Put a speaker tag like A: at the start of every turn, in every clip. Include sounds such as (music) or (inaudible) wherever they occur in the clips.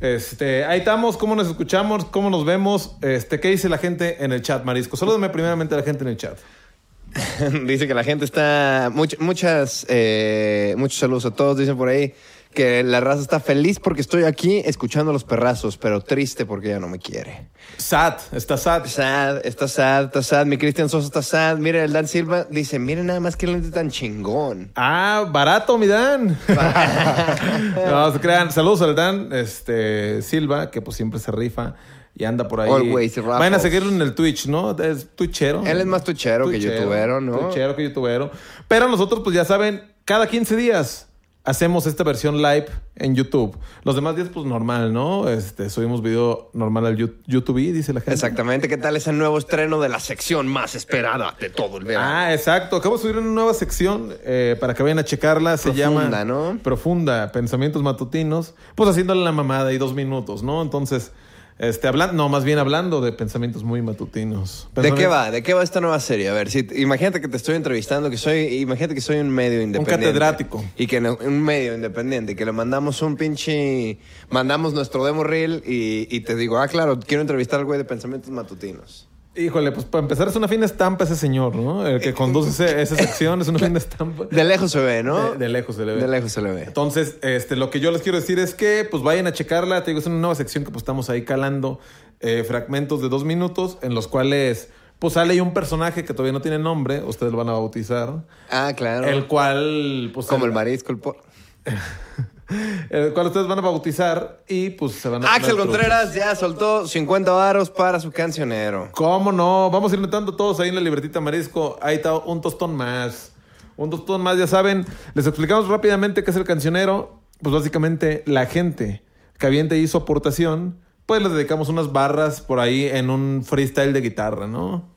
A: Este, ahí estamos, cómo nos escuchamos, cómo nos vemos, este, qué dice la gente en el chat, Marisco. Salúdame primeramente a la gente en el chat.
B: (laughs) Dice que la gente está. much- muchas. eh, muchos saludos a todos. Dicen por ahí que la raza está feliz porque estoy aquí escuchando a los perrazos, pero triste porque ya no me quiere.
A: Sad, está sad.
B: Sad, está sad, está sad. Mi Cristian Sosa está sad. Miren, el Dan Silva dice: Miren nada más que lente tan chingón.
A: Ah, barato, mi
B: (laughs)
A: Dan. no se crean. Saludos al Dan este, Silva, que pues siempre se rifa y anda por ahí.
B: Always raffles.
A: Vayan a seguirlo en el Twitch, ¿no? Es twitchero.
B: Él es más twitchero que youtubero, ¿no?
A: Twitchero que youtubero. Pero nosotros, pues ya saben, cada 15 días hacemos esta versión live en YouTube. Los demás días, pues normal, ¿no? Este, subimos video normal al Yu- YouTube, dice la gente.
B: Exactamente. ¿Qué tal ese nuevo estreno de la sección más esperada de todo el verano?
A: Ah, exacto. Acabo de subir una nueva sección eh, para que vayan a checarla. Se
B: Profunda,
A: llama
B: ¿no?
A: Profunda, Pensamientos Matutinos. Pues haciéndole la mamada y dos minutos, ¿no? Entonces, este, hablando, no, más bien hablando de pensamientos muy matutinos.
B: ¿De qué
A: Pensamientos-
B: va? ¿De qué va esta nueva serie? A ver, si imagínate que te estoy entrevistando, que soy, imagínate que soy un medio independiente.
A: catedrático.
B: Y que no- un medio independiente, y que le mandamos un pinche, mandamos nuestro demo reel y, y te digo, ah, claro, quiero entrevistar al güey de pensamientos matutinos.
A: Híjole, pues para empezar es una fina estampa ese señor, ¿no? El que conduce ese- esa sección es una fina estampa.
B: Eh, De lejos se ve, ¿no?
A: De, de lejos se le ve.
B: De lejos se le ve.
A: Entonces, este, lo que yo les quiero decir es que, pues vayan a checarla. Te digo, es una nueva sección que pues estamos ahí calando eh, fragmentos de dos minutos en los cuales, pues sale ahí un personaje que todavía no tiene nombre. Ustedes lo van a bautizar.
B: Ah, claro.
A: El cual, pues.
B: Como el marisco, el po-
A: El cual ustedes van a bautizar y pues se van a. poner
B: Axel
A: trucos.
B: Contreras ya soltó 50 varos para su cancionero.
A: ¿Cómo no? Vamos a ir notando todos ahí en la libretita marisco. Ahí está un tostón más. Un tostón más, ya saben. Les explicamos rápidamente qué es el cancionero. Pues básicamente la gente que aviente hizo aportación, pues les dedicamos unas barras por ahí en un freestyle de guitarra, ¿no?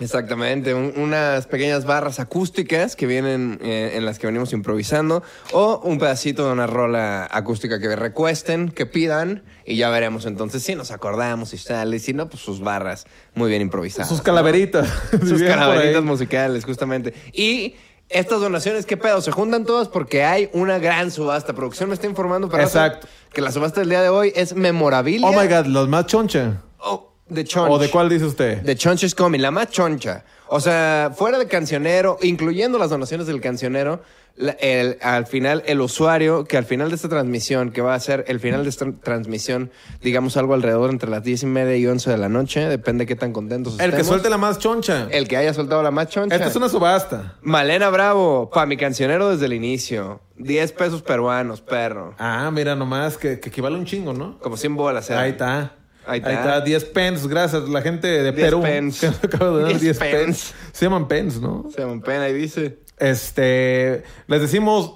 B: Exactamente, un- unas pequeñas barras acústicas que vienen eh, en las que venimos improvisando o un pedacito de una rola acústica que recuesten, que pidan y ya veremos entonces si nos acordamos, si sale, si no, pues sus barras muy bien improvisadas. (laughs)
A: Sus calaveritas. (laughs)
B: Sus
A: Dirían por ahí.
B: calaveritas musicales, justamente. Y estas donaciones, ¿qué pedo? Se juntan todas porque hay una gran subasta. Producción me está informando para
A: Exacto.
B: que la subasta del día de hoy es memorabilia
A: Oh my god, los más choncha.
B: Oh, de Chonch.
A: ¿O de cuál dice usted?
B: De Chonches Coming, la más choncha. O sea, fuera del cancionero, incluyendo las donaciones del cancionero, la- el- al final el usuario, que al final de esta transmisión, que va a ser el final de esta transmisión, digamos algo alrededor entre las 10 y media y 11 de la noche, depende qué tan contentos
A: el que
B: estemos.
A: suelte la más choncha.
B: El que haya soltado la más choncha.
A: Esta es una subasta.
B: Malena Bravo, pa' mi cancionero desde el inicio. 10 pesos peruanos, perro.
A: Ah, mira nomás, que, que equivale un chingo, ¿no?
B: Como 100 bolas. ¿eh?
A: Ahí está.
B: Ahí
A: Ahí
B: está.
A: está. 10 pence, gracias. La gente de
B: 10
A: Perú.
B: pence.
A: (laughs) Acabo de dar
B: 10
A: 10
B: pence.
A: pence. Se llaman pence, ¿no?
B: Se me pena y dice...
A: Este. Les decimos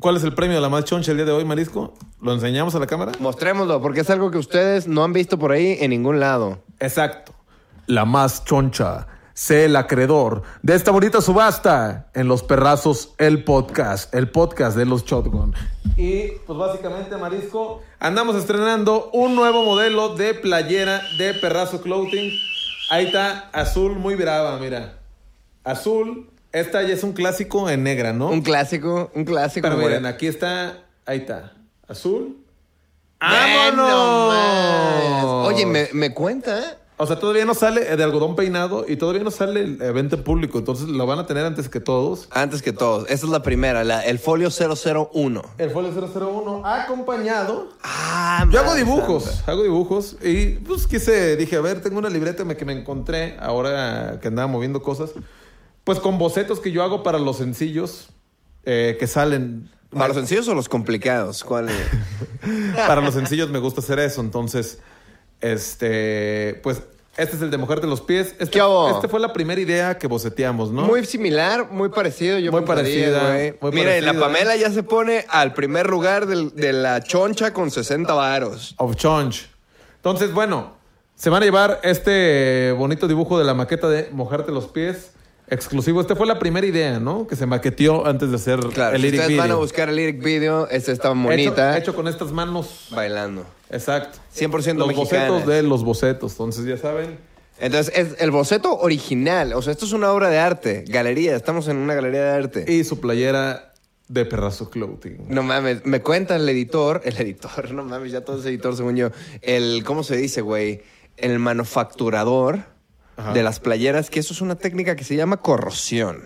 A: cuál es el premio de la más choncha el día de hoy, Marisco. ¿Lo enseñamos a la cámara?
B: Mostrémoslo, porque es algo que ustedes no han visto por ahí en ningún lado.
A: Exacto. La más choncha. Sé el acreedor de esta bonita subasta en Los Perrazos, el podcast, el podcast de los Shotgun. Y pues básicamente, Marisco, andamos estrenando un nuevo modelo de playera de Perrazo Clothing. Ahí está, azul muy brava, mira. Azul, esta ya es un clásico en negra, ¿no?
B: Un clásico, un clásico.
A: Pero
B: güey.
A: miren, aquí está, ahí está, azul.
B: ¡Ven nomás!
A: ¡Vámonos!
B: pues. Oye, me, me cuenta.
A: O sea, todavía no sale eh, de algodón peinado y todavía no sale el evento en público. Entonces lo van a tener antes que todos.
B: Antes que todos, esta es la primera, la- el folio 001.
A: El folio 001 acompañado.
B: Ah,
A: Yo hago
B: madre
A: dibujos,
B: santa.
A: hago dibujos. Y pues quise, dije, a ver, tengo una libreta me- que me encontré ahora que andaba moviendo cosas. Pues con bocetos que yo hago para los sencillos eh, que salen. (laughs)
B: ¿Para los sencillos o los complicados? ¿Cuál?
A: Para los sencillos me gusta hacer eso. Entonces, este, pues este es el de mojarte los pies. Este,
B: ¿Qué hubo?
A: este fue la primera idea que boceteamos, (laughs) ¿no?
B: Muy similar, muy parecido. Yo
A: Muy
B: pensaría,
A: parecida,
B: güey.
A: muy
B: Mira, y la
A: parecida.
B: Pamela ya se pone al primer lugar del- de la choncha con 60 varos.
A: Of Chonch. Entonces, bueno, se van a llevar este bonito dibujo de la maqueta de mojarte los pies. Exclusivo. Esta fue la primera idea, ¿no? Que se maqueteó antes de hacer
B: Claro,
A: el
B: si
A: lyric
B: ustedes van a
A: video.
B: buscar ¿eh? el lyric video, esta está bonita.
A: Hecho, hecho con estas manos.
B: Bailando.
A: Exacto.
B: 100%
A: Los
B: mexicana.
A: bocetos de los bocetos. Entonces, ya saben.
B: Entonces, es el boceto original. O sea, esto es una obra de arte. Galería, estamos en una galería de arte.
A: Y su playera de Perrazo Clothing.
B: No mames, me cuenta el editor, el editor, (laughs) no mames, ya todo es editor según yo. El, ¿cómo se dice, güey? El manufacturador
A: Ajá.
B: de las playeras, que eso es una técnica que se llama corrosión.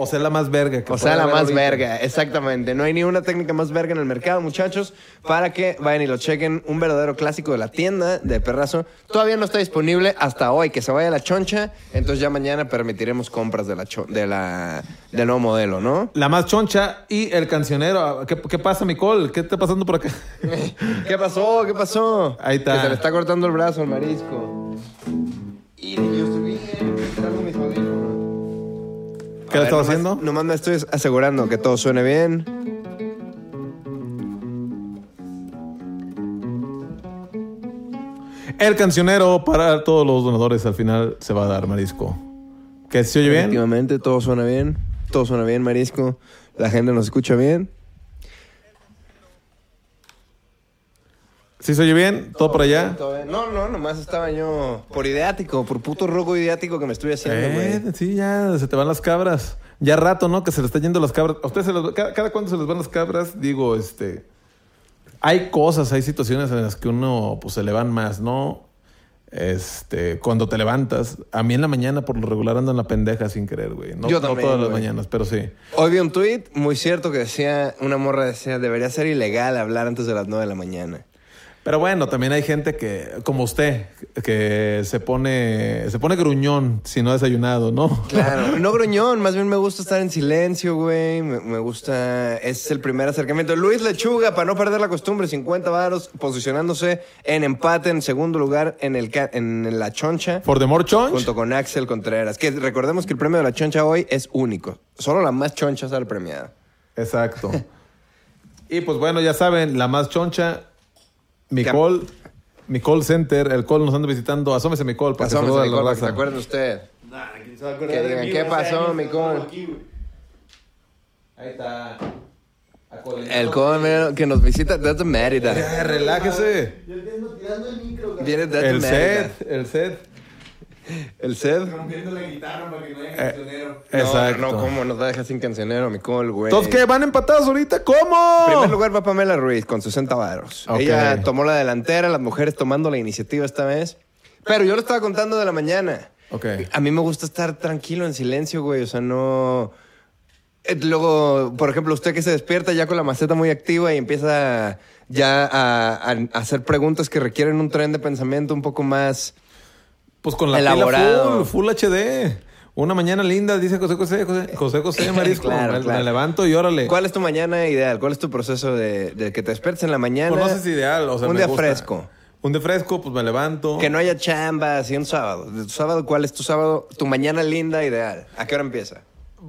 A: O sea, la más verga. que
B: O sea,
A: puede
B: la
A: haber
B: más
A: ahorita.
B: verga, exactamente. No hay ni una técnica más verga en el mercado, muchachos, para que vayan y lo chequen. Un verdadero clásico de la tienda de Perrazo. Todavía no está disponible hasta hoy, que se vaya la choncha. Entonces ya mañana permitiremos compras de la, cho- de la del nuevo modelo, ¿no?
A: La más choncha y el cancionero. ¿Qué, qué pasa, Nicole? ¿Qué está pasando por
B: (laughs)
A: acá?
B: ¿Qué pasó? ¿Qué pasó?
A: Ahí está.
B: Que se le está cortando el brazo al marisco. Y yo subí, eh, traigo mis audífonos.
A: ¿Qué
B: A
A: le
B: ver,
A: estaba
B: nomás-
A: haciendo?
B: Nomás me estoy asegurando que todo suene bien.
A: El cancionero para todos los donadores al final se va a dar, Marisco. ¿Que se oye bien?
B: Efectivamente, todo suena bien. Todo suena bien, Marisco. La gente nos escucha bien.
A: ¿Sí se oye bien? ¿Todo por allá?
B: No, no, nomás estaba yo por ideático, por puto roco ideático que me estoy haciendo,
A: Eh,
B: güey.
A: sí, ya se te van las cabras. Ya rato, ¿no? Que se le están yendo las cabras. ¿A ustedes se les- cada, cada cuándo se les van las cabras? Digo, este... Hay cosas, hay situaciones en las que uno pues se le van más, ¿no? Este, cuando te levantas. A mí en la mañana por lo regular ando en la pendeja sin querer, güey. No,
B: Yo
A: no
B: también,
A: todas las
B: güey.
A: mañanas, pero sí.
B: Hoy vi un tweet muy cierto que decía, una morra decía, debería ser ilegal hablar antes de las 9 de la mañana.
A: Pero bueno, también hay gente que, como usted, que se pone, se pone gruñón si no ha desayunado, ¿no? (laughs)
B: Claro, no gruñón, más bien me gusta estar en silencio, güey. Me, me gusta, es el primer acercamiento. Luis Lechuga, para no perder la costumbre, 50 varos, posicionándose en empate, en segundo lugar en, el, ca- en la choncha.
A: For the more chonch.
B: Junto con Axel Contreras. Que recordemos que el premio de la choncha hoy es único. Solo la más choncha sale premiada.
A: Exacto. y pues bueno, ya saben, la más choncha, mi call, mi call center, el call nos anda visitando. Asómese mi call para que
B: Pasamos a
A: salude a
B: Nicole,
A: la
B: para que se
A: raza.
B: acuerden usted.
C: Nah, ¿quién se va a acordar
B: Que
C: de
B: digan,
C: mí,
B: ¿qué
C: güey? Hace
B: pasó,
C: años
B: mi
C: que no
B: con?
C: estaba aquí, güey.
A: Ahí está. A Colin.
B: El con mira, que nos visita desde Mérida.
A: Ya, relájese.
C: Yo te ando tirando el micro, güey.
B: Viene desde
A: El
B: Mérida.
A: set, el set.
B: El set.
C: Rompiendo la guitarra para que no haya cancionero.
A: Eh, Exacto.
B: No, no, cómo nos va a dejar sin cancionero, mi col, güey.
A: Entonces, ¿qué? ¿Van empatados ahorita? ¿Cómo?
B: En primer lugar va Pamela Ruiz con 60 varos.
A: Ok.
B: Ella tomó la delantera, las mujeres tomando la iniciativa esta vez. Pero yo lo estaba contando de la mañana.
A: Ok.
B: A mí me gusta estar tranquilo, en silencio, güey. O sea, no... Eh, Luego, por ejemplo, usted que se despierta ya con la maceta muy activa y empieza ya a, a- a hacer preguntas que requieren un tren de pensamiento un poco más...
A: Pues con la
B: Elaborado.
A: pila full, full HD. Una mañana linda, dice José José, José José,
B: (laughs)
A: José Marisco.
B: Claro,
A: me,
B: claro.
A: me levanto y órale.
B: ¿Cuál es tu mañana ideal? ¿Cuál es tu proceso de, de que te despiertes en la mañana?
A: Pues no sé si ideal, o sea,
B: un
A: me
B: día
A: gusta.
B: fresco.
A: Un día fresco, pues me levanto.
B: Que no haya chamba, así un sábado. De tu sábado, ¿cuál es tu sábado? Tu mañana linda, ideal. ¿A qué hora empieza?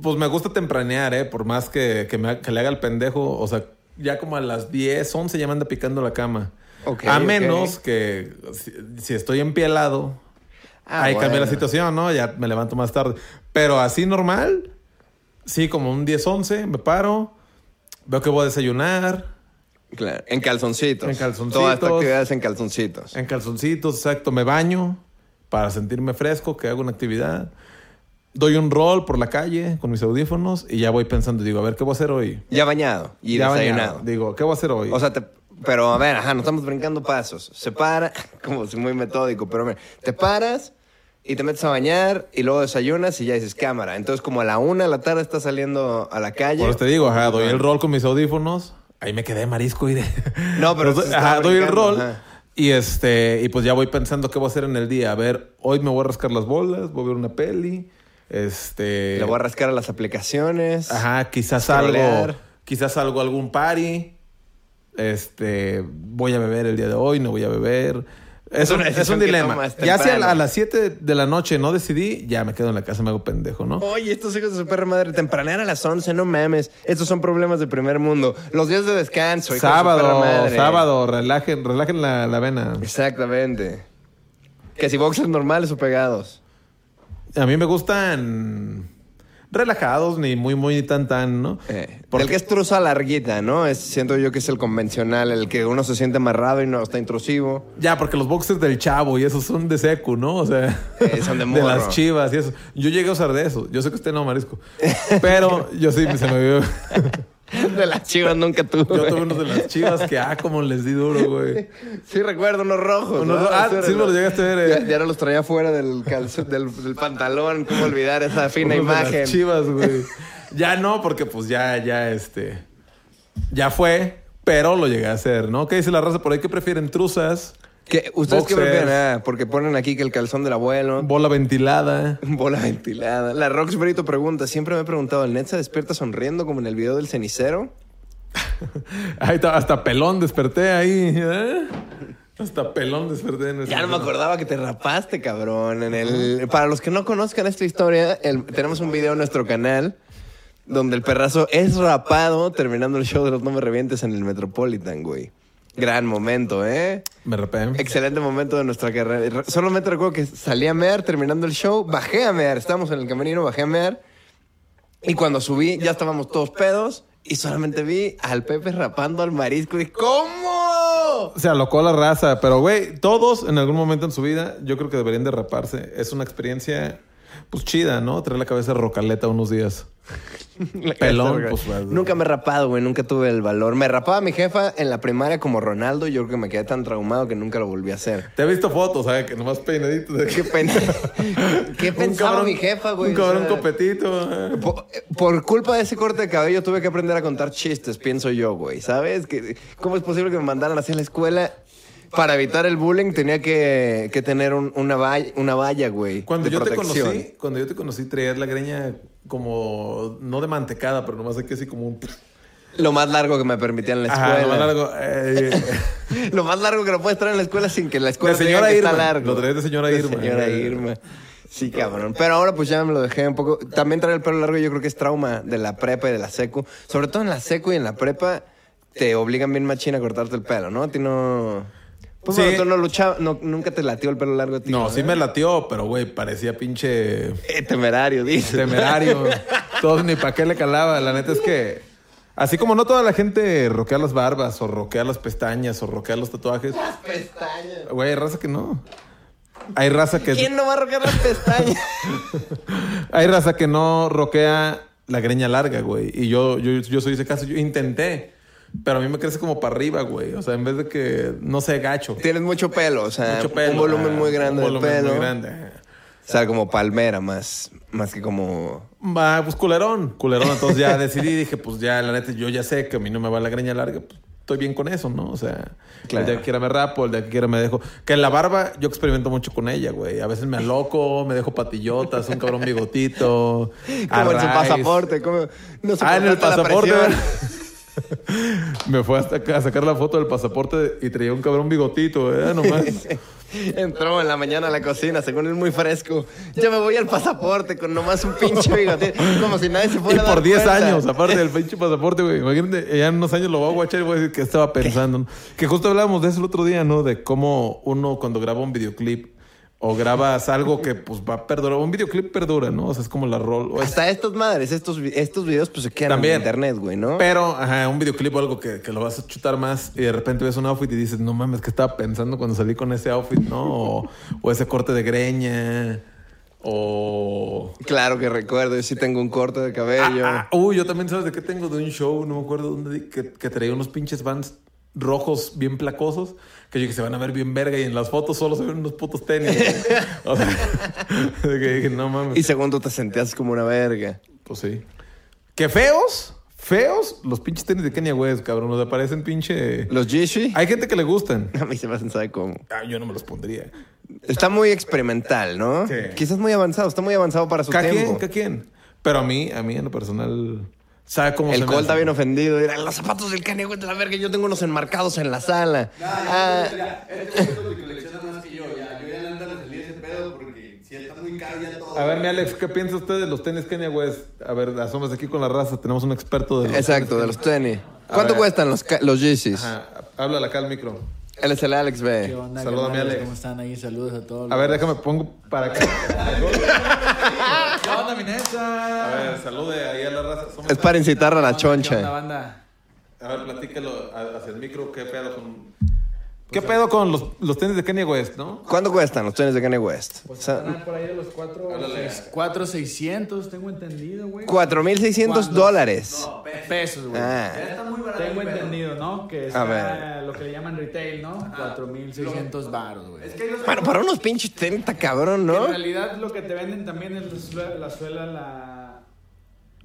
A: Pues me gusta tempranear, ¿eh? Por más que, que me ha- que le haga el pendejo. O sea, ya como a las 10, 11 ya me anda picando la cama.
B: Ok,
A: a
B: ok.
A: menos que si, si estoy empielado,
B: Ah,
A: ahí cambia la
B: bueno.
A: situación, ¿no? Ya me levanto más tarde. Pero así normal, sí, como un 10, 11, me paro, veo que voy a desayunar.
B: Claro. En calzoncitos.
A: En calzoncitos.
B: Todas estas actividades en calzoncitos.
A: En calzoncitos, exacto. Me baño para sentirme fresco, que hago una actividad. Doy un rol por la calle con mis audífonos y ya voy pensando. Digo, a ver, ¿qué voy a hacer hoy?
B: Ya bañado y
A: Ya bañado.
B: desayunado.
A: Digo, ¿qué voy a hacer hoy?
B: O sea, te- pero a ver, ajá, no estamos brincando pasos. Se para, (laughs) como si muy metódico, pero mira, te paras y te metes a bañar y luego desayunas y ya dices cámara. Entonces, como a la una de la tarde estás saliendo a la calle.
A: Por eso te digo, ajá, doy el rol con mis audífonos. Ahí me quedé marisco y de...
B: No,
A: (laughs)
B: pero se estaba
A: ajá, doy el
B: brincando,
A: rol.
B: ajá.
A: Y este, y pues ya voy pensando qué voy a hacer en el día. A ver, hoy me voy a rascar las bolas, voy a ver una peli. Este.
B: Le voy a rascar a las aplicaciones.
A: Ajá, quizás
B: Scrollear.
A: algo. Quizás algo, algún party. Este, voy a beber el día de hoy, no voy a beber. Es,
B: Es
A: un,
B: una
A: es un
B: decisión que
A: dilema.
B: tomas
A: Ya si a, la-
B: temprano.
A: a las 7 de la noche no decidí, ya me quedo en la casa y me hago pendejo, ¿no?
B: Oye, estos hijos de su perra madre, tempranear a las 11, no mames. Estos son problemas de primer mundo. Los días de descanso. hijos de su perra
A: sábado,
B: madre.
A: sábado, relajen, relajen la, la vena.
B: Exactamente. Que si boxers normales o pegados.
A: A mí me gustan relajados, ni muy, muy tan, tan, ¿no?
B: Eh,
A: Porque-
B: el que es truza larguita, ¿no? Es, siento yo que es el convencional, el que uno se siente amarrado y no está intrusivo.
A: Ya, porque los boxers del chavo y esos son de secu, ¿no? O sea,
B: Eh,
A: (laughs)
B: son de morro.
A: las chivas y
B: (laughs)
A: eso. Yo llegué a usar (laughs) de eso. Yo sé que usted no, Marisco. Pero yo sí se me vio.
B: de (laughs) las chivas nunca tuve.
A: Yo tuve unos de las chivas que, ah, como les di duro, güey.
B: Sí, recuerdo unos rojos.
A: Unos
B: ¿no?
A: ro- ah,
B: Esos
A: sí
B: eran
A: me los llegaste a ver, eh.
B: Ya, ya no los traía fuera del, calzo- del, del pantalón. ¿Cómo olvidar esa fina
A: Unos de las
B: imagen?
A: chivas, güey. Ya no, porque pues ya, ya, este. Ya fue, pero lo llegué a hacer, ¿no? ¿Qué dice la raza por ahí? ¿Qué prefieren? ¿Truzas?
B: ¿Qué- ¿Ustedes qué
A: Boxers.
B: prefieren? Ah, porque ponen aquí que el calzón del abuelo.
A: ¿Bola ventilada?
B: Bola ventilada. La Rox Brito pregunta: Siempre me he preguntado, ¿el net se despierta sonriendo como en el video del cenicero?
A: Ahí está, hasta pelón desperté ahí. ¿eh? Hasta pelón desperté en ese
B: Ya no me
A: momento.
B: acordaba que te rapaste, cabrón. En el... Para los que no conozcan esta historia, el- tenemos un video en nuestro canal donde el perrazo es rapado terminando el show de los No Me Revientes en el Metropolitan, güey. Gran momento, ¿eh?
A: Me repé.
B: Excelente momento de nuestra carrera. Y re- Solamente recuerdo que salí a mear terminando el show, bajé a mear, estábamos en el camerino, bajé a mear. Y cuando subí, ya estábamos todos pedos y solamente vi al Pepe rapando al marisco. Y dije, ¿cómo?
A: Se alocó la raza, pero güey, todos en algún momento en su vida, yo creo que deberían de raparse. Es una experiencia, pues chida, ¿no? Traer la cabeza rocaleta unos
B: (laughs)
A: días. Pelón, pues, vas, güey.
B: Este Nunca me he rapado, güey. Nunca tuve el valor. Me rapaba mi jefa en la primaria como Ronaldo. y Yo creo que me quedé tan traumado que nunca lo volví a hacer.
A: Te he visto fotos, ¿sabes? Que nomás peinaditos. de
B: ¿Qué,
A: aquí. (laughs)
B: pen- ¿Qué
A: Un
B: pensaba
A: cabrón-
B: mi jefa, güey?
A: Un
B: O
A: cabrón
B: sea,
A: copetito. ¿eh?
B: po- eh, Por culpa de ese corte de cabello tuve que aprender a contar chistes, pienso yo, güey. ¿Sabes? Que- ¿Cómo es posible que me mandaran así a la escuela? Para evitar el bullying tenía que, que tener un- una, valla, una valla, güey.
A: Cuando
B: de
A: yo te
B: protección.
A: conocí, cuando yo te conocí, traías la greña como, no de mantecada, pero nomás aquí así como un...
B: Lo más largo que me permitían en la escuela.
A: Ajá, nomás largo.
B: (laughs)
A: eh.
B: Lo más largo que lo puedes traer en la escuela sin que la escuela
A: De
B: te
A: señora
B: diga que está
A: Irma.
B: largo.
A: Lo traes de señora Irma.
B: señora Irma. Sí, cabrón. Pero ahora pues ya me lo dejé un poco. También traer el pelo largo yo creo que es trauma de la prepa y de la secu. Sobre todo en la secu y en la prepa te obligan bien machina a cortarte el pelo, ¿no? A ti no... Pues
A: Sí.
B: bueno, tú no luchaba, no- nunca te latió el pelo largo a ti,
A: No, sí me latió, pero güey, parecía pinche
B: Eh, temerario, dice.
A: temerario. Todos ni pa' qué le calaba. La neta es que, así como no toda la gente roquea las barbas, o roquea las pestañas, o roquea los tatuajes,
B: Pestañas.
A: güey, hay raza que no. Hay raza que,
B: (laughs) ¿Quién no va a arrojar las pestañas?
A: (laughs) hay raza que no roquea la greña larga, güey. Y yo, yo, yo soy ese caso. Yo intenté, pero a mí me crece como para arriba, güey. O sea, en vez de que, no sé, gacho.
B: Tienes mucho pelo, o sea,
A: Mucho pelo.
B: un volumen
A: ah,
B: muy grande
A: Un
B: de
A: volumen
B: pelo.
A: muy grande.
B: O sea, como palmera más, más que como
A: Va, pues culerón, culerón. Entonces ya decidí, dije, pues ya, la neta, yo ya sé que a mí no me va la greña larga, pues estoy bien con eso, ¿no? O sea,
B: Claro.
A: el día que quiera me rapo, el día que quiera me dejo. Que la barba yo experimento mucho con ella, güey. A veces me aloco, me dejo patillotas, un cabrón bigotito.
B: (laughs) Como en su
A: arrais.
B: pasaporte, como no
A: Ah, en el
B: soportaste la
A: pasaporte.
B: presión.
A: (laughs) me fue hasta acá a sacar la foto del pasaporte y traía un cabrón bigotito, ¿eh? Nomás.
B: (laughs) (laughs) Entró en la mañana a la cocina, según él muy fresco. Yo me voy al pasaporte con nomás un pinche bigote, como si nadie se
A: Y
B: fuera a
A: por
B: dar
A: 10
B: cuenta.
A: años, aparte
B: (laughs)
A: del pinche pasaporte, güey. Imagínate, ya en unos años lo voy a guachar y voy a decir que estaba pensando. ¿no? Que justo hablábamos de eso el otro día, ¿no? De cómo uno cuando graba un videoclip o grabas algo que pues va a perdurar. Un videoclip perdura, ¿no? O sea, es como la rol. o es-
B: Hasta estas madres, estos, vi- estos videos pues se quedan
A: También.
B: en internet, güey, ¿no?
A: Pero, ajá, un videoclip o algo que, que lo vas a chutar más y de repente ves un outfit y dices, no mames, que estaba pensando cuando salí con ese outfit, ¿no? O, o ese corte de greña. O.
B: Claro que recuerdo, yo sí tengo un corte de cabello.
A: Ah, uy, yo también sabes de qué tengo de un show, no me acuerdo dónde, di- que, que traía unos pinches vans rojos bien placosos, que yo que se van a ver bien verga y en las fotos solo se ven unos putos
B: (laughs)
A: tenis. güey. o sea, (laughs) de que dije, no mames.
B: Y segundo, te sentías como una verga.
A: Pues sí. Que feos, feos, los pinches tenis de Kanye West, cabrón, nos aparecen pinche...
B: Los Jishi,
A: Hay gente que le gustan.
B: (laughs) a mí se me hacen, sabe cómo.
A: Ah, yo no me los pondría.
B: Está muy experimental, ¿no?
A: Sí.
B: Quizás muy avanzado, está muy avanzado para su
A: ¿Ca quién?
B: tiempo.
A: ¿Ca quién? Pero a mí, a mí en lo personal, sabe cómo se
B: El
A: me
B: Col está
A: hace.
B: bien ofendido. Dirá, los zapatos del Kanye West de la verga, yo tengo unos enmarcados en la sala. Ah,
C: Mira, este es lo que colecciona más que yo. Ya, yo ya le ando a salir ese pedo porque si está muy caro ya todo.
A: A ver, mi Alex, ¿qué piensa usted de los tenis Kanye West? A ver, asomas aquí con la raza. Tenemos un experto de los
B: exacto, de
A: tenis
B: los tenis. ¿Cuánto
A: ver.
B: cuestan los, ca- los Yeezys?
A: Kanye. Ajá, háblale acá al micro.
B: Él es el Alex
D: ¿Qué
B: B.
D: onda,
A: Saluda a mi
D: carnales?
A: Alex.
D: ¿Cómo están ahí? Saludos a todos.
A: A ver, déjame pongo para acá.
E: ¿Qué onda, mi neta?
A: A ver, salude ahí a la raza. Somos-
B: Es para incitar a la
E: ¿Qué onda,
B: choncha.
E: banda?
A: A ver, platícalo a- hacia el micro. Qué pedo con... ¿Qué pedo con los, los tenis de Kanye West, no?
B: ¿Cuánto cuestan los tenis de Kanye West? O
D: Pues
B: sea,
D: están por ahí de los cuatro.
C: Ándale.
D: 4600, tengo entendido, güey.
B: 4.600
D: Cuando-
B: dólares.
C: No, pesos.
D: pesos, güey.
B: Ah.
C: Ya está muy barato.
D: Tengo
C: el pedo.
D: entendido, ¿no? Que es
B: A
D: ah, lo que le llaman retail, ¿no? 4600 baros, güey.
C: Es que hay los
B: Bueno, para unos pinches tenis está cabrón, ¿no?
D: En realidad lo que te venden también es la suela, la, suela, la,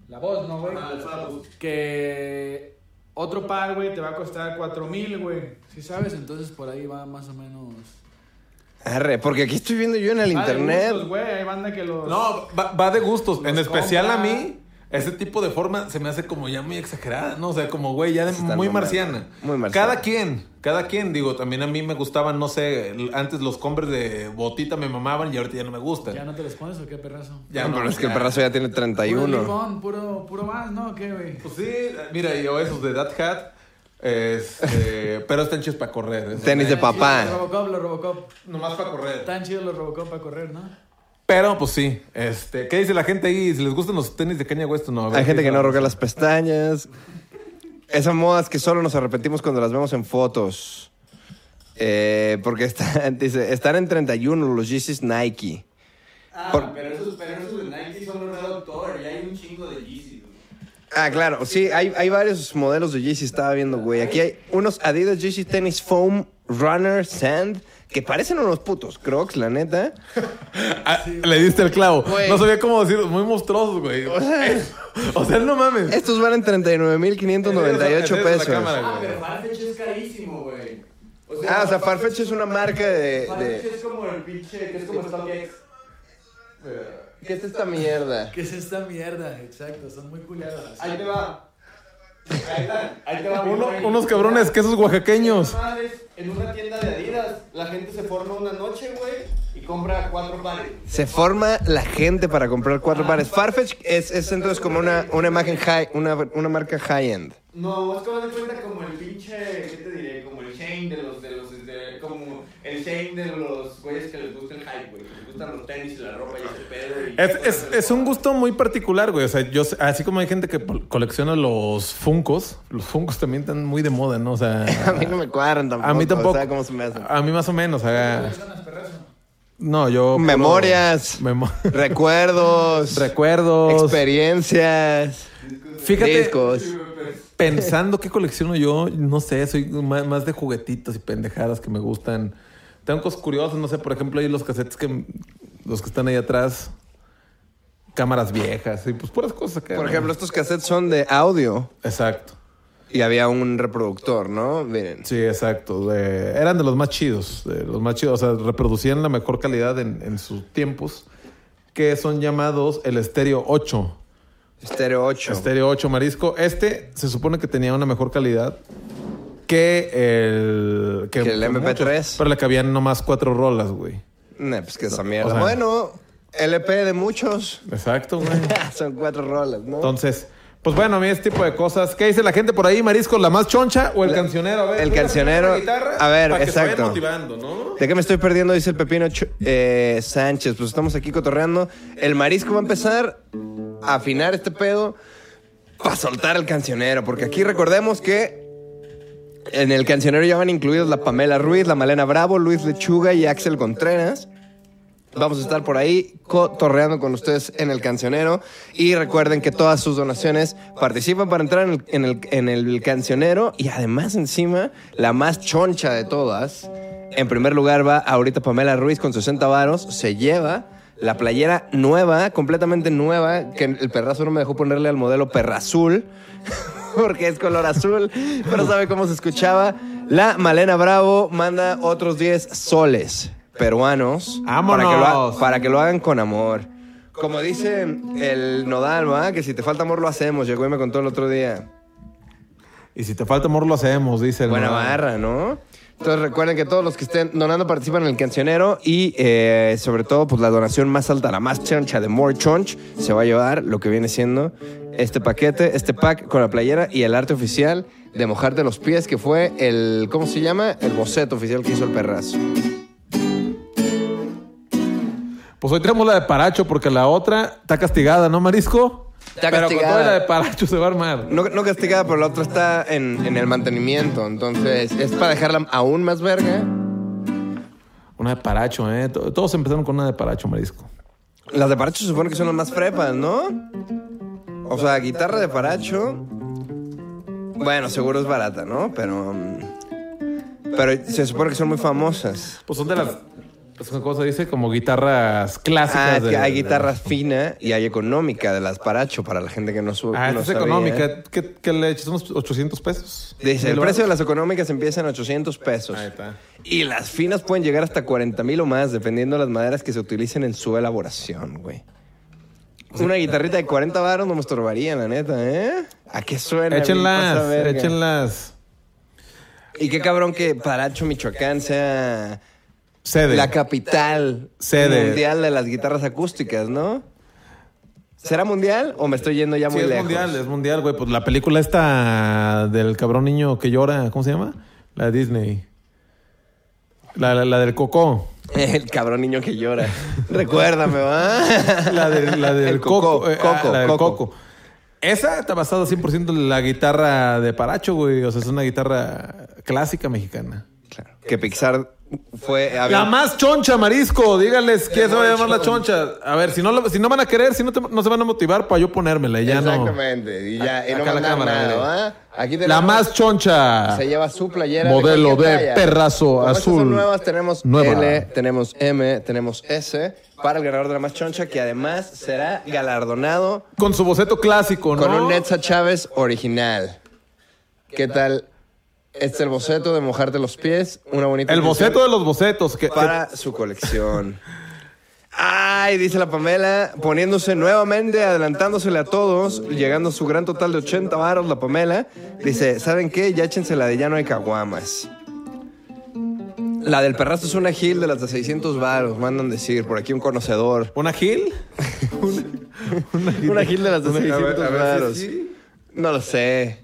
D: la voz, ¿no, güey?
C: Ah, el fabo.
D: Que otro par, güey, te va a costar 4000, güey.
E: Si sabes, entonces por ahí va más o menos.
B: Arre, porque aquí estoy viendo yo en el
D: Ah, de
B: internet.
D: gustos, güey, hay banda que los
A: No, va, va de gustos. En especial
D: compra.
A: a mí, ese tipo de forma se me hace como ya muy exagerada, ¿no? O sea, como güey, ya de-
B: está
A: muy
B: mamada.
A: marciana.
B: Muy marciana.
A: Cada quien, cada quien, digo, también a mí me gustaban, no sé, el- antes los compres de botita me mamaban y ahorita ya no me gustan.
E: ¿Ya no te les pones o qué perrazo?
A: Ya
B: no,
A: no,
B: pero es que el
A: ya.
B: perrazo ya tiene
E: Puro
B: 31.
E: limón, puro, puro más, ¿no? ¿Qué, güey?
A: Pues sí, mira, yo esos de That Hat,
B: (laughs)
A: este, pero están chidos para correr. esos. ¿eh?
B: Tenis de
E: Tan chidos
B: papá.
E: Eh, Los Robocop, los Robocop.
A: Nomás para correr.
E: Tan chidos los Robocop para correr, ¿no?
A: Pero pues sí, este, ¿qué dice la gente ahí? Si les gustan los tenis de Kanye West o no. A ver,
B: Hay gente
A: ¿qué
B: que no
A: dice?
B: roca las pestañas. Esas modas que solo nos arrepentimos cuando las vemos en fotos. Eh, porque están, (laughs) dice, están en 31 los Yeezys Nike.
C: Ah,
B: Por-
C: pero esos, pero esos de Nike son un doctor y hay un chingo de Yeezy, güey.
B: Ah, claro, sí, hay, hay varios modelos de Yeezy, estaba viendo, güey. Aquí hay unos Adidas Yeezy Tennis Foam Runner Sand que parecen unos putos crocs, la neta.
A: Ah, le diste el clavo.
B: Güey.
A: No sabía cómo decir, muy monstruosos, güey. O sea, (laughs) o sea, no mames.
B: Estos van en
A: Esa
B: 39.598
A: es la
B: pesos.
A: cámara,
C: Ah,
A: güey.
C: pero Farfetch es carísimo, güey.
B: Ah, o sea, Farfetch es una marca de...
C: Farfetch
B: de-
C: es como el pinche, que es como StockX.
B: ¿Qué es esta mierda?
E: ¿Qué es esta mierda? Exacto, son muy culiadas.
C: Ahí te va. Ahí está, ahí te va.
A: Uno-
C: güey.
A: unos cabrones, quesos oaxaqueños.
C: Madres, En una tienda de Adidas, la gente se forma una noche, güey, y compra cuatro pares.
B: Se forma la gente para comprar cuatro pares. Farfetch es, es entonces como una, una imagen high, una, una marca high-end. (laughs)
C: No, es que me cuenta como el pinche, ¿qué te diré? Como el Shane de los, de los, de- como el Shane de los güeyes que les gusta el hype, güey. Que les gustan los tenis y la ropa y ese pedo. y-
A: Es, es- es un gusto muy particular, güey. O sea, yo sé- así como hay gente que pol- colecciona los funcos, los funcos también están muy de moda, ¿no? O sea,
B: A mí (laughs) no me cuadran tampoco.
A: a mí tampoco.
B: O sea, ¿cómo se me hacen?
A: A mí más o menos. o sea, no, yo. puro-
B: Memorias.
A: Memo- (laughs)
B: Recuerdos.
A: Recuerdos.
B: Experiencias.
A: Fíjate,
B: Discos.
A: pensando qué colecciono yo, no sé, soy más, más de juguetitos y pendejadas que me gustan. Tengo cosas curiosas, no sé, por ejemplo, hay los cassettes que los que están ahí atrás, cámaras viejas y pues puras cosas que.
B: Por ejemplo, estos cassettes son de audio
A: Exacto.
B: y había un reproductor, ¿no? Miren.
A: Sí, exacto. De- eran de los más chidos, de los más chidos. O sea, reproducían la mejor calidad en, en sus tiempos, que son llamados el estéreo 8.
B: Estéreo 8.
A: Estéreo 8 Marisco. Este se supone que tenía una mejor calidad que el...
B: Que el MP3.
A: pero le cabían nomás cuatro rolas, güey.
B: Nah, pues que esa mierda.
A: O sea-
B: bueno, LP de muchos. (laughs)
A: Exacto, güey.
B: son cuatro rolas, ¿no?
A: Entonces, pues bueno, a mí ese tipo de cosas. ¿Qué dice la gente por ahí, Marisco? ¿La más choncha o el
B: La-
A: cancionero? A ver,
B: el
A: tú le
B: cancionero.
A: pones la guitarra
B: A ver,
A: para Que se
B: exacto.
A: vaya motivando, ¿no?
B: ¿De qué me estoy perdiendo? Dice el Pepino Ch- eh, Sánchez. Pues estamos aquí cotorreando. El marisco va a empezar a afinar este pedo para soltar el cancionero. Porque aquí recordemos que en el cancionero ya van incluidos la Pamela Ruiz, la Malena Bravo, Luis Lechuga y Axel Contreras. Vamos a estar por ahí cotorreando con ustedes en el cancionero. Y recuerden que todas sus donaciones participan para entrar en el, en el- en el cancionero. Y además, encima, la más choncha de todas. En primer lugar va ahorita Pamela Ruiz con 60 varos. Se lleva la playera nueva, completamente nueva, que el perrazo no me dejó ponerle al modelo perrazul (laughs) porque es color azul, pero sabe cómo se escuchaba. La Malena Bravo manda otros 10 soles peruanos
A: ¡Vámonos!
B: Para, que lo ha- para que lo hagan con amor. Como dice el Nodal, ¿va? que si te falta amor lo hacemos, llegó y me contó el otro día.
A: Y si te falta amor, lo hacemos, dice el
B: Buena
A: Noel.
B: barra, ¿no? Entonces recuerden que todos los que estén donando participan en el cancionero y eh, sobre todo pues la donación más alta, la más choncha de More Chonch se va a llevar lo que viene siendo este paquete, este pack con la playera y el arte oficial de mojarte los pies que fue el, ¿cómo se llama? El boceto oficial que hizo el perrazo.
A: Pues hoy tenemos la de Paracho porque la otra está castigada, ¿no, Marisco?
B: Está
A: Pero con toda la de
B: castigada.
A: Paracho se va a armar.
B: No, no castigada, pero la otra está en, en el mantenimiento. Entonces, es para dejarla aún más verga.
A: Una de Paracho, ¿eh? To- Todos empezaron con una de Paracho, Marisco.
B: Las de Paracho se supone que son las más frepas, ¿no? O sea, guitarra de Paracho. Bueno, seguro es barata, ¿no? Pero. mm, Pero se supone que son muy famosas.
A: Pues son de las. Pues, ¿Cómo se dice? Como guitarras clásicas.
B: Ah, es
A: de-
B: que hay
A: de-
B: guitarra fina y hay económica de las Paracho para la gente que no sube.
A: Ah,
B: no
A: esta es
B: sabía. ¿eh?
A: económica. ¿Qué, qué le echas? ¿Unos 800 pesos?
B: Dice, el
A: Mil
B: precio de
A: baros.
B: las económicas empieza en 800 pesos.
A: Ahí está.
B: Y las finas pueden llegar hasta 40 mil o más, dependiendo de las maderas que se utilicen en su elaboración, güey. Una guitarrita de 40 baros no me estorbaría, la neta, ¿eh? ¿A qué suena? güey? Pasa
A: Échenlas,
B: verga.
A: échenlas.
B: Y qué cabrón que Paracho, Michoacán sea
A: Sede.
B: la capital
A: Sede.
B: mundial de las guitarras acústicas, ¿no? ¿Será mundial o me estoy yendo ya
A: Sí,
B: muy
A: es
B: lejos?
A: mundial, es mundial, güey. Pues la película esta del cabrón niño que llora, ¿cómo se llama? La de Disney. La, la- la del Coco.
B: El cabrón niño que llora. (laughs) Recuérdame, ¿va?
A: La, de- la del
B: (laughs) El Coco,
A: Coco. eh, ah,
B: Coco,
A: la del
B: Coco.
A: Coco. Esa está basada 100% en la guitarra de Paracho, güey. O sea, es una guitarra clásica mexicana.
B: Claro. Que Pixar fue... a ver,
A: La más choncha, marisco. Díganles que se va a llamar la choncha. A ver, si no, lo- si no van a querer, si no, te- no se van a motivar para yo ponérmela. y Ya no.
F: Exactamente. Y ya, y no
A: Acá la
F: mandar
A: cámara,
F: nada,
A: mire.
B: Ah,
F: ¿va? Aquí
A: La
F: tenemos-
A: más choncha.
F: Se lleva su playera.
A: Modelo
F: cualquier
A: de
F: talla.
A: perrazo
F: Como estas son
A: azul.
F: nuevas, tenemos
A: Nueva.
B: L, tenemos M, tenemos S para el ganador de la más choncha, que además será galardonado
A: Con su boceto clásico, ¿no?
B: con un
A: net
B: Netza Chávez original. ¿Qué tal? Este es el boceto de mojarte los pies, una bonita
A: El
B: canción
A: boceto de los bocetos. Que, que-
B: para su colección. Ay, dice la Pamela, poniéndose nuevamente, adelantándosele a todos, llegando a su gran total de 80 varos la Pamela. Dice, ¿saben qué? Ya échensela de ya no hay caguamas. La del perrazo es una gil de las de 600 varos, mandan decir, por aquí un conocedor.
A: ¿Una Gil? una,
B: (laughs) Una gil de (laughs) las de
A: Una- (laughs) a ver,
B: 600
A: a ver si
B: varos.
A: sí.
B: No lo sé.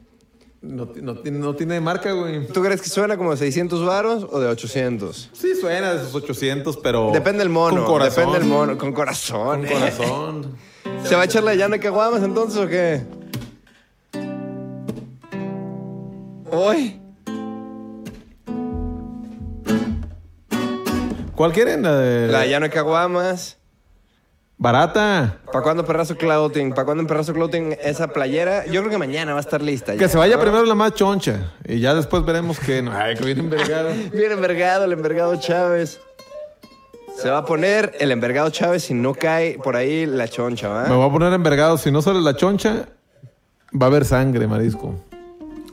A: No, ti- no ti- no tiene marca, güey.
B: ¿Tú crees que suena como de 600 varos o de 800?
A: Sí, suena de sus 800, pero.
B: Depende del mono.
A: Con corazón.
B: Depende del mono. Con corazón.
A: Con
B: eh.
A: corazón.
B: ¿Se va a echar la llana que guamas entonces o qué? Uy.
A: ¿Cuál quieren? La de.
B: La llana que guamas.
A: Barata.
B: ¿Para cuándo Perrazo Clothing? ¿Para cuándo en Perrazo Clothing esa playera? Yo creo que mañana va a estar lista.
A: Que se vaya primero la más choncha. Y ya después veremos que. no. Ay, que vienen vergados.
B: Bien envergado, el envergado Chávez. Se va a poner el envergado Chávez si no cae por ahí la choncha,
A: Me
B: ¿va?
A: voy a poner envergado. Si no sale la choncha, va a haber sangre, marisco.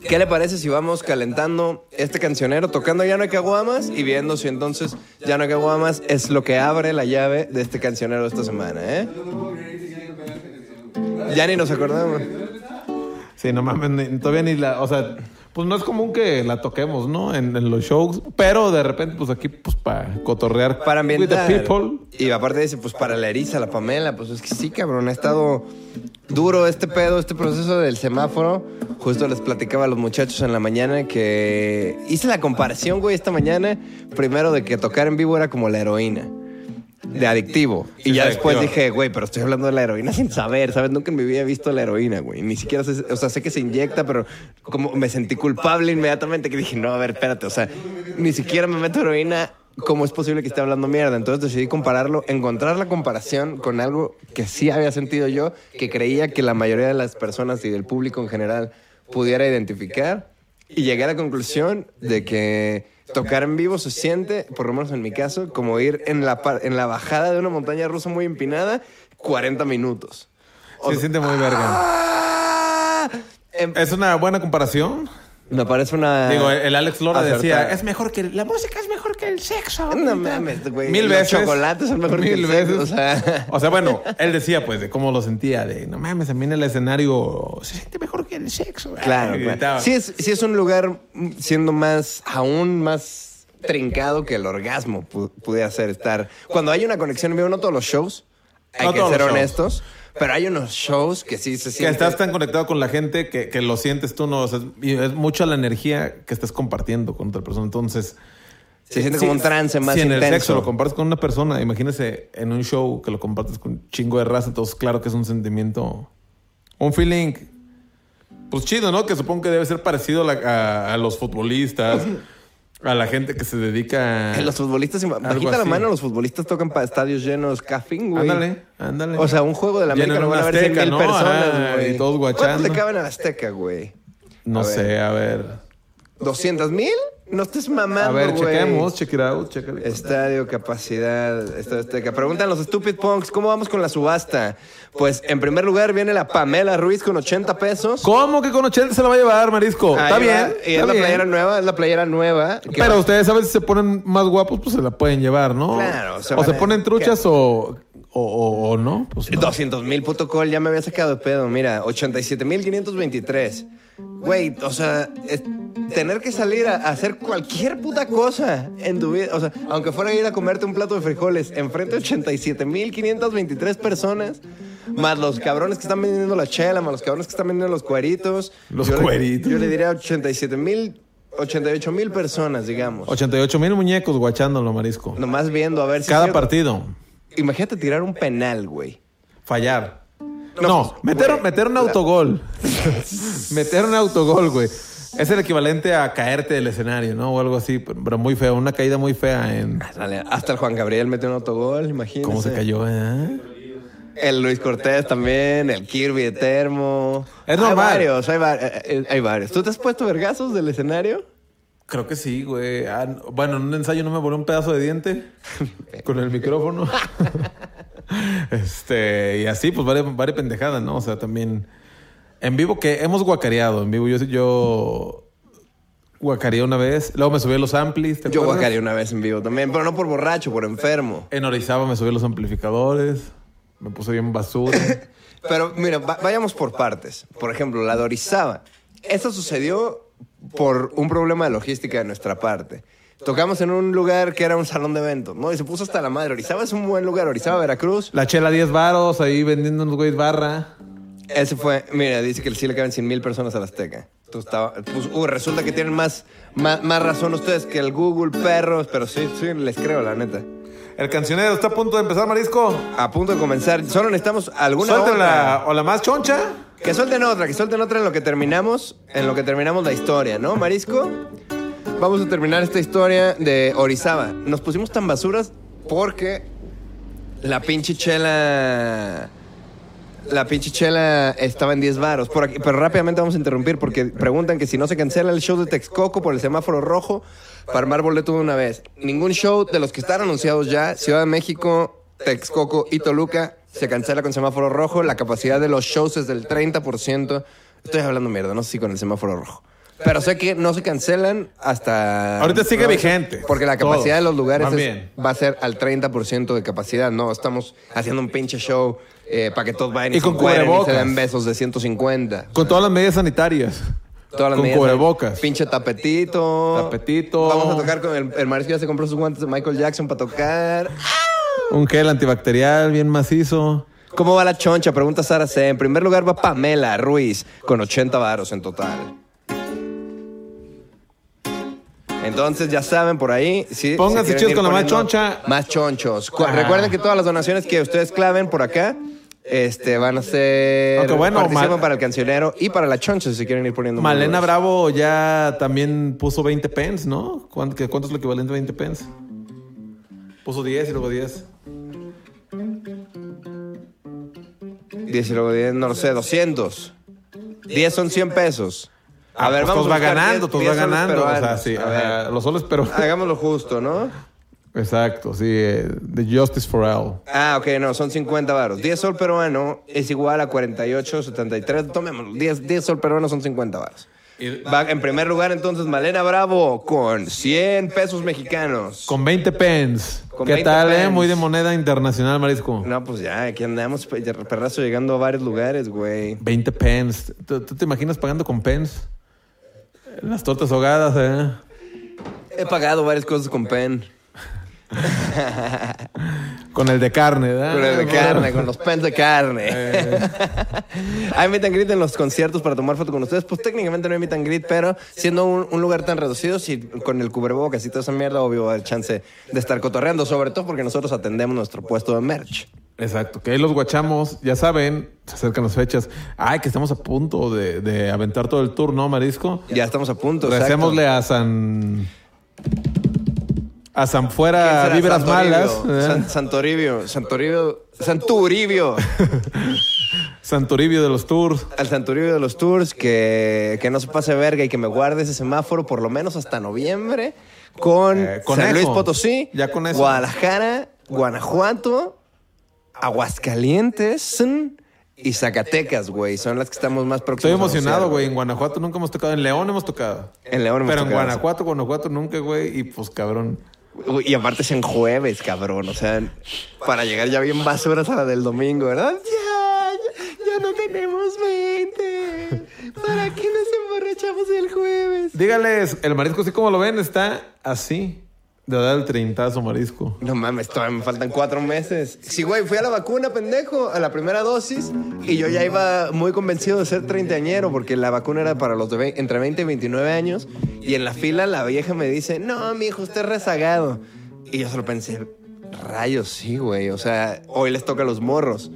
B: ¿Qué le parece si vamos calentando este cancionero, tocando Ya no hay caguamas y viendo si entonces Ya no hay caguamas es lo que abre la llave de este cancionero esta semana, ¿eh? Ya ni nos acordamos.
A: Sí, no mames, ni- todavía ni la, o sea, pues no es común que la toquemos, ¿no? En, en los shows, pero de repente, pues aquí, pues para cotorrear.
B: Para ambientar.
A: With the people.
B: Y aparte dice, pues para la eriza, la Pamela, pues es que sí, cabrón, ha estado duro este pedo, este proceso del semáforo. Justo les platicaba a los muchachos en la mañana que hice la comparación, güey, esta mañana, primero de que tocar en vivo era como la heroína. De adictivo. y ya
A: es
B: después
A: adictivo.
B: dije, güey, pero estoy hablando de la heroína sin saber, ¿sabes? Nunca en mi vida he visto la heroína, güey. Ni siquiera sé, o sea, sé que se inyecta, pero como me sentí culpable inmediatamente que dije, no, a ver, espérate, o sea, ni siquiera me meto heroína. ¿Cómo es posible que esté hablando mierda? Entonces decidí compararlo, encontrar la comparación con algo que sí había sentido yo, que creía que la mayoría de las personas y del público en general pudiera identificar. Y llegué a la conclusión de que tocar en vivo se siente, por lo menos en mi caso, como ir en la, par- en la bajada de una montaña rusa muy empinada 40 minutos.
A: Sí, se siente muy verga.
B: ¡Ah! Em-
A: Es una buena comparación.
B: Me parece una...
A: Digo, el Alex Lora decía,
B: acertada.
A: es mejor que la música es mejor que el sexo.
B: No mames, güey.
A: Mil
B: Los
A: veces.
B: chocolates son mejor que
A: Mil
B: el sexo,
A: veces.
B: o sea.
A: (laughs) O sea, bueno, él decía, pues, de cómo lo sentía, de no mames, a mí en el escenario se siente mejor que el sexo.
B: Claro,
A: Y
B: claro.
A: gritaba.
B: Sí es, sí es un lugar mm, siendo más, aún más trincado que el orgasmo pu- pudiera ser estar. Cuando hay una conexión en vivo, no todos los shows, hay
A: No
B: que
A: todos
B: ser
A: los shows.
B: honestos, pero hay unos shows que sí se
A: Que
B: sienten.
A: estás tan conectado con la gente que, que lo sientes tú, no. O sea, es- y es mucha la energía que estás compartiendo con otra persona. Entonces.
B: Se siente como un trance más
A: si en el
B: intenso.
A: sexo lo compartes con una persona, imagínese en un show que lo compartes con un chingo de raza, entonces claro que es un sentimiento Un feeling. Pues chido, ¿no? Que supongo que debe ser parecido a, la- a- a los
B: (laughs)
A: futbolistas, a la gente que se dedica.
B: Eh, Los futbolistas, bajita la
A: Ah. así.
B: mano, los futbolistas tocan para estadios llenos, cafín, güey.
A: Ándale, ándale.
B: O sea, un juego de la América
A: Llenan
B: lo van a
A: un
B: ver 100
A: Azteca,
B: mil
A: ¿no? Ah,
B: personas, güey.
A: y todos guachando.
B: ¿Cuántos le caben al Azteca, güey?
A: No
B: a ver.
A: sé, a ver.
B: ¿200 mil? No estés mamando,
A: A ver,
B: güey. Este
A: chequemos, check it out, chécale.
B: Estadio, capacidad, Estadio Azteca. Preguntan los Stupid Punks, ¿cómo vamos con la subasta? Pues en primer lugar viene la Pamela Ruiz con 80 pesos.
A: ¿Cómo que con 80 se la va a llevar, Marisco?
B: Ahí
A: está
B: va.
A: bien. está
B: Y es la
A: bien.
B: playera nueva, es la playera nueva. que
A: Pero
B: va-
A: ustedes a veces se ponen más guapos, pues se la pueden llevar, ¿no?
B: Claro, o
A: O
B: sea,
A: se,
B: vale.
A: ponen truchas o, o, o- o no. Pues no.
B: 200 mil puto col, ya me había sacado de pedo. Mira, 87 mil 523. Güey, o sea, es- tener que salir a, a hacer cualquier puta cosa en tu vida. O sea, aunque fuera a ir a comerte un plato de frijoles, enfrente de 87 mil 523 personas. Más los cabrones que están vendiendo la chela, más los cabrones que están vendiendo los cueritos.
A: Los
B: Yo le-
A: cueritos.
B: yo le diría 87 mil, 88 mil personas, digamos.
A: 88 mil muñecos guachándolo, Marisco.
B: Nomás viendo a ver si. es
A: Cada
B: cierto.
A: partido.
B: Imagínate tirar un penal, güey.
A: Fallar.
B: No,
A: No,
B: pues,
A: meter,
B: güey,
A: meter un
B: la- (laughs)
A: autogol. meter un autogol, güey. Es el equivalente a caerte del escenario, ¿no? O algo así, pero muy feo. Una caída muy fea en
B: Dale, Hasta el Juan Gabriel metió un autogol, imagínate.
A: cómo se cayó, ¿eh?
B: El Luis Cortés también, el Kirby de Termo.
A: Es
B: Hay
A: normal.
B: varios, hay, va- eh, eh, hay varios. ¿Tú te has puesto vergazos del escenario?
A: Creo que sí, güey. Ah, no- bueno, en un ensayo no me volé un pedazo de (laughs) diente con el (laughs) micrófono. este, y así, pues, varias varias pendejadas, ¿no? O sea, también. En vivo que hemos guacareado. En vivo yo, yo guacareé una vez. Luego me subí a los amplis. ¿te
B: Yo
A: acuerdas?
B: guacaré una vez en vivo también, pero no por borracho, por enfermo.
A: En Orizaba me subí a los amplificadores. Me puse bien basura. (laughs)
B: Pero mira, va- vayamos por partes. Por ejemplo, la de Orizaba. Eso sucedió por un problema de logística de nuestra parte. Tocamos en un lugar que era un salón de eventos, ¿no? Y se puso hasta la madre. Orizaba es un buen lugar. Orizaba, Veracruz.
A: La chela 10 varos, ahí vendiendo unos güeyes barra.
B: Ese fue, mira, dice que sí le caben 100 mil personas a la Azteca. Tú estaba, pues, uh, resulta que tienen más, más, más razón ustedes que el Google, perros, pero sí, sí, les creo, la neta.
A: El cancionero está a punto de empezar, marisco.
B: A punto de comenzar, solo necesitamos alguna
A: Suéltala.
B: otra.
A: O la más choncha.
B: Que suelten otra, que suelten otra en lo que terminamos, en lo que terminamos la historia, ¿no, Marisco? Vamos a terminar esta historia de Orizaba. Nos pusimos tan basuras porque la pinche chela... La pinche chela estaba en 10 varos. Por aquí- pero rápidamente vamos a interrumpir porque preguntan que si no se cancela el show de Texcoco por el semáforo rojo, para armar boleto de una vez. Ningún show de los que están anunciados ya, Ciudad de México, Texcoco y Toluca, se cancela con semáforo rojo. La capacidad de los shows es del 30%. Estoy hablando mierda, no sé si con el semáforo rojo. Pero sé que no se cancelan hasta...
A: Ahorita sigue vigente.
B: Porque la capacidad
A: Todos.
B: de los lugares
A: Van
B: es-
A: bien.
B: va a ser al 30% de capacidad. No estamos haciendo un pinche show eh, para que todos vayan y,
A: Y con
B: se encueren y se
A: cubrebocas.
B: den besos de 150.
A: Con todas las medidas sanitarias.
B: Todas las
A: con
B: medidas,
A: cubrebocas.
B: Pinche tapetito.
A: Tapetito.
B: Vamos a tocar con el, el marisco ya se compró sus guantes de Michael Jackson para tocar.
A: Un gel antibacterial bien macizo.
B: ¿Cómo va la choncha? Pregunta Sara C. En primer lugar va Pamela Ruiz con 80 varos en total. Entonces ya saben por ahí. sí,
A: Pónganse
B: si quieren
A: chidos
B: ir
A: con la más
B: poniendo
A: choncha. Ah.
B: Más chonchos. Cu- Recuerden que todas las donaciones que ustedes claven por acá este, van a ser.
A: Aunque bueno,
B: participan
A: Mal-
B: para el cancionero y para la choncha si se quieren ir poniendo. más
A: Malena
B: duros.
A: Bravo ya también puso 20 pence, ¿no? ¿Cuánto, qué- cuánto es lo equivalente a 20 pence? Puso 10 y luego 10.
B: 10 y luego 10, no lo sé, 200. 10 son 100 pesos. A
A: Ah,
B: ver,
A: pues,
B: vamos
A: todos va
B: buscar
A: ganando,
B: 10
A: todos va
B: soles
A: ganando. O sea,
B: peruanos.
A: sí,
B: A
A: ajá,
B: ver, Ah.
A: los soles, pero.
B: Hagámoslo justo, ¿no?
A: Exacto, sí. eh, The Justice for All.
B: Ah, ok, no, son 50 varos. 10 sol peruano es igual a 48, 73. Tomémoslo. 10, 10 sol peruano son 50 varos. Va en primer lugar, entonces, Malena Bravo con 100 pesos mexicanos.
A: Con 20 pence.
B: Con
A: ¿Qué
B: 20
A: tal, eh?
B: pence.
A: Muy de moneda internacional, marisco.
B: No, pues ya, aquí andamos, pe- ya, perrazo, llegando a varios lugares, güey.
A: 20 pence. ¿Tú, tú te imaginas pagando con pence? Las tortas ahogadas, eh.
B: He pagado varias cosas con pen.
A: Con el de carne, ¿verdad?
B: Con el de carne, con los pants de carne.
A: Eh.
B: (laughs) hay meet and greet en los conciertos para tomar foto con ustedes. Pues técnicamente no hay meet and greet, pero siendo un, un lugar tan reducido, si con el cubrebocas y toda esa mierda, obvio va a haber chance de estar cotorreando, sobre todo porque nosotros atendemos nuestro puesto de merch.
A: Exacto, que ahí los guachamos, ya saben, se acercan las fechas. Ay, que estamos a punto de, de aventar todo el tour, ¿no, Marisco?
B: Ya estamos a punto. exacto.
A: Recémosle a San. A San Fuera
B: ¿Quién será?
A: Vibras
B: Santoribio.
A: Malas. ¿eh?
B: San- Santoribio, Santoribio, Santuribio.
A: Santuribio de los Tours.
B: Al Santuribio de los Tours, que, que no se pase verga y que me guarde ese semáforo por lo menos hasta noviembre. Con,
A: Eh, con
B: San
A: eso.
B: Luis Potosí,
A: Ya con eso.
B: Guadalajara, Guanajuato, Aguascalientes y Zacatecas, güey. Son las que estamos más
A: Estoy
B: próximos. a
A: emocionado,
B: anunciar,
A: güey. En Guanajuato nunca hemos tocado. En León hemos tocado.
B: En León hemos
A: Pero en
B: tocado,
A: Guanajuato, Guanajuato nunca, güey. Y pues cabrón.
B: Uy, Y aparte es en jueves, cabrón. O sea, para llegar ya bien basuras a la del domingo, ¿verdad? Ya, ya, ya no tenemos 20. ¿Para qué nos emborrachamos el jueves?
A: Dígales, el marisco, así como lo ven, está así. De dar el treintazo, marisco.
B: No mames, todavía me faltan cuatro meses. Sí, güey, fui a la vacuna, pendejo, a la primera dosis. Y yo ya iba muy convencido de ser treintañero, porque la vacuna era para los de ve- entre 20 y 29 años. Y en la fila la vieja me dice, no, mi hijo, usted es rezagado. Y yo solo pensé, rayos, sí, güey. O sea, hoy les toca a los morros.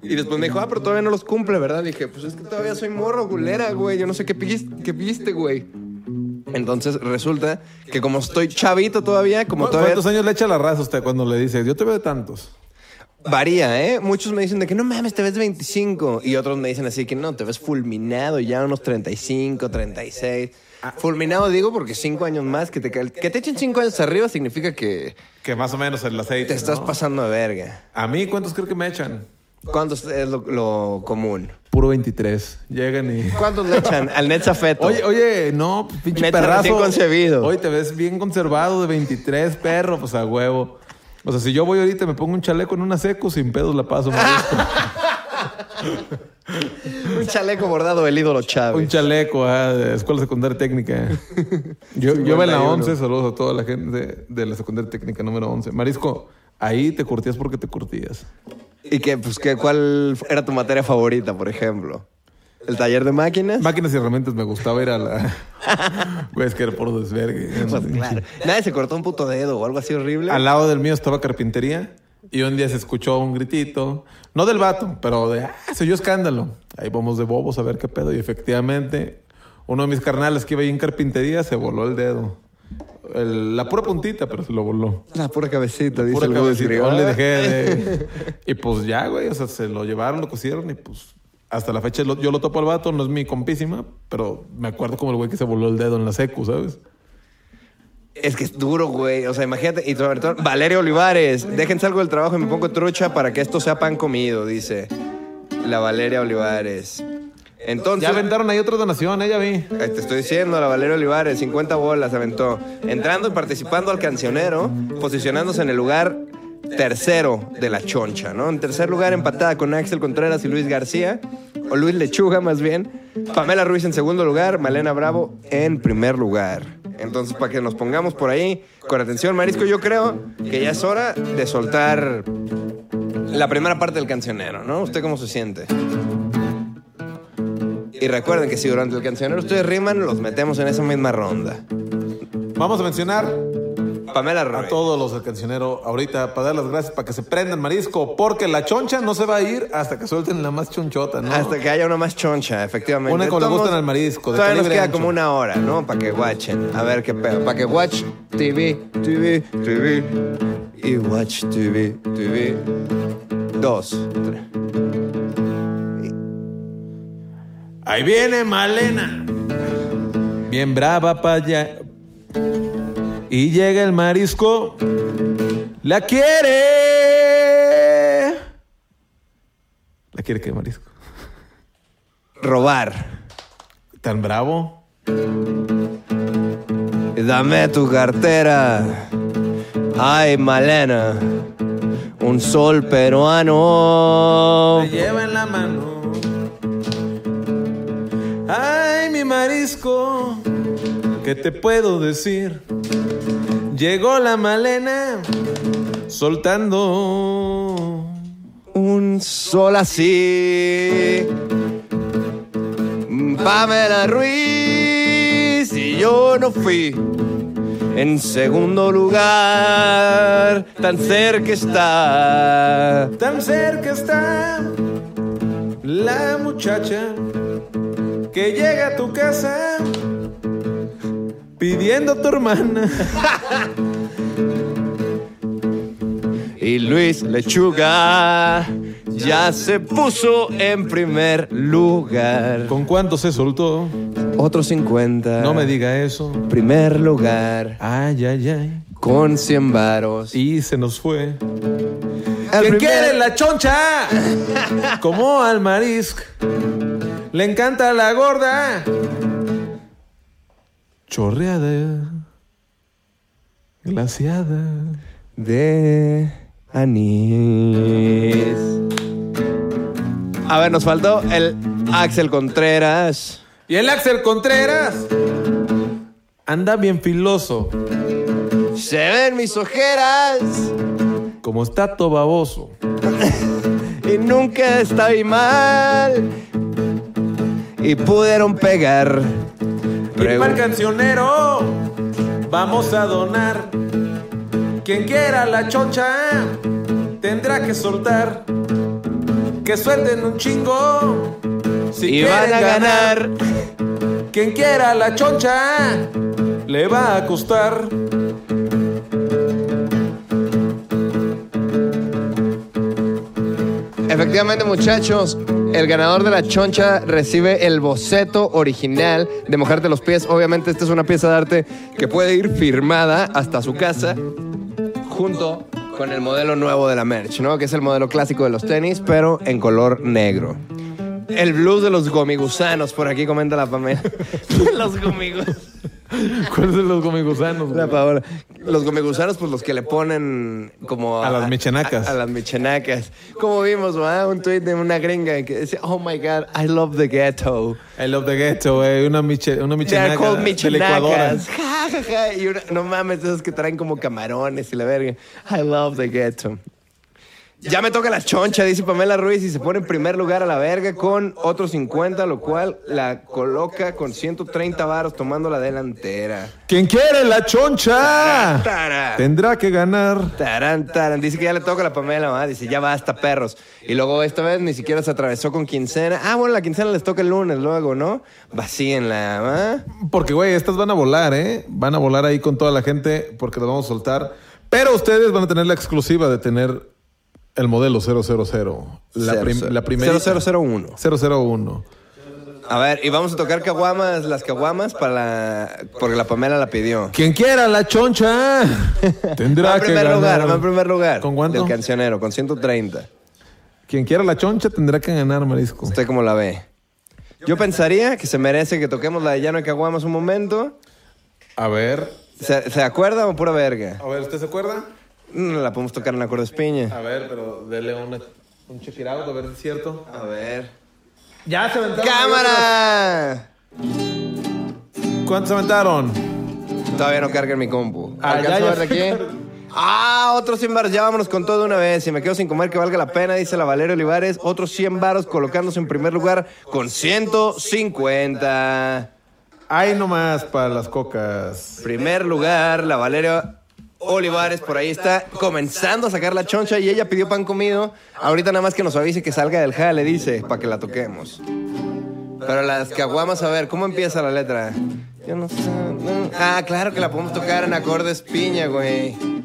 B: Y después me dijo, ah, pero todavía no los cumple, ¿verdad? dije, pues es que todavía soy morro, culera, güey. Yo no sé qué pilliste, qué pilliste, güey. Entonces resulta que como estoy chavito todavía, como
A: ¿Cu-
B: todavía...
A: ¿Cuántos años le echa la raza a usted cuando le dice, yo te veo de tantos?
B: Varía, ¿eh? Muchos me dicen de que no mames, te ves 25. Y otros me dicen así que no, te ves fulminado ya unos 35, 36.
A: Ah.
B: Fulminado digo porque cinco años más, que te, ca- que te echen cinco años arriba significa que
A: Que más o menos el aceite.
B: te estás
A: ¿no?
B: pasando de verga.
A: A mí, ¿cuántos creo que me echan?
B: ¿Cuántos es lo, lo común?
A: Puro 23. Llegan y.
B: ¿Cuántos le echan al Net Zafeto?
A: Oye, oye, no, pinche
B: Neta,
A: perrazo.
B: recién concebido.
A: Oye, te ves bien conservado de 23, perro, pues a huevo. O sea, si yo voy ahorita, me pongo un chaleco en una seco, sin pedos la paso.
B: (laughs) Ah,
A: marisco.
B: Un chaleco bordado del ídolo
A: un
B: Chávez.
A: chaleco ah, de escuela secundaria técnica. Yo, yo iba en la
B: 51.
A: 11, saludos a toda la gente de, de la secundaria técnica número 11. Marisco, ahí te curtías porque te curtías.
B: ¿Y que, pues, que, cuál era tu materia favorita, por ejemplo? ¿El taller de máquinas?
A: Máquinas y herramientas, me gustaba ir a la... (laughs) Güey, es que era por desvergue.
B: Pues claro. Nadie se cortó un puto dedo o algo así horrible.
A: Al lado del mío estaba carpintería y un día se escuchó un gritito, no del vato, pero de, ah, se oyó escándalo. Ahí vamos de bobos a ver qué pedo. Y efectivamente, uno de mis carnales que iba ahí en carpintería se voló el dedo. El- la pura puntita, pero se lo voló.
B: La Ah, pura cabecita, dice
A: Pura
B: el Gus
A: cabecita.
B: Griol.
A: No le dejé de- (laughs) Y pues ya, güey, o sea, se lo llevaron, lo cosieron y pues hasta la fecha lo- yo lo topo al vato, no es mi compísima, pero me acuerdo como el güey que se voló el dedo en la secu, ¿sabes?
B: Es que es duro, güey. O sea, imagínate. Y sobre todo, Valeria Olivares, déjense algo del trabajo y me pongo trucha para que esto sea pan comido, dice la Valeria Olivares. Entonces,
A: Ya aventaron ahí otra donación, ella vi.
B: eh, te estoy diciendo, la Valeria Olivares, 50 bolas aventó. Entrando y participando al cancionero, posicionándose en el lugar tercero de la choncha, ¿no? En tercer lugar, empatada con Axel Contreras y Luis García, o Luis Lechuga más bien. Pamela Ruiz en segundo lugar, Malena Bravo en primer lugar. Entonces, para que nos pongamos por ahí, con atención, Marisco, yo creo que ya es hora de soltar la primera parte del cancionero, ¿no? ¿Usted cómo se siente? Y recuerden que si durante el cancionero ustedes riman, los metemos en esa misma ronda.
A: Vamos a mencionar
B: Pamela
A: a
B: Ruiz.
A: todos los del cancionero ahorita para dar las gracias para que se prendan marisco porque la choncha no se va a ir hasta que suelten la más chonchota ¿no?
B: Hasta que haya una más choncha, efectivamente.
A: Una como le
B: Todos-
A: gustan al marisco, de
B: Todavía nos
A: calibre
B: queda
A: ancho.
B: como una hora, ¿no? Para que watchen. A ver qué pedo. Para que watch TV, TV, TV. Y watch TV, TV. Dos. tres.
A: ahí viene Malena bien brava para allá y llega el marisco la quiere la quiere que marisco
B: Robar.
A: tan bravo
B: Dame tu cartera. Ay, Malena. Un sol peruano.
A: Me lleva en la mano. Ay, mi marisco, ¿qué te puedo decir? Llegó la malena,
B: Soltando un sol así. Pamela Ruiz y yo no fui. En segundo lugar, tan cerca está.
A: Tan cerca está la muchacha que llega a tu casa pidiendo a tu hermana.
B: Y Luis Lechuga ya se puso en primer lugar.
A: ¿Con cuánto se soltó?
B: Otro 50.
A: No me diga eso.
B: Primer lugar
A: Ay, ay, ay.
B: con 100 varos.
A: Y se nos fue.
B: El
A: ¿Quién
B: primer-
A: quiere la choncha? (laughs) Como al marisco. Le encanta la gorda. Chorreada. Glaciada.
B: de anís. A ver, nos faltó el Axel Contreras.
A: Y el Axel Contreras. Anda bien filoso.
B: Se ven mis ojeras
A: Como está todo baboso.
B: y nunca estoy mal. Y pudieron pegar.
A: Y para el
B: Pregun-
A: cancionero. Vamos a donar. Quien quiera la choncha. Tendrá que soltar. Que suelten un chingo. Si
B: y van
A: quieren
B: a ganar.
A: Quien quiera la choncha le va a costar.
B: Efectivamente, muchachos, el ganador de la choncha recibe el boceto original de Mojarte los Pies. Obviamente, esta es una pieza de arte que puede ir firmada hasta su casa junto con el modelo nuevo de la merch, ¿no? Que es el modelo clásico de los tenis, pero en color negro. El blues de los gomigusanos, por aquí comenta la Pamela. los gomigusanos.
A: ¿Cuáles son los gomigusanos?
B: La Paola. Los gomigusanos, pues los que le ponen como...
A: A las michenacas.
B: A, a las michenacas. Como vimos, ¿verdad? Un tweet de una gringa que dice, oh my God, I love the ghetto.
A: I love the ghetto, güey. Una, miche, una
B: They are
A: michenaca
B: called
A: de la Ecuadora.
B: michenacas. (laughs) Ja, ja, ja. Y una- no mames, esos que traen como camarones y la verga. I love the ghetto. Ya me toca la choncha, dice Pamela Ruiz, y se pone en primer lugar a la verga con otros 50, lo cual la coloca con 130 varos tomando la delantera.
A: Quien quiere la choncha
B: (laughs) Tara.
A: tendrá que ganar.
B: Tarán, tarán. Dice que ya le toca la Pamela, ¿verdad? Dice, ya basta, perros. Y luego esta vez ni siquiera se atravesó con quincena. Ah, bueno, la quincena les toca el lunes luego, ¿no? Vacíenla, ¿va?
A: Porque, güey, estas van a volar, ¿eh? Van a volar ahí con toda la gente porque las vamos a soltar. Pero ustedes van a tener la exclusiva de tener el modelo 000. La, prim- la primera.
B: 0001.
A: 001.
B: A ver, y vamos a tocar caguamas, las caguamas, para la... porque la Pamela la pidió.
A: Quien quiera la
B: (laughs)
A: choncha
B: Va
A: tendrá
B: en
A: que
B: primer
A: ganar.
B: lugar, va en primer lugar.
A: ¿Con cuánto?
B: Del cancionero, con 130.
A: Quien quiera la choncha tendrá que ganar, marisco.
B: ¿Usted cómo la ve? Yo pensaría que se merece que toquemos la de Llano de Caguamas un momento.
A: A ver.
B: ¿Se, se acuerda o pura verga?
A: A ver, ¿usted se acuerda?
B: No la podemos tocar en la cuerda espiña.
A: A ver, pero dele una, un check it out, a ver si es cierto.
B: A ver.
A: ¡Ya se aventaron!
B: ¡Cámara!
A: ¿Cuántos se aventaron?
B: Todavía no carga en mi compu.
A: Ah, ya,
B: ¿Alcanzo
A: ya
B: a ver de aquí? Ah, otros 100 varos. Ya vámonos con todo de una vez. Si me quedo sin comer, que valga la pena, dice la Valeria Olivares. Otros 100 varos colocándose en primer lugar con 150.
A: Ahí nomás para las cocas.
B: Primer lugar, la Valeria Olivares por ahí está comenzando a sacar la choncha y ella pidió pan comido. Ahorita nada más que nos avise que salga del jale, dice, para que la toquemos. Pero las caguamas, a ver, ¿cómo empieza la letra? Yo no sé. no. Ah, claro que la podemos tocar en acordes piña, güey. (laughs)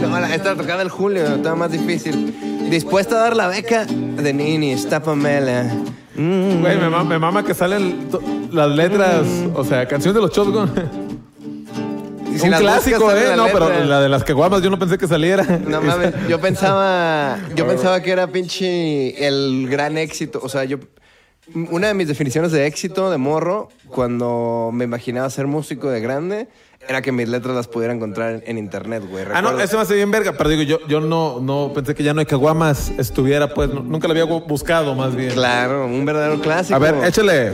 B: No, la, esta la tocaba el Julio, estaba más difícil. Dispuesta a dar la beca de Nini, está Pamela. Mm.
A: Güey, me, ma- me mama que salen to- las letras, o sea, canción de los Shotgun.
B: Y si
A: un
B: las
A: clásico,
B: buscas, sale
A: ¿eh?
B: la
A: No, pero
B: letra.
A: la de las que guamas yo no pensé que saliera. Este,
B: No mames, yo pensaba, yo pensaba que era pinche el gran éxito. O sea, yo. Una de mis definiciones de éxito de morro, cuando me imaginaba ser músico de grande, era que mis letras las pudiera encontrar en, en internet, güey.
A: Ah, no,
B: Recuerdo-
A: ese me hace bien verga, pero digo, yo, yo no, no pensé que ya no hay caguamas estuviera, pues, no- nunca la había gu- buscado más bien.
B: Claro, un verdadero clásico.
A: A ver, échale.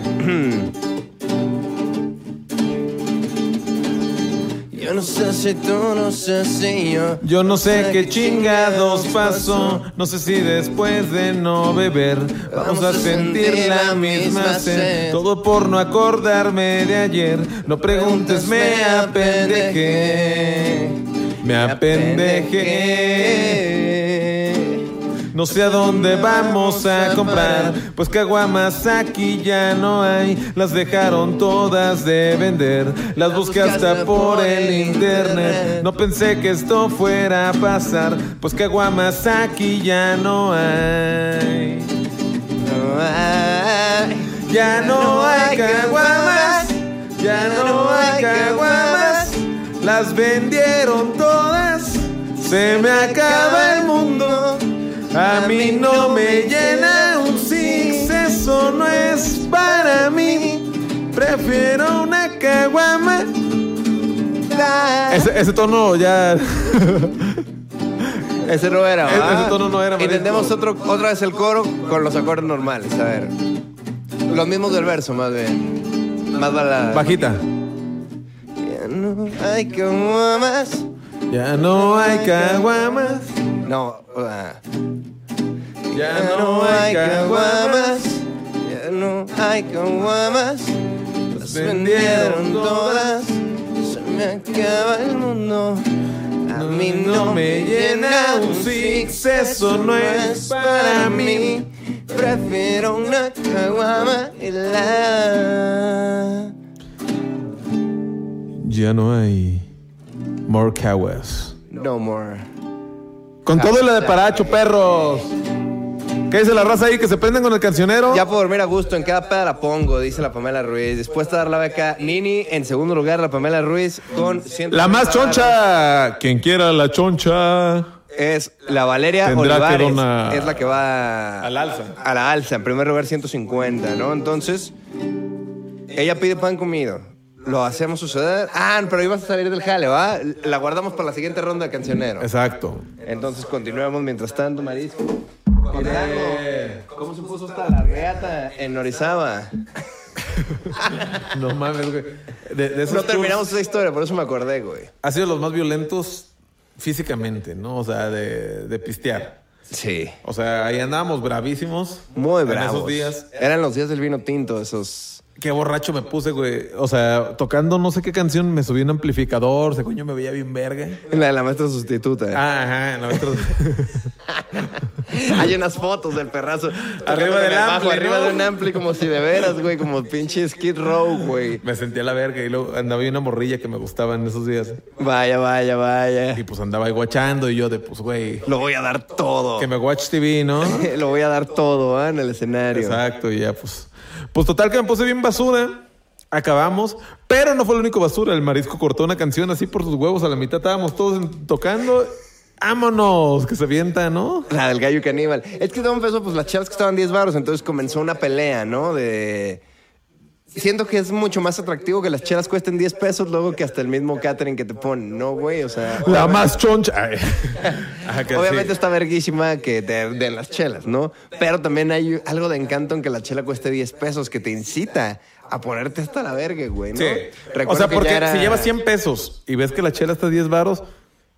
B: Yo no sé si tú, no sé si yo.
A: Yo no sé qué chingados pasó, no sé si después de no beber vamos a sentir la misma sed. Todo por no acordarme de ayer, no preguntes, me apendejé, me apendejé. No sé a dónde vamos a comprar, pues caguamas aquí ya no hay. Las dejaron todas de vender, las busqué hasta por el internet. No pensé que esto fuera a pasar, pues caguamas aquí ya no hay. Ya no hay caguamas, ya no hay caguamas. Las vendieron todas, se me acaba el mundo. A mí no me llena un six, eso no es para mí. Prefiero una caguama. Ese, ese tono ya.
B: Ese no era,
A: Ese-
B: ¿va?
A: ese tono no era, marisco.
B: Intentemos otro, otra vez el coro con los acordes normales, a ver. Los mismos del verso, más bien. Más balada.
A: (laughs) Bajita.
B: Ya no hay caguamas.
A: Ya no hay caguamas.
B: No, ah.
A: Ya no hay caguamas.
B: Ya no hay caguamas. Las
A: vendieron
B: vendieron
A: todas.
B: todas. Se me acaba el mundo. A mí no me llena un six, eso no es para mí. Prefiero una caguama y la.
A: Ya no hay more caguas.
B: No more.
A: Con todo lo de paracho, perros. ¿Qué dice la raza ahí? ¿Que se prenden con el cancionero?
B: Ya puedo dormir a gusto, en cada peda la pongo, dice la Pamela Ruiz. Dispuesta a dar la beca Nini, en segundo lugar la Pamela Ruiz con 100
A: La más choncha. Quien quiera la choncha.
B: Es la Valeria
A: Tendrá que
B: Olivares,
A: donar-
B: es la que va
A: Al alza.
B: A la alza, en primer lugar 150, ¿no? Entonces, ella pide pan comido. Lo hacemos suceder. Ah, pero ibas a salir del jale, ¿va? La guardamos para la siguiente ronda de cancionero.
A: Exacto.
B: Entonces continuemos mientras tanto, Marisco. Tiene- ¿Cómo se puso hasta la reata en Orizaba?
A: No mames, güey. De, de esos
B: No
A: tours,
B: terminamos esa historia, por eso me acordé, güey.
A: Ha sido los más violentos físicamente, ¿no? O sea, de, de pistear.
B: Sí.
A: O sea, ahí andábamos bravísimos.
B: Muy
A: En
B: bravos.
A: esos días.
B: Eran los días del vino tinto, esos.
A: Qué borracho me puse, güey. O sea, tocando no sé qué canción, me subí un amplificador, se coño me veía bien verga.
B: La de la maestra sustituta.
A: Ah, Ajá, en la otra- (laughs)
B: (laughs) Hay unas fotos del perrazo.
A: Arriba del
B: Tocándole abajo,
A: ampli,
B: Arriba
A: ¿no?
B: de un ampli, como si de veras, güey. Como pinche Skid Row, güey.
A: me sentía la verga y luego andaba ahí una morrilla que me gustaba en esos días.
B: Vaya, vaya, vaya.
A: Y pues andaba ahí guachando y yo de, pues, güey,
B: Lo voy a dar todo.
A: que me watch TV, ¿no?
B: (laughs) Lo voy a dar todo, ¿ah? En el escenario.
A: Exacto, y ya pues. Pues total que me puse bien basura. Acabamos, pero no fue lo único basura. El marisco cortó una canción así por sus huevos a la mitad. Estábamos todos en- tocando. ¡Vámonos! Que se avienta, ¿no?
B: La del gallo caníbal. Es que todo empezó, pues las chavas que estaban 10 baros, entonces comenzó una pelea, ¿no? De. Siento que es mucho más atractivo que las chelas cuesten 10 pesos luego que hasta el mismo catering que te ponen. No, güey, o sea...
A: La más choncha.
B: (laughs)
A: Ay. Ajá, Ah, que
B: Obviamente
A: sí.
B: está verguísima que te den las chelas, ¿no? Pero también hay algo de encanto en que la chela cueste 10 pesos que te incita a ponerte hasta la verga, güey, ¿no?
A: Sí.
B: Recuerdo
A: O sea,
B: que ya
A: porque
B: era-
A: si llevas 100 pesos y ves que la chela está a 10 varos,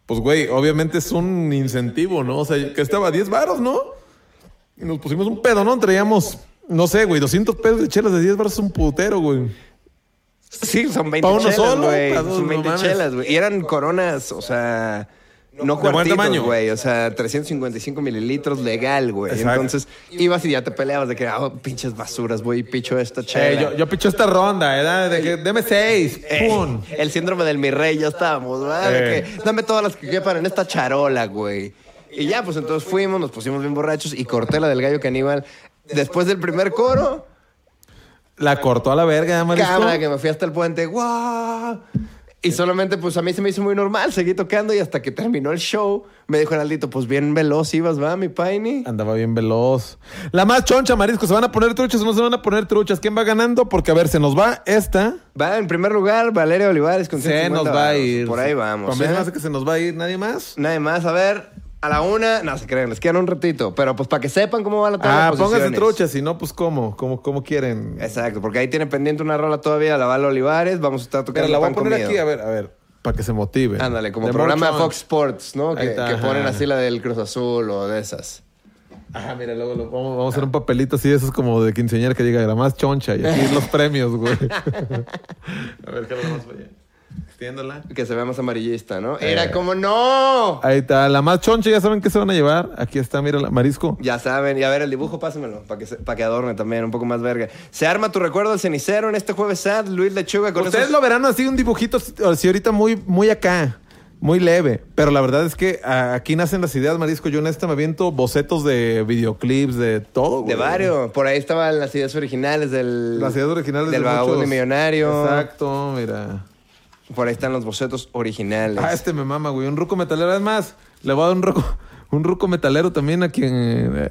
A: pues güey, obviamente es un incentivo, ¿no? O sea, que estaba a 10 varos, ¿no? Y nos pusimos un pedo, ¿no? Traíamos, no sé, güey, 200 pesos de chelas de 10 varos es un putero, güey.
B: Sí, son 20
A: Pa' uno
B: chelas,
A: solo,
B: güey.
A: pa' dos,
B: Son
A: no
B: 20
A: mames.
B: chelas, güey. Y eran coronas, o sea, no
A: buen
B: cuartitos,
A: tamaño.
B: güey. O sea, 355 mililitros legal, güey.
A: Exacto.
B: Entonces, ibas y ya te peleabas de que, ah, pinches basuras, güey, picho esta chela.
A: Eh, yo, yo picho esta ronda, ¿eh? De que- deme seis,
B: Eh,
A: pum.
B: (laughs) el síndrome del mi rey, ya estábamos, ¿verdad? De
A: Eh.
B: que, dame todas las que quepan en esta charola, güey. Y ya, pues entonces fuimos, nos pusimos bien borrachos y corté la del gallo caníbal. Después del primer coro,
A: La cortó a la verga, marisco.
B: cámara que me fui hasta el puente. ¡Guau! Y solamente, pues a mí se me hizo muy normal. Seguí tocando y hasta que terminó el show, me dijo Heraldito, pues bien veloz ibas, va, mi paini.
A: Andaba bien veloz. La más choncha, marisco. ¿Se van a poner truchas o no se van a poner truchas? ¿Quién va ganando? Porque, a ver, se nos va esta.
B: Va en primer lugar Valeria Olivares con
A: Se
B: 150
A: nos va a
B: varos.
A: ir.
B: Por ahí vamos.
A: Con
B: ¿eh?
A: más que se nos va a ir nadie más.
B: Nada más, a ver, a la una, no se crean, les quedan un ratito, pero pues para que sepan cómo va la tabla. de
A: Ah, pónganse
B: posiciones.
A: truchas, si no, pues cómo, cómo, cómo quieren.
B: Exacto, porque ahí tiene pendiente una rola todavía, la Val Olivares, vamos a estar tocando.
A: Pero la voy a
B: pan
A: poner
B: comido.
A: aquí, a ver, a ver. para que se motiven.
B: Ándale, como
A: The
B: programa de
A: Merchant.
B: Fox Sports, ¿no?
A: Ahí
B: Que,
A: está,
B: que
A: ajá.
B: ponen así la del Cruz Azul o de esas.
A: Ah, mira, luego lo- vamos, vamos a hacer un papelito así, eso es como de quinceañera que llega, la más choncha, y aquí los premios, güey. (laughs) a ver, ¿qué lo vamos a Extiéndola.
B: Que se vea más amarillista, ¿no?
A: Eh.
B: Era como, ¡no!
A: Ahí está, la más choncha, ya saben qué se van a llevar. Aquí está, mira, la- marisco.
B: Ya saben, y a ver el dibujo, pásenmelo, para que, se- pa' que adorne también, un poco más verga. Se arma tu recuerdo del cenicero en este jueves sad, Luis Lechuga con
A: Ustedes
B: esos-
A: lo verán así, un dibujito así ahorita muy, muy acá, muy leve. Pero la verdad es que ah, aquí nacen las ideas, Marisco. Yo en esta me aviento bocetos de videoclips, de todo.
B: De
A: güey.
B: varios. Por ahí estaban las ideas originales del.
A: Las ideas originales
B: del
A: de
B: vagabundo
A: muchos-
B: y millonario.
A: Exacto, mira.
B: Por ahí están los bocetos originales.
A: Ah, este me mama, güey. Un ruco metalero. Además, le voy a dar un ruco, (laughs) un ruco metalero también a quien... eh,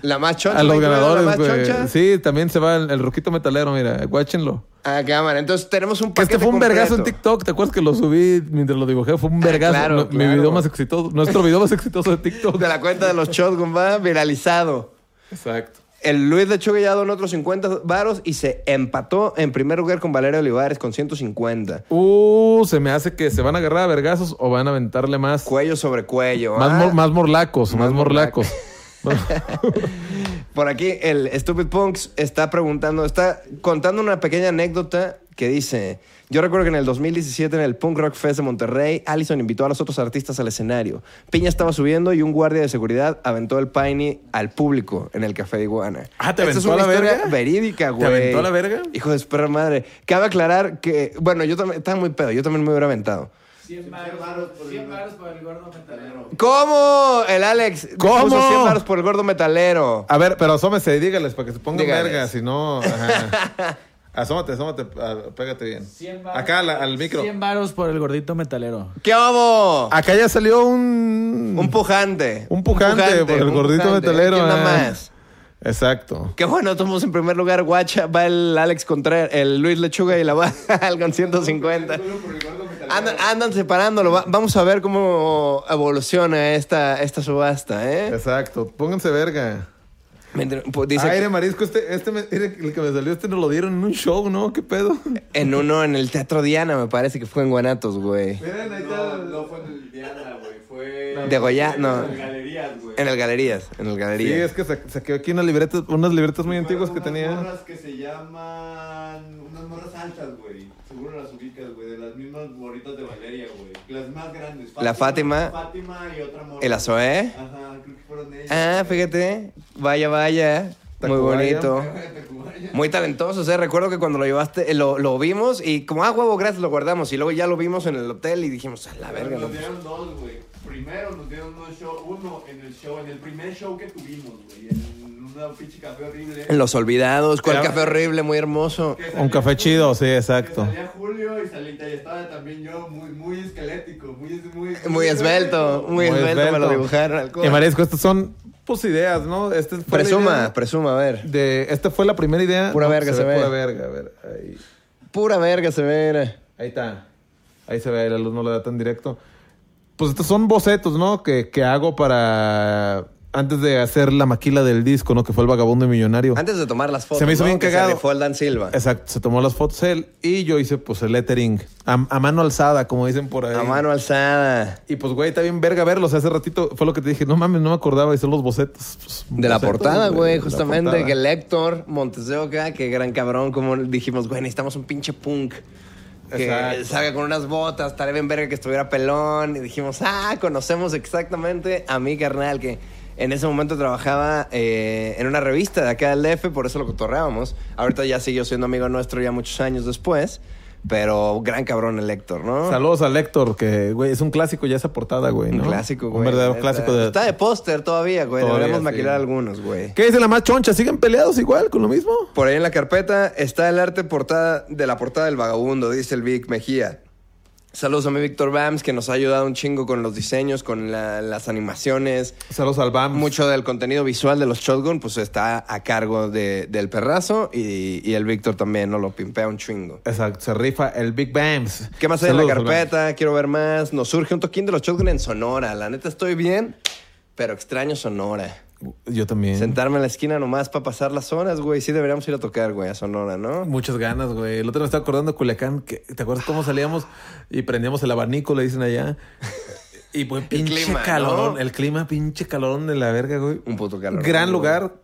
B: La más choncha.
A: a los
B: ¿no? La
A: ganadores,
B: más choncha.
A: güey. Sí, también se va el, el ruquito metalero, mira. Guáchenlo.
B: Ah, cámara. Entonces tenemos un
A: Que
B: paquete
A: este fue un
B: completo. Ah,
A: vergazo en TikTok. ¿Te acuerdas que lo subí mientras lo dibujé? Fue un vergazo.
B: claro,
A: No- Mi
B: claro.
A: video más exitoso. Nuestro video más exitoso de TikTok.
B: (laughs) De la cuenta de los Shotgun va viralizado.
A: Exacto.
B: El Luis de Chuga ya donó otros 50 varos y se empató en primer lugar con Valeria Olivares con 150.
A: Uh, se me hace que se van a agarrar a vergazos o van a aventarle más.
B: Cuello sobre cuello.
A: Más,
B: ¿ah?
A: mor- más morlacos, más, morlacos.
B: (laughs) Por aquí, el Stupid Punks está preguntando, está contando una pequeña anécdota que dice: Yo recuerdo que en el 2017, en el Punk Rock Fest de Monterrey, Allison invitó a los otros artistas al escenario. Piña estaba subiendo y un guardia de seguridad aventó el piney al público en el Café de Iguana.
A: Ah, ¿te
B: Esta
A: aventó
B: es una
A: a la
B: historia
A: verga?
B: verídica, güey.
A: aventó a la verga?
B: Hijo de su perra madre. Cabe aclarar que, bueno, yo también estaba muy pedo, yo también me hubiera aventado.
E: 100 baros, 100 baros por el gordo metalero.
B: ¿Cómo? El Alex.
A: ¿Cómo?
B: puso 100 varos por el gordo metalero.
A: A ver, pero asómese y dígales para que se pongan
B: Dígales.
A: verga, si no.
B: (laughs)
A: ajá. Asómate, asómate, a- pégate bien.
E: Cien varos.
A: Acá al, al micro.
E: 100 baros por el gordito metalero.
B: ¿Qué vamos?
A: Acá ya salió un.
B: Un pujante.
A: Un pujante, por el
B: un
A: gordito metalero,
B: Aquí nada
A: ah.
B: más.
A: Exacto.
B: Qué bueno, tomamos en primer lugar, guacha. Va el Alex Contreras, el Luis Lechuga y la (laughs) Bajal con 150. Andan, andan separándolo. Va- vamos a ver cómo evoluciona esta, esta subasta, ¿eh?
A: Exacto. Pónganse verga.
B: Mientras- pues, dice
A: Aire
B: que
A: marisco, este, este me- mire, el que me salió, este nos lo dieron en un show, ¿no? ¿Qué pedo?
B: en uno, en el Teatro Diana, me parece que fue en Guanatos, güey.
A: Miren, ahí está.
C: No, no fue en el Diana, güey. Fue.
B: De Goya-
C: en
B: no.
C: las galerías, güey.
B: En el Galerías, en el
A: Sí,
B: Galerías.
A: es que sa- saqué aquí unas libretas, unas libretas muy
C: Fueron
A: antiguas que
C: unas
A: tenía.
C: morras que se llaman. Unas morras altas, güey. Seguro las ubicas, güey. De las mismas gorritas de Valeria, güey. Las más grandes.
B: La Fátima.
C: Fátima y otra morra.
B: ¿El Azoé?
C: Ajá, creo que fueron ellas.
B: Ah, fíjate. Vaya, vaya. Muy
A: Tacubaya.
B: bonito. Muy talentosos, ¿eh? Recuerdo que cuando lo llevaste, eh, lo, lo vimos y como, ah, huevo, gracias, lo guardamos. Y luego ya lo vimos en el hotel y dijimos, a la verga,
C: Pero
B: no.
C: nos dieron dos, güey. Primero nos dieron dos show, uno en el show, en el primer show que tuvimos, güey. En una pinche café horrible.
B: En Los Olvidados, cuál
A: Claro.
B: café horrible, muy hermoso.
C: Que
A: Un
C: salía
A: café
C: Julio,
A: chido, sí, exacto.
C: que Salía Julio y, salí- y estaba también yo muy, muy esquelético, muy, muy,
B: Muy esbelto, muy,
A: Muy
B: esbelto, me lo
A: esbelto.
B: dibujaron. al
A: Pues Y
B: culo.
A: marisco, estas son, pues, ideas, ¿no? Este fue la
B: Presuma,
A: idea
B: presuma, a ver.
A: De, esta fue la primera idea.
B: Pura
A: No,
B: verga se ve.
A: Pura verga, a ver. Ahí,
B: Pura verga se ve. era.
A: ahí está. Ahí se ve, la luz no le da tan directo. Pues estos son bocetos, ¿no? Que, que hago para... Antes de hacer la maquila del disco, ¿no? Que fue el vagabundo y millonario.
B: Antes de tomar las fotos,
A: Se me hizo
B: ¿no?
A: bien
B: que
A: cagado.
B: Se rifó el Dan Silva.
A: Exacto, se tomó las fotos él y yo hice pues el lettering a, a mano alzada, como dicen por ahí.
B: A mano alzada.
A: Y pues, güey, está bien verga verlos. Hace ratito fue lo que te dije, no mames, no me acordaba y son los bocetos. Pues,
B: De la
A: bocetos,
B: portada,
A: de
B: güey,
A: la
B: justamente.
A: portada.
B: Que el Héctor Montes de Oca, que gran cabrón, como dijimos, güey, necesitamos un pinche punk. Que
A: Exacto.
B: salga con unas botas, estaría bien verga que estuviera pelón. Y dijimos, ah, conocemos exactamente a mi carnal, que en ese momento trabajaba eh, en una revista de acá del DF, por eso lo cotorreábamos. Ahorita ya siguió siendo amigo nuestro ya muchos años después, pero gran cabrón el Héctor, ¿no?
A: Saludos al Héctor, que, güey, es un clásico ya esa portada, güey,
B: Ah. Un
A: ¿no?
B: clásico, güey.
A: Un verdadero
B: Neta.
A: clásico de...
B: Está de póster todavía, güey.
A: Todavía,
B: Deberíamos
A: sí.
B: maquilar algunos, güey.
A: ¿Qué dice la más choncha? ¿Siguen peleados igual con lo mismo?
B: Por ahí en la carpeta está el arte portada de la portada del vagabundo, dice el Vic Mejía. Saludos a mi Víctor Bams, que nos ha ayudado un chingo con los diseños, con la- las animaciones.
A: Saludos al BAM.
B: Mucho del contenido visual de los Shotgun, pues está a cargo de- del perrazo y, y el Víctor también, ¿no? Lo pimpea un chingo.
A: Exacto, se rifa el Big Bams.
B: ¿Qué más hay en la
A: Saludos al Bams.
B: carpeta? Quiero ver más. Nos surge un toquín de los Shotgun en Sonora. La neta estoy bien, pero extraño Sonora.
A: Yo también.
B: Sentarme en la esquina nomás para pasar las horas, güey. Sí deberíamos ir a tocar, güey, a Sonora, ¿no?
A: Muchas ganas, güey. El otro día me estaba acordando de Culiacán. Que, ¿Te acuerdas cómo salíamos y prendíamos el abanico, le dicen
B: (laughs)
A: allá? Y, güey, pinche
B: clima, ¿no?
A: calorón. El clima, pinche calorón de la verga, güey.
B: Un puto calorón,
A: Gran
B: güey.
A: lugar,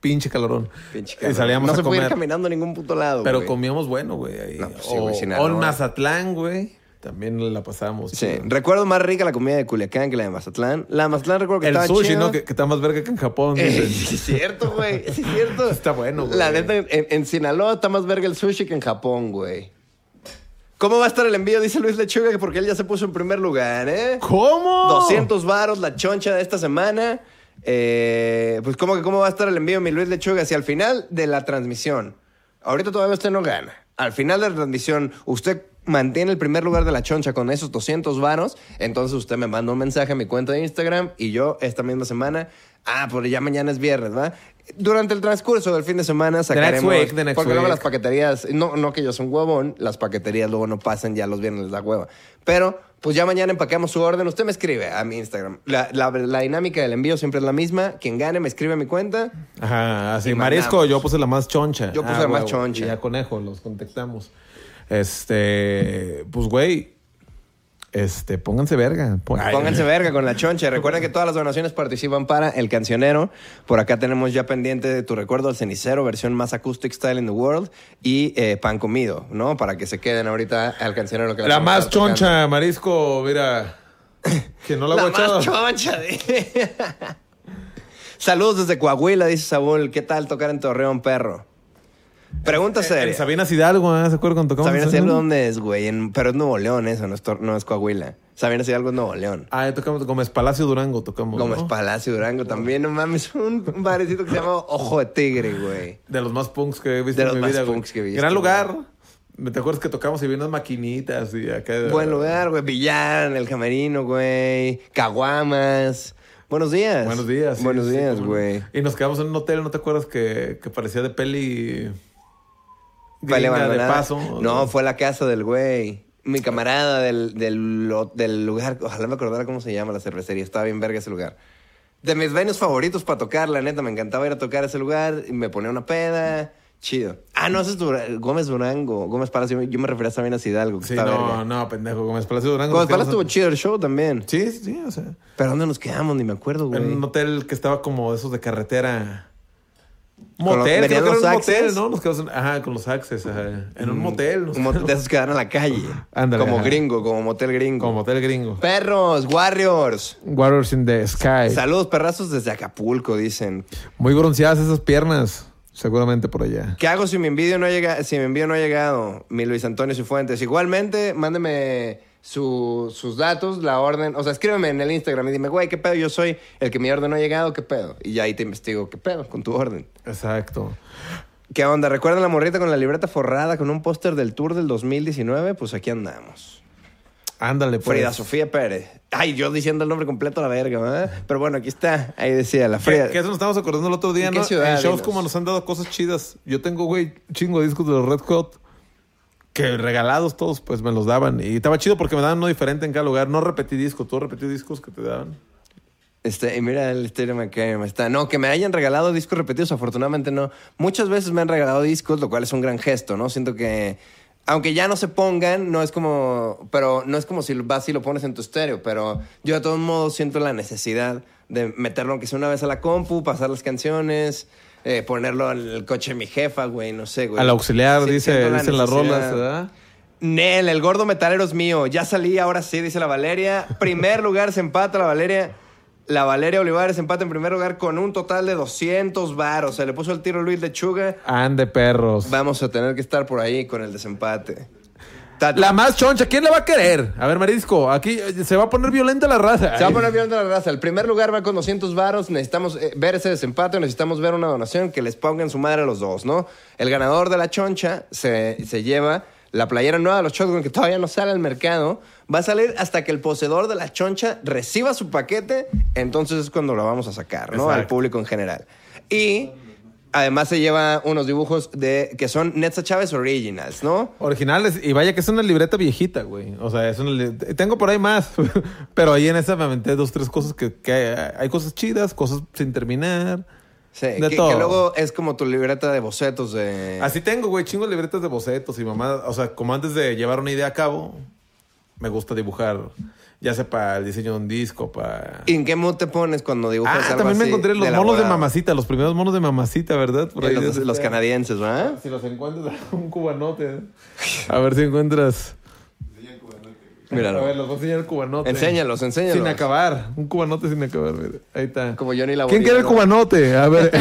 A: pinche calorón.
B: Pinche
A: Y
B: cabrón.
A: salíamos
B: no
A: a
B: se puede ir
A: comer.
B: caminando a ningún puto lado,
A: pero
B: güey.
A: comíamos bueno, güey. ahí.
B: No, pues sí,
A: o,
B: güey,
A: o
B: Sinaloa.
A: en Mazatlán, güey. También la pasábamos.
B: Sí,
A: chido.
B: recuerdo más rica la comida de Culiacán que la de Mazatlán. La de Mazatlán recuerdo que
A: El
B: estaba
A: sushi,
B: chida.
A: ¿no? Que, que está más verga que en Japón.
B: Eh,
A: dicen.
B: (laughs) sí es cierto, güey. Sí es cierto.
A: (laughs) Está bueno, güey.
B: La neta, en, en Sinaloa está más verga el sushi que en Japón, güey. ¿Cómo va a estar el envío? Dice Luis Lechuga que porque él ya se puso en primer lugar, ¿eh?
A: ¿Cómo?
B: 200 varos la choncha de esta semana. Eh, pues cómo que cómo va a estar el envío, mi Luis Lechuga, si al final de la transmisión, ahorita todavía usted no gana, al final de la transmisión usted mantiene el primer lugar de la choncha con esos 200 varos, entonces usted me manda un mensaje a mi cuenta de Instagram y yo esta misma semana, ah, porque ya mañana es viernes, ¿va? Durante el transcurso del fin de semana sacaremos...
A: week, the next
B: porque luego
A: week.
B: las paqueterías, no, no que yo soy un huevón, las paqueterías luego no pasan, ya los viernes les da hueva. Pero, pues ya mañana empacamos su orden. Usted me escribe a mi Instagram. La, la- la dinámica del envío siempre es la misma. Quien gane me escribe a mi cuenta.
A: Ajá, así.
B: Y
A: Marisco,
B: mandamos.
A: yo puse la más choncha. Ah,
B: Yo puse la más
A: huevo.
B: choncha.
A: Y a Conejo, los contactamos. Este, pues, güey. Este, pónganse verga. Pon- Ay,
B: Pónganse
A: güey.
B: verga con la choncha. Recuerden que todas las donaciones participan para El Cancionero. Por acá tenemos ya pendiente de tu recuerdo al cenicero, versión más acoustic style in the world. Y eh, pan comido, ¿no? Para que se queden ahorita al cancionero. Que les
A: La
B: vamos a
A: más
B: estar tocando.
A: choncha, Marisco,
B: (coughs)
A: mira. Que no la,
B: La
A: voy a
B: más
A: echar.
B: choncha. dice. (laughs) Saludos desde Coahuila, dice Saúl. ¿Qué tal tocar en Torreón, perro? Pregunta
A: En
B: seria.
A: Sabinas Hidalgo, ¿eh? ¿se acuerdan cuando tocamos?
B: Sabina
A: en-
B: Cielo, ¿dónde es, güey? En- pero es Nuevo León eso, no es, Tor- no es Coahuila. Sabina Hidalgo es Nuevo León.
A: Ah, tocamos Gómez Palacio Durango, tocamos.
B: Gómez
A: ¿no?
B: Palacio, Durango también, no mames. (laughs) Un un barecito que se llama Ojo de Tigre, güey.
A: De los más punks que he visto en
B: De los
A: mi
B: más
A: vida. güey.
B: punks que he visto,
A: Gran
B: güey.
A: lugar. ¿Me te acuerdas que tocamos y vi unas maquinitas y acá?
B: Buen lugar, güey. Villar, El Camerino, güey. Caguamas. Buenos días.
A: Buenos días. sí,
B: Buenos
A: sí,
B: días,
A: cómo no.
B: güey.
A: Y nos quedamos en un hotel, ¿no te acuerdas que, que parecía de peli?
B: Vale,
A: gringa de
B: abandonada.
A: paso.
B: No, fue la casa del güey. Mi camarada del, del, lo- del lugar. Ojalá me acordara cómo se llama la cervecería. Estaba bien verga ese lugar. De mis venues favoritos para tocar, la neta. Me encantaba ir a tocar a ese lugar. y me ponía una peda. Chido. Ah, no, ese es Dura- Gómez Durango. Gómez Palacio. Yo me refería también a Hidalgo. Que
A: Sí,
B: está
A: no,
B: verga.
A: no, pendejo. Gómez Palacio Durango.
B: Gómez
A: nos quedamos
B: Palacio tuvo
A: en-
B: chido el show también.
A: Sí, sí, o sea.
B: Pero ¿dónde nos quedamos? Ni me acuerdo, güey.
A: En un hotel que estaba como de esos de carretera.
B: Con los-
A: Motel, creo
B: ¿venían
A: que era
B: los
A: un
B: Axes? Mm.
A: motel, ¿no? Nos quedamos en- ajá, con los axes, ajá. En un motel. nos
B: Un motel de
A: quedamos.
B: esos que dan a la calle.
A: Ándale,
B: como
A: ajá.
B: gringo, como motel gringo.
A: Como motel gringo.
B: Perros, Warriors.
A: Waters in the sky.
B: Saludos, perrazos, desde Acapulco, dicen.
A: Muy bronceadas esas piernas. Seguramente por allá.
B: ¿Qué hago si mi envío no llega, si mi envío no ha llegado? Mi Luis Antonio Cifuentes. Igualmente, mándeme su- sus datos, la orden. O sea, escríbeme en el Instagram y dime, güey, ¿qué pedo? Yo soy el que mi orden no ha llegado, ¿qué pedo? Y ya ahí te investigo, ¿qué pedo? Con tu orden.
A: Exacto.
B: ¿Qué onda? ¿Recuerdan la morrita con la libreta forrada con un póster del tour del 2019? Pues aquí andamos.
A: Ándale, pues.
B: Frida Sofía Pérez. Ay, yo diciendo el nombre completo a la verga, ¿verdad? Pero bueno, aquí está. Ahí decía, la Frida.
A: Que, que eso nos estábamos acordando el otro día,
B: ¿En qué
A: ¿no?
B: ciudad?
A: en shows
B: Dinos.
A: como nos han dado cosas chidas. Yo tengo, güey, chingo de discos de los Red Hot. Que regalados todos, pues me los daban. Y estaba chido porque me daban uno diferente en cada lugar. No repetí discos. ¿Tú repetí discos que te daban?
B: Este, y mira el estéreo que me está. No, que me hayan regalado discos repetidos, afortunadamente no. Muchas veces me han regalado discos, lo cual es un gran gesto, ¿no? Siento que. Aunque ya no se pongan, no es como. Pero no es como si vas y lo pones en tu estéreo. Pero yo de todos modos siento la necesidad de meterlo, aunque sea una vez a la compu, pasar las canciones, eh, ponerlo en el coche de mi jefa, güey, no sé, güey.
A: Al auxiliar,
B: Pues, Sí,
A: dice,
B: siento la
A: dicen las
B: necesidad.
A: rolas, ¿verdad?
B: Nel, el gordo metalero es mío. Ya salí, ahora sí, dice la Valeria. Primer lugar se empata la Valeria. La Valeria Olivares empata en primer lugar con un total de 200 varos. Se le puso el tiro a Luis Lechuga.
A: Ande, perros.
B: Vamos a tener que estar por ahí con el desempate. Tato,
A: La más choncha, ¿quién la va a querer? A ver, Marisco, aquí eh, se va a poner violenta la raza.
B: Se va a poner bien de la raza. El primer lugar va con 200 varos. Necesitamos eh, ver ese desempate. Necesitamos ver una donación que les pongan su madre a los dos, ¿no? El ganador de la choncha se, se lleva la playera nueva de los Shotgun que todavía no sale al mercado. Va a salir hasta que el poseedor de la choncha reciba su paquete. Entonces es cuando lo vamos a sacar, ¿no? Al
A: Exacto.
B: público en general. Y además se lleva unos dibujos de que son Netza Chávez Originals, ¿no?
A: Originales. Y vaya que es una libreta viejita, güey. O sea, es una li- Tengo por ahí más. (laughs) Pero ahí en esa me aventé dos, tres cosas que, que hay, hay cosas chidas, cosas sin terminar.
B: Sí,
A: De
B: que, que
A: todo.
B: luego es como tu libreta de bocetos de...
A: Así tengo, güey, chingo de libretas de bocetos y mamá. O sea, como antes de llevar una idea a cabo, me gusta dibujar. Ya sea para el diseño de un disco, para.
B: ¿Y en qué mood te pones cuando
A: Ah,
B: dibujas algo
A: también me
B: así
A: encontré los monos de
B: elaborado?
A: mamacita, los primeros monos de mamacita, ¿verdad? Por ahí
B: Los,
A: de-
B: los canadienses, ¿verdad?
A: Si los encuentras, (laughs) un cubanote. A ver si encuentras. A ver,
B: Míralo.
A: los voy a enseñar el cubanote.
B: Enséñalos, enséñalos.
A: Sin acabar. Un cubanote sin acabar. mira. Ahí está.
B: Como Johnny Laboriel,
A: ¿Quién quiere el
B: ¿no?
A: cubanote? A
B: (laughs)
A: ver.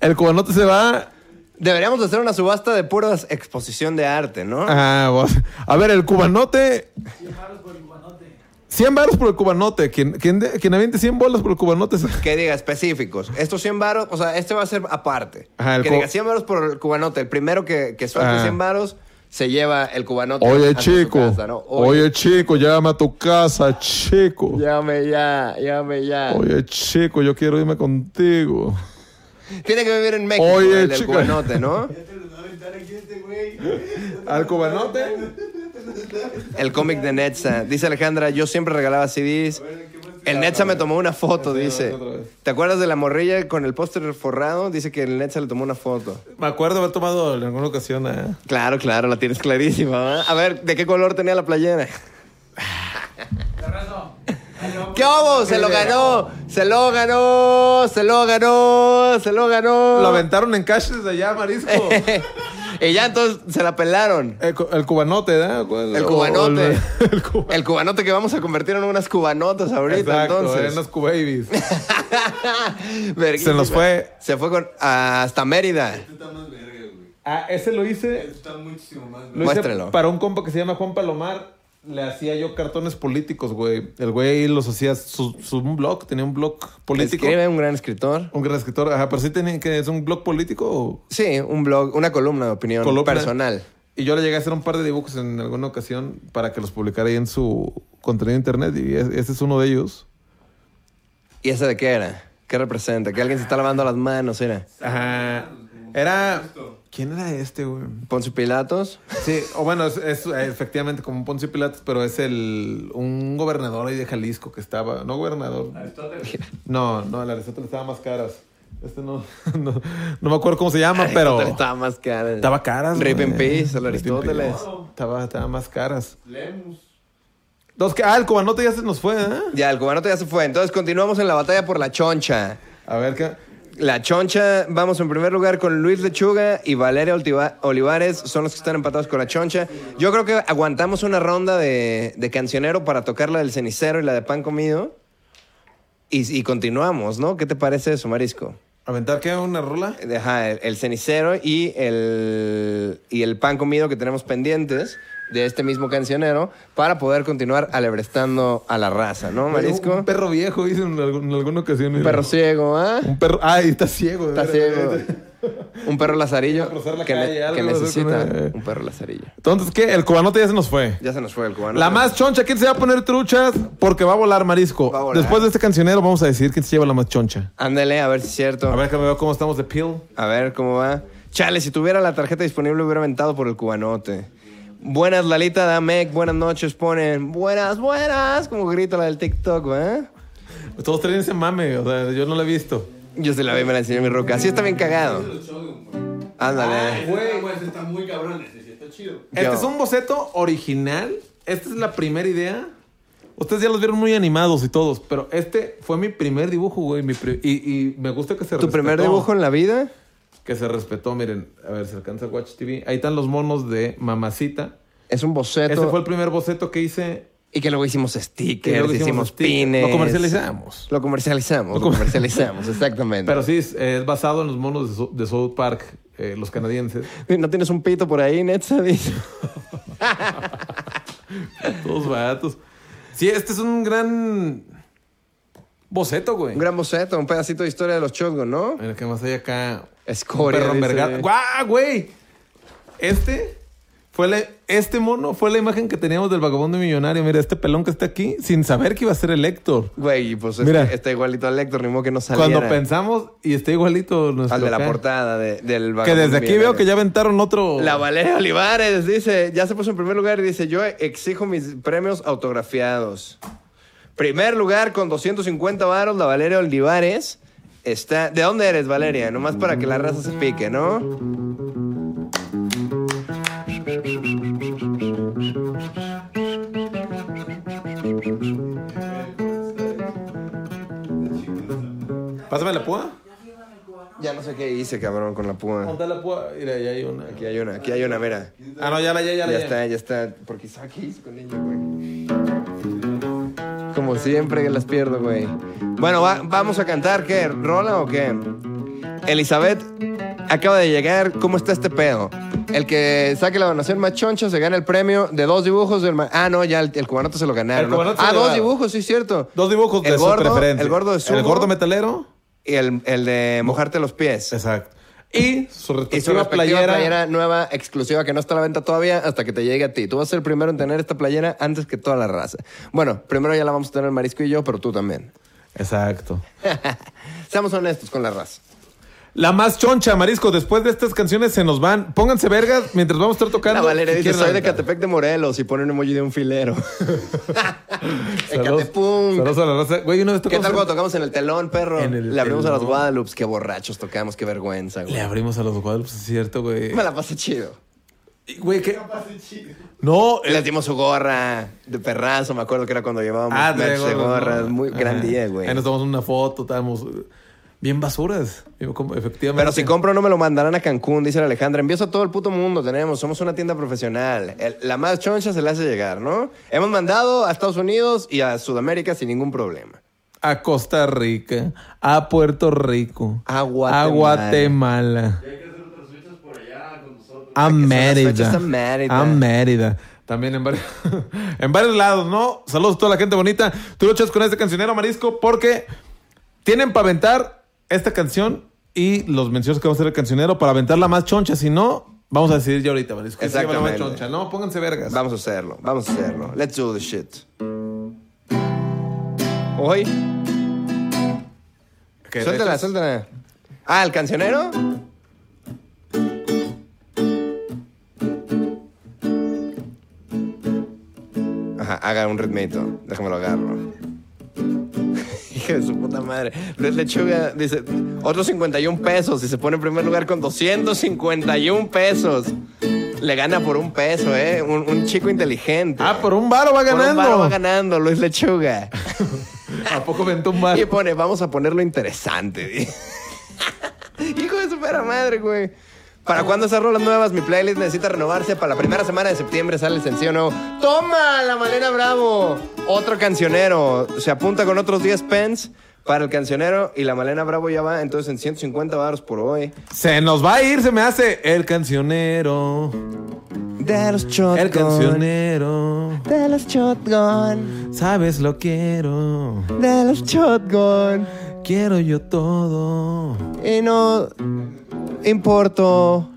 A: el cubanote se va.
B: Deberíamos hacer una subasta de puras exposición de arte, ¿no?
A: Ah, vos. A ver, el cubanote. 100 baros por el cubanote. 100 baros por el cubanote. Quien, quien, de- quien aviente 100 bolas por el cubanote. se-
B: Que diga específicos. Estos 100 varos, o sea, este va a ser aparte.
A: Ajá, el
B: que
A: cu-
B: diga 100 varos por el cubanote. El primero que, que suelte
A: Ah.
B: 100 varos se lleva el cubanote.
A: (laughs) Oye,
B: hasta su
A: chico.
B: casa, ¿no?
A: Oye, chico, llama a tu casa, chico.
F: Llámame ya, llámame ya.
A: Oye, chico, yo quiero irme contigo.
B: Tiene que vivir en México
A: Oye,
B: el del
A: chica. (laughs)
B: cubanote, ¿no?
A: Al cubanote.
B: El cómic de Netza. Dice Alejandra, yo siempre regalaba CDs. El Netza me tomó una foto, dice.
A: otra vez.
B: ¿Te acuerdas de la morrilla con el póster forrado? Dice que el Netza le tomó una foto.
A: Me acuerdo haber tomado en alguna ocasión. eh.
B: Claro, claro, la tienes clarísima. ¿verdad? A ver, ¿de qué color tenía la playera? ¡Qué obo! ¡Se lo ganó! ¡Se lo ganó! ¡Se lo ganó! ¡Se lo ganó!
A: Lo aventaron en cash desde allá, marisco.
B: (laughs) y ya entonces se la pelaron.
A: El, cu- el cubanote, ¿verdad?
B: El cubanote.
A: El, (laughs) el cubanote.
B: El cubanote que vamos a convertir en unas cubanotas ahorita,
A: Exacto,
B: entonces.
A: eran los
B: (laughs)
A: cubabies.
B: Verguísima.
A: Se nos fue.
B: Se fue con, hasta Mérida.
E: está más verga, güey.
A: Ah, ese lo hice,
E: Está muchísimo más
A: lo
E: verga.
A: hice
B: Muéstralo.
A: para un compa que se llama Juan Palomar. Le hacía yo cartones políticos, güey. El güey ahí los hacía su, su- un blog, tenía un blog político.
B: Escribe un gran escritor.
A: Un gran escritor, ajá, pero sí tenía que es un blog político. o-
B: Sí, un blog, una columna de opinión
A: Columna.
B: personal.
A: Y yo le llegué a hacer un par de dibujos en alguna ocasión para que los publicara ahí en su contenido de internet. Y es- ese es uno de ellos.
B: ¿Y ese de qué era? ¿Qué representa? Que alguien se está lavando las manos, era.
A: Ajá. Era. ¿Quién era este, güey?
B: Poncio Pilatos.
A: Sí, o bueno, es, es, eh, efectivamente como un Poncio Pilatos, pero es el un gobernador ahí de Jalisco que estaba. No gobernador.
B: Ah,
A: No, no, el Aristóteles estaba más caras. Este no, (laughs) no, no me acuerdo cómo se llama, pero.
B: Aristóteles (laughs) Estaba más cara.
A: Estaba caras.
B: Rip
A: güey.
B: in peace, el
A: Rip in
B: Aristóteles.
A: peace. Estaba, estaba más caras.
E: Lemus.
A: Dos que. Ah, el cubanote ya se nos fue, ¿eh?
B: Ya, el cubanote ya se fue. Entonces continuamos en la batalla por la choncha.
A: A ver qué.
B: La choncha, vamos en primer lugar con Luis Lechuga y Valeria Oltiva- Olivares, son los que están empatados con la choncha. Yo creo que aguantamos una ronda de, de cancionero para tocar la del cenicero y la de pan comido. Y, y continuamos, ¿no? ¿Qué te parece eso, Marisco?
A: ¿Aventar qué? ¿Una rola?
B: Ajá, el, el cenicero y el, y el pan comido que tenemos pendientes de este mismo cancionero para poder continuar alebrestando a la raza, ¿no, Marisco?
A: Un perro viejo, dice en, algún- en alguna ocasión.
B: Un perro ciego, ¿ah?
A: Un perro. Ay, está ciego.
B: Está
A: de verdad.
B: ciego. Un perro
A: (laughs)
B: lazarillo
A: Iba a cruzar la
B: que, ne-
A: calle, algo
B: que
A: iba a hacer
B: necesita
A: con una-
B: un perro lazarillo.
A: Entonces, ¿qué? El cubanote ya se nos fue.
B: Ya se nos fue el cubano.
A: La más choncha, ¿quién se va a poner truchas? Porque va a volar marisco.
B: Va a volar.
A: Después de este cancionero vamos a decidir quién se lleva la más choncha.
B: Ándale, a ver si es cierto.
A: A ver que me veo cómo estamos de peel.
B: A ver cómo va. Chale, si tuviera la tarjeta disponible hubiera aventado por el cubanote. Buenas, Lalita Damek. Buenas noches, ponen. Buenas, buenas. Como grita la del TikTok, ¿eh?
A: Todos traen ese mame, o sea, yo no lo he visto.
B: Yo se la vi, me la enseñó mi roca. Así está bien cagado. Ándale.
E: Güey, güey, está muy cabrón ese, sí, está chido.
A: Este
B: Yo.
A: es un boceto original. Esta es la primera idea. Ustedes ya los vieron muy animados y todos, pero este fue mi primer dibujo, güey. mi pri- y, y me gusta que se
B: ¿Tu primer dibujo en la vida?
A: Que se respetó, miren. A ver, se alcanza Watch TV. Ahí están los monos de Mamacita.
B: Es un boceto.
A: Ese fue el primer boceto que hice.
B: Y que luego hicimos
A: que
B: stickers,
A: luego
B: hicimos,
A: stick.
B: pines.
A: Lo comercializamos.
B: Lo comercializamos, lo comercializamos, exactamente.
A: Pero sí, es, es basado en los monos de, Sou- de South Park, eh, los
B: (laughs)
A: canadienses.
B: ¿No tienes un pito por ahí,
A: (laughs)
B: Netza? Dice.
A: Todos baratos. Sí, este es un gran boceto, güey.
B: Un gran boceto, un pedacito de historia de los chongos, ¿no?
A: Mira, ¿qué más hay acá?
B: Escoria.
A: Perro
B: dice.
A: envergado. ¡Guau, güey! Este fue la- este mono fue la imagen que teníamos del vagabundo millonario. Mira, este pelón que está aquí, sin saber que iba a ser el Héctor.
B: Güey, y pues
A: Mira.
B: este- está igualito al Héctor, ni modo que no saliera.
A: Cuando pensamos, y está igualito nuestro
B: Al de la
A: acá.
B: portada de- del
A: Que
B: Vagabundo
A: desde aquí
B: Millonario.
A: veo que ya aventaron otro.
B: La Valeria Olivares dice, ya se puso en primer lugar y dice, yo exijo mis premios autografiados. Primer lugar con 250 varos, la Valeria Olivares. Está, ¿De dónde eres, Valeria? Nomás para que la raza se pique, ¿no?
A: Pásame la púa.
B: Ya no sé qué hice, cabrón, con la púa.
A: ¿Dónde está la púa? Mira, ya hay una.
B: Aquí hay una, aquí hay una, mira.
A: Ah, no, ya la, ya, ya
B: Ya
A: la. ya.
B: está, ya está. Porque ¿sabes qué hice con ella, güey? Como siempre que las pierdo, güey. Bueno, va- vamos a cantar, ¿qué? ¿Rola o qué? Elizabeth acaba de llegar. ¿Cómo está este pedo? El que saque la donación más choncha se gana el premio de dos dibujos. Del ma- ah, no, ya el, el cubanato se lo ganaron.
A: El
B: ¿no?
A: cubanato se
B: Ah,
A: lo
B: dos
A: ganaron.
B: dibujos, sí, cierto.
A: Dos dibujos
B: El
A: de
B: gordo,
A: su preferencia.
B: El gordo de Sumo
A: El gordo metalero.
B: y el, el de mojarte los pies.
A: Exacto. Y su
B: Y su
A: respectiva
B: respectiva
A: playera.
B: playera. nueva, exclusiva, que no está a la venta todavía hasta que te llegue a ti. Tú vas a ser el primero en tener esta playera antes que toda la raza. Bueno, primero ya la vamos a tener el Marisco y yo, pero tú también.
A: Exacto.
B: Seamos honestos con la raza.
A: La más choncha, Marisco. Después de estas canciones se nos van. Pónganse vergas mientras vamos a estar tocando.
B: La Valeria
A: Si
B: dice,
A: quieren
B: soy de
A: aventar.
B: Catepec de Morelos y pone un emoji de un filero. (laughs) de
A: Saludos-
B: Catepum.
A: Saludos a la raza. Güey, una vez
B: ¿Qué tal
A: tocamos-
B: cuando tocamos en el telón, perro?
A: En el
B: Le abrimos a los
A: telón.
B: Guadalupes. Qué borrachos tocamos, qué vergüenza,
A: Le
B: güey.
A: abrimos a los cuadros, es cierto, güey.
B: Me la pasé chido.
A: Y, Güey,
B: (laughs)
A: ¿qué? No,
B: Le dimos su gorra de perrazo, me acuerdo que era cuando llevábamos
A: Ah,
B: merch de
A: traigo, no,
B: gorras.
A: no.
B: Muy gran
A: Ajá.
B: día, güey.
A: Ahí nos tomamos una foto, estábamos eh, bien basuras. Yo como- Efectivamente.
B: Pero si compro no me lo mandarán a Cancún, dice la Alejandra. Envíos a todo el puto mundo tenemos. Somos una tienda profesional. El- la más choncha se la hace llegar, ¿no? Hemos mandado a Estados Unidos y a Sudamérica sin ningún problema.
A: A Costa Rica, a Puerto Rico,
B: A Guatemala.
A: a Guatemala,
C: Hay que hacer otras fechas por allá con nosotros.
A: a
B: son las
A: Mérida,
B: fechas a Mérida.
A: a Mérida. También en varios, (laughs) en varios lados, ¿no? Saludos a toda la gente bonita. Tú luchas con este cancionero marisco porque tienen para aventar esta canción y los menciones que vamos a hacer el cancionero para aventar la más choncha. Si no, vamos a decidir ya ahorita, marisco. ¿Quién se lleva la más
B: Exactamente.
A: choncha? No, pónganse vergas.
B: Vamos a hacerlo, vamos a hacerlo. Let's do the shit. Hoy,
A: Ok,
B: suéltala,
A: esta-
B: suéltala. Ah, el cancionero. Ajá, haga un ritmito. Déjamelo agarro. (laughs) Hija de su puta madre. Luis Lechuga dice, otros 51 pesos. Y se pone en primer lugar con 251 pesos. Le gana por un peso, ¿eh? Un, un chico inteligente.
A: Ah, por un varo va
B: Por un
A: ganando.
B: varo va ganando, Luis Lechuga.
A: ¿A poco aventó un varo?
B: Y pone, vamos a ponerlo interesante. (laughs) Hijo de su perra madre, güey. ¿Para cuándo esas rolas nuevas? Mi playlist necesita renovarse. Para la primera semana de septiembre sale el sencillo nuevo. ¡Toma! La Malena Bravo. Otro cancionero. Se apunta con otros 10 pence para el cancionero. Y la Malena Bravo ya va entonces en 150 baros por hoy.
A: Se nos va a ir, se me hace el cancionero.
B: De los
A: El
B: shotgun.
A: cancionero.
B: De los shotgun.
A: Sabes lo quiero.
B: De los shotgun.
A: Quiero yo todo.
B: Y no importo.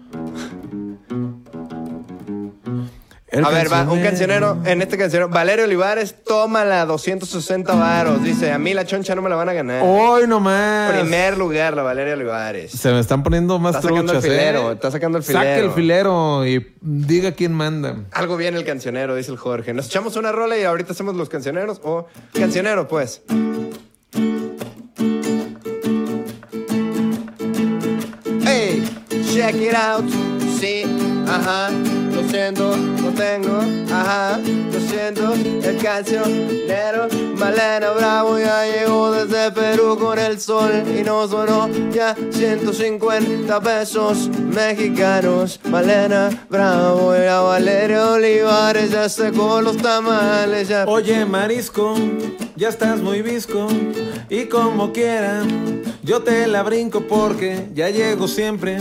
A: El
B: a ver, va, un cancionero, en este cancionero, Valerio Olivares, tómala, 260 varos. Dice, a mí la choncha no me la van a ganar.
A: Hoy nomás.
B: Primer lugar, la Valeria Olivares.
A: Se me están poniendo más
B: Está sacando el
A: truchas,
B: filero,
A: ¿eh?
B: está sacando el
A: Saque
B: filero.
A: el filero y diga quién manda.
B: Algo bien el cancionero, dice el Jorge. Nos echamos una rola y ahorita hacemos los cancioneros o cancionero, pues. Hey, check it out. Sí, ajá, lo siento, lo tengo, ajá, lo siento. El cancionero Malena Bravo ya llegó desde Perú con el sol y nos donó ya 150 pesos mexicanos. Malena Bravo y la Valeria Olivares ya secó los tamales. Ya
A: Oye, marisco, ya estás muy visco. Y como quiera, yo te la brinco porque ya llego siempre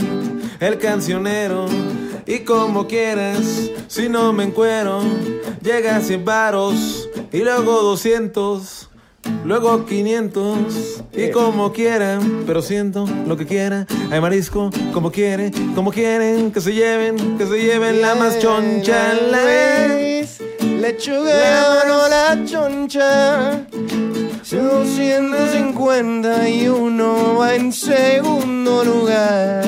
A: el cancionero. Y como quieras, si no me encuero, llega a 100 varos y luego 200. luego 500 y como quieran, pero siento lo que quiera. Ay, marisco, como quiere, como quieren, que se lleven, que se lleven la más choncha. la-
F: Luis, Lechuga, no la choncha. 251 va en segundo lugar.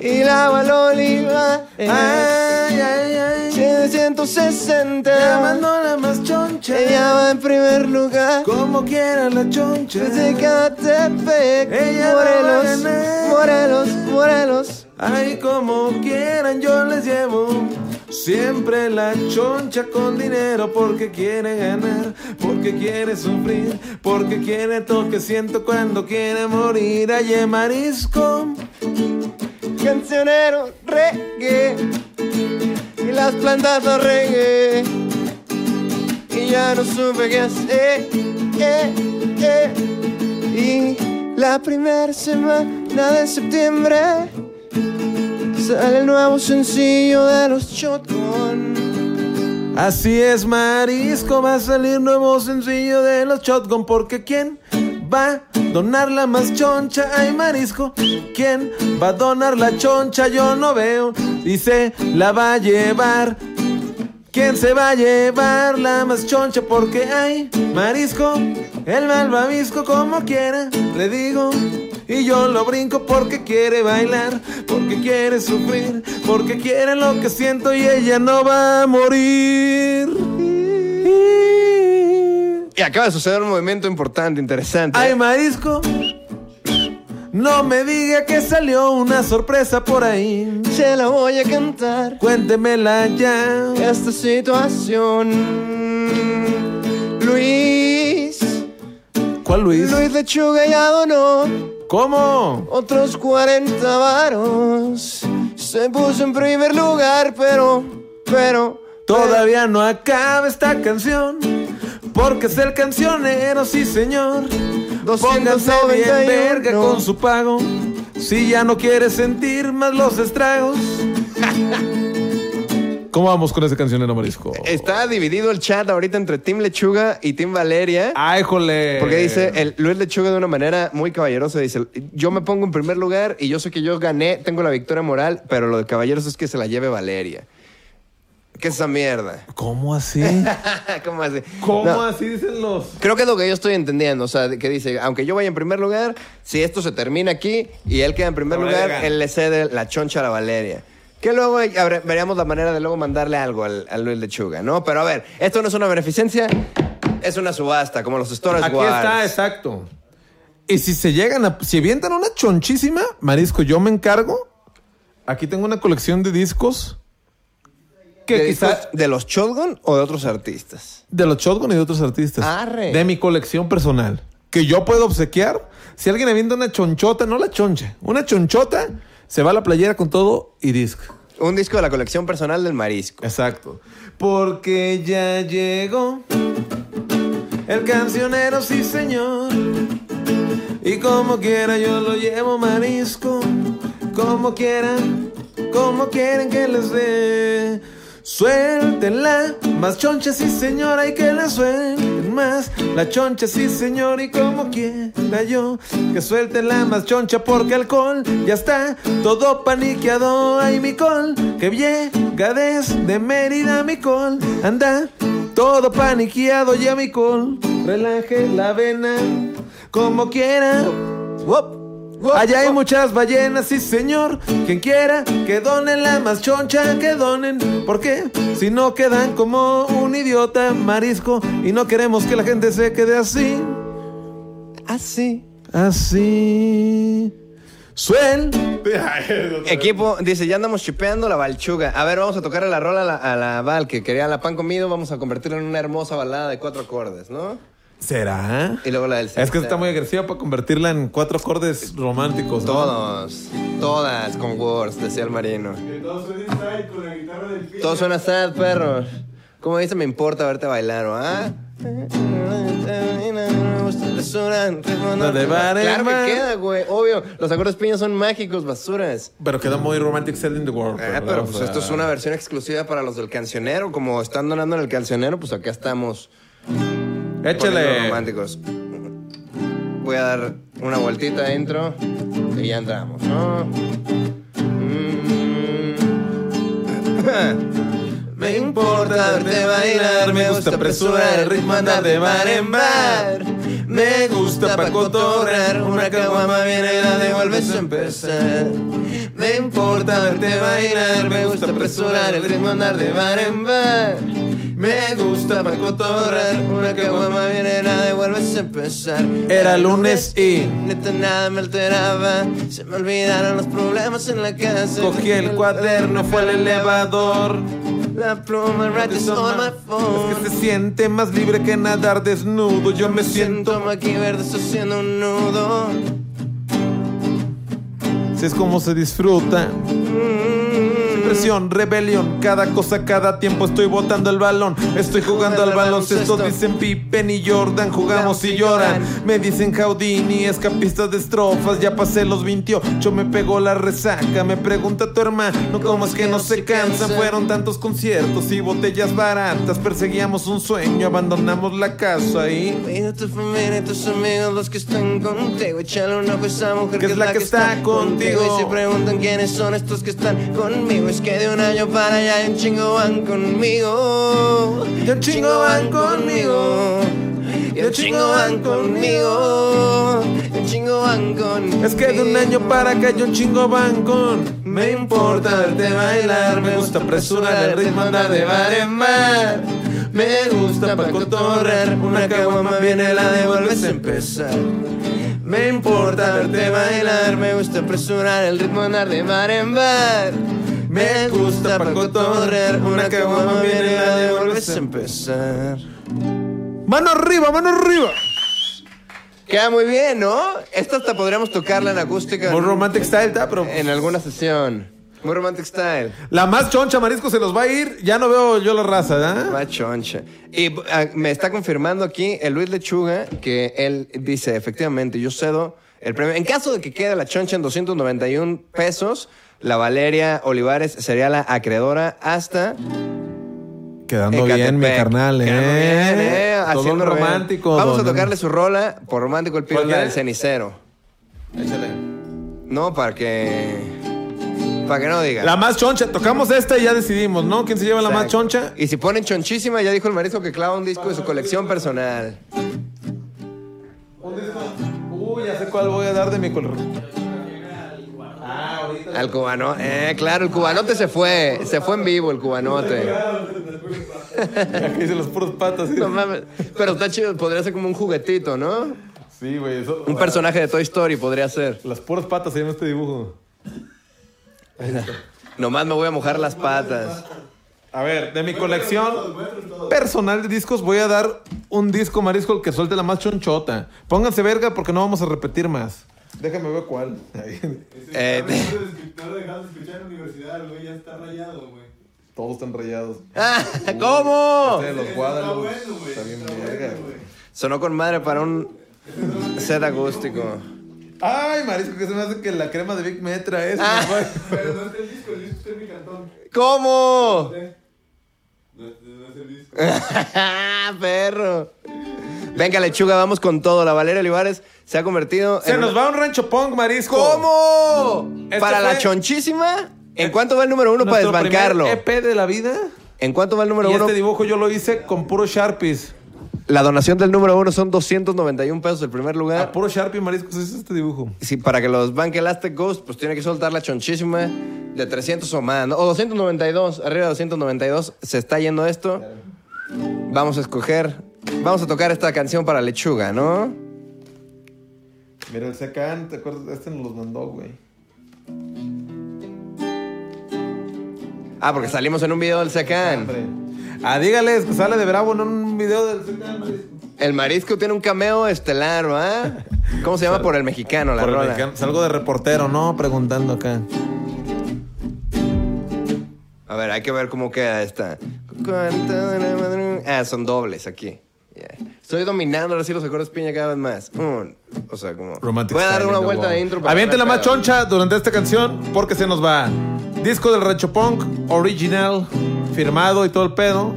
F: Y la baloliva
B: Eh,
A: Ay, ay, ay,
F: 760
A: llamando Ah. la más choncha.
B: Eh,
F: Ella va en primer lugar.
A: Como quiera la choncha.
B: Pues
F: Desde Catepec,
A: Ella va a
F: Morelos,
A: ganar.
F: Morelos, Morelos.
A: Ay, como quieran, yo les llevo. Siempre la choncha con dinero porque quiere ganar, porque quiere sufrir, porque quiere todo que siento cuando quiere morir. Ay, marisco,
F: Cancionero, reggae. Y las plantadas reggae. Y ya no supe qué hacer. eh, eh. Y la primera semana de septiembre sale el nuevo sencillo de los Shotgun.
A: así es marisco, va a salir nuevo sencillo de los Shotgun porque quién va a donar la más choncha, ay marisco, quién va a donar la choncha, yo no veo y se la va a llevar. ¿Quién se va a llevar la más choncha? Porque hay marisco, el malvavisco como quiera, le digo. Y yo lo brinco porque quiere bailar, porque quiere sufrir, porque quiere lo que siento y ella no va a morir.
B: Y acaba de suceder un movimiento importante, interesante.
A: Ay marisco, no me diga que salió una sorpresa por ahí.
F: Se la voy a cantar.
A: Cuéntemela ya.
F: esta situación. Luis,
A: ¿Cuál Luis?
F: Luis Lechuga ya donó
A: ¿Cómo?
F: otros 40 varos. Se puso en primer lugar, pero, pero,
A: Todavía no acaba esta canción, porque es el cancionero, sí señor. Pónganse bien
F: 291.
A: verga con su pago, si ya no quiere sentir más los
B: (laughs)
A: estragos. ¿Cómo vamos con ese cancionero, Marisco?
B: Está dividido el chat ahorita entre Team Lechuga y Team Valeria.
A: ¡Ay, jole!
B: Porque dice
A: eh.
B: eh, el Luis Lechuga de una manera muy caballerosa. Dice: Yo me pongo en primer lugar y yo sé que yo gané, tengo la victoria moral, pero lo de caballeros es que se la lleve Valeria. ¿Qué es esa mierda?
A: ¿Cómo
B: (laughs)
A: así?
B: ¿Cómo así?
A: (laughs) ¿Cómo
B: No,
A: así dicen los...?
B: Creo que es lo que yo estoy entendiendo. O sea, que dice: Aunque yo vaya en primer lugar, si esto se termina aquí y él queda en primer
A: Valeria
B: lugar,
A: gana.
B: él le cede la choncha a la Valeria. Que luego eh, habrá- veríamos la manera de luego mandarle algo al, al Luis Lechuga, ¿no? Pero a ver, esto no es una beneficencia, es una subasta, como los Storage
A: Aquí
B: Wars.
A: está, exacto. Y si se llegan a... Si avientan una chonchísima, Marisco, yo me encargo. Aquí tengo una colección de discos. Que
B: ¿De
A: quizás...
B: discos ¿De los Shotgun o de otros artistas?
A: De los Shotgun y de otros artistas.
B: Arre.
A: De mi colección personal. Que yo puedo obsequiar. Si alguien avienta una chonchota, no la choncha. Una chonchota, se va a la playera con todo y disco.
B: Un disco de la colección personal del Marisco.
A: Exacto. Porque ya llegó el cancionero, sí señor. Y como quiera yo lo llevo marisco. Como quieran, como quieren que les dé. Suéltenla, más choncha, sí señor, hay que la suelten más. La choncha, sí señor, y como quiera yo. Que suelten la más choncha porque alcohol ya está todo paniqueado. Ay, mi col, que llega desde Mérida, mi col. Anda, todo paniqueado ya, mi col. Relaje la vena, como quiera. Wop, wop, Allá hay muchas ballenas, sí señor. Quien quiera que donen la más choncha, que donen. Porque si no quedan como un idiota marisco y no queremos que la gente se quede así,
F: así.
A: así. Suel.
B: Equipo, dice, ya andamos chipeando la Valchuga. A ver, vamos a tocar la rola a la, a la Val, que quería la pan comido. Vamos a convertirla en una hermosa balada de cuatro acordes, ¿no?
A: ¿Será?
B: Y luego la del
A: Es que
B: Centeno.
A: está muy agresiva para convertirla en cuatro acordes románticos. ¿no?
B: Todos, todas con Words, decía el marino.
E: Que todo suena inside con la guitarra del pie.
B: Todo suena sad, perro. Como dice, me importa verte bailar, ¿o ¿ah?
A: No te vale
B: Claro
A: más.
B: que queda, güey. Obvio, los acordes piñas son mágicos, basuras.
A: Pero queda muy romantic Selling the world.
B: Ah,
A: ¿verdad?
B: pero
A: O
B: pues
A: sea,
B: esto es una versión exclusiva para los del cancionero. Como están donando en el cancionero, pues acá estamos.
A: Échale.
B: poniendo románticos. Voy a dar una vueltita adentro y ya entramos, ¿no? Mm. (laughs) Me importa verte bailar, me gusta presurar el ritmo, andar de mar en mar. Me gusta pa' cotorrear, una caguama viene y la devuelves a empezar. Me importa verte bailar, me gusta apresurar el ritmo, andar de bar en bar. Me gusta pa' cotorrear, una caguama viene y la devuelves a empezar.
A: Era lunes y-
F: Neta nada me alteraba, se me olvidaron los problemas en la casa.
A: Cogí el cuaderno, fue al elevador.
F: La pluma, right is on my phone.
A: Es que se siente más libre que nadar desnudo. Yo me siento.
F: Siento aquí verdes haciendo un nudo.
A: Si es como se disfruta.
F: Mm.
A: Presión, rebelión, cada cosa, cada tiempo estoy botando el balón. Estoy jugando al baloncesto, dicen Pippen y Jordan, jugamos y lloran. Me dicen Jaudini, escapista de estrofas, ya pasé los 28, me pegó la resaca. Me pregunta tu hermano, ¿cómo es que no se cansan? Fueron tantos conciertos y botellas baratas, perseguíamos un sueño, abandonamos la casa y...
F: Cuida a tu familia y tus amigos, los que están contigo. Échale un ojo a esa mujer
A: Que es la que está contigo.
F: Y se preguntan quiénes son estos que están conmigo. Es que de un año para allá hay un chingo van conmigo.
A: De un chingo van conmigo.
F: Y un chingo van conmigo. Y un chingo van conmigo.
A: Es que de un año para acá yo un chingo bancón. Me importa verte bailar, me gusta apresurar el ritmo, andar de bar en mar. Me gusta pa' cotorrear, una caguama viene, la devuelves a empezar.
F: Me importa verte bailar, me gusta apresurar el ritmo andar de mar en bar. Me gusta pa' cotorrear, una caguama viene y la devuelves a empezar.
A: ¡Mano arriba, mano arriba!
B: Queda muy bien, ¿no? Esta hasta podríamos tocarla en acústica
A: Muy romantic style, ¿tá? pero...
B: en alguna sesión. Muy romantic style.
A: La más choncha, Marisco, se los va a ir. Ya no veo yo la raza, ¿ah?
B: Va choncha. Y ah, me está confirmando aquí el Luis Lechuga que él dice, efectivamente, yo cedo el premio. En caso de que quede la choncha en 291 pesos, la Valeria Olivares sería la acreedora hasta...
A: Quedando
B: Ecatepec.
A: bien, mi carnal, ¿eh?
B: Quedando bien, ¿eh?
A: Todo
B: Haciendo bien.
A: romántico.
B: Vamos
A: don-
B: a tocarle su rola por romántico el pibe,
A: ¿Cuál
B: la del
A: quieres?
B: cenicero. No, para que... Para que no diga.
A: La más choncha. Tocamos esta y ya decidimos, ¿no? ¿Quién se lleva la más
B: Exacto.
A: choncha?
B: Y si ponen chonchísima, ya dijo el marisco que clava un disco de su colección personal.
A: Un disco. Uy, ya sé cuál voy a dar de mi color. (laughs)
B: Al cubano, eh, claro, el cubanote se fue, se fue en vivo el cubanote.
A: Aquí hice los puros patas.
B: No mames, pero está chido, podría ser como un juguetito, ¿no?
A: Sí, güey. eso-
B: Un personaje de Toy Story podría ser.
A: Las puras patas se llama este dibujo.
B: Nomás me voy a mojar las patas.
A: A ver, de mi colección personal de discos voy a dar un disco marisco el que suelte la más chonchota. Pónganse verga porque no vamos a repetir más. Déjame ver cuál. (laughs)
B: Eh, (laughs)
E: No lo dejamos escuchar en la universidad, el güey ya está rayado, güey.
A: Todos están rayados.
B: ¡Ah! (laughs) ¿Cómo?
A: Este de los
E: Está
A: cuadros.
E: bueno, güey.
A: Está bien verga.
E: bueno, güey.
B: Sonó con madre para un set acústico.
A: Ay, marisco, que se me hace que la crema de Big Metra es.
B: Ah.
A: mamá.
E: (laughs) Pero no está el disco, el disco está en mi cantón.
B: ¿Cómo? (laughs)
E: No, no es el disco.
B: Perro. Venga, lechuga, vamos con todo. La Valeria Olivares se ha convertido
A: Se
B: en
A: nos
B: una-
A: va un rancho punk, marisco.
B: ¿Cómo?
A: Este
B: para la
A: fue-
B: chonchísima, ¿en cuánto va el número uno para
A: Nuestro primer
B: desbancarlo?
A: EP de la vida.
B: ¿En cuánto va el número
A: y
B: uno?
A: este dibujo yo lo hice con puro Sharpies.
B: La donación del número uno son 291 pesos el primer
A: A
B: lugar.
A: puro Sharpie, marisco, se hizo este dibujo.
B: Si para que los banque Elastic Ghost, pues tiene que soltar la chonchísima de 300 o más, ¿no? O 292, arriba de 292. Se está yendo esto. Vamos a escoger, vamos a tocar esta canción para lechuga, ¿no?
A: Mira, el Secan, ¿te acuerdas? Este nos los mandó, güey.
B: Ah, porque salimos en un video del Secán.
A: Ah, dígales que sale de bravo en un video del Secan, marisco.
B: El marisco tiene un cameo estelar, ¿va? ¿Cómo se llama? Por el mexicano, la
A: Por el
B: rola.
A: mexicano. Salgo de reportero, ¿no? Preguntando acá.
B: A ver, hay que ver cómo queda esta. Ah, son dobles aquí. Ya. Estoy dominando ahora sí los acordes piña cada vez más. Un, o sea, como.
A: Romantic
B: Voy a dar
A: style,
B: una
A: no,
B: vuelta
A: wow.
B: de intro.
A: Avienten la
B: ver,
A: más
B: pero-
A: choncha durante esta canción porque se nos va. Disco del Rancho Punk, original, firmado y todo el pedo.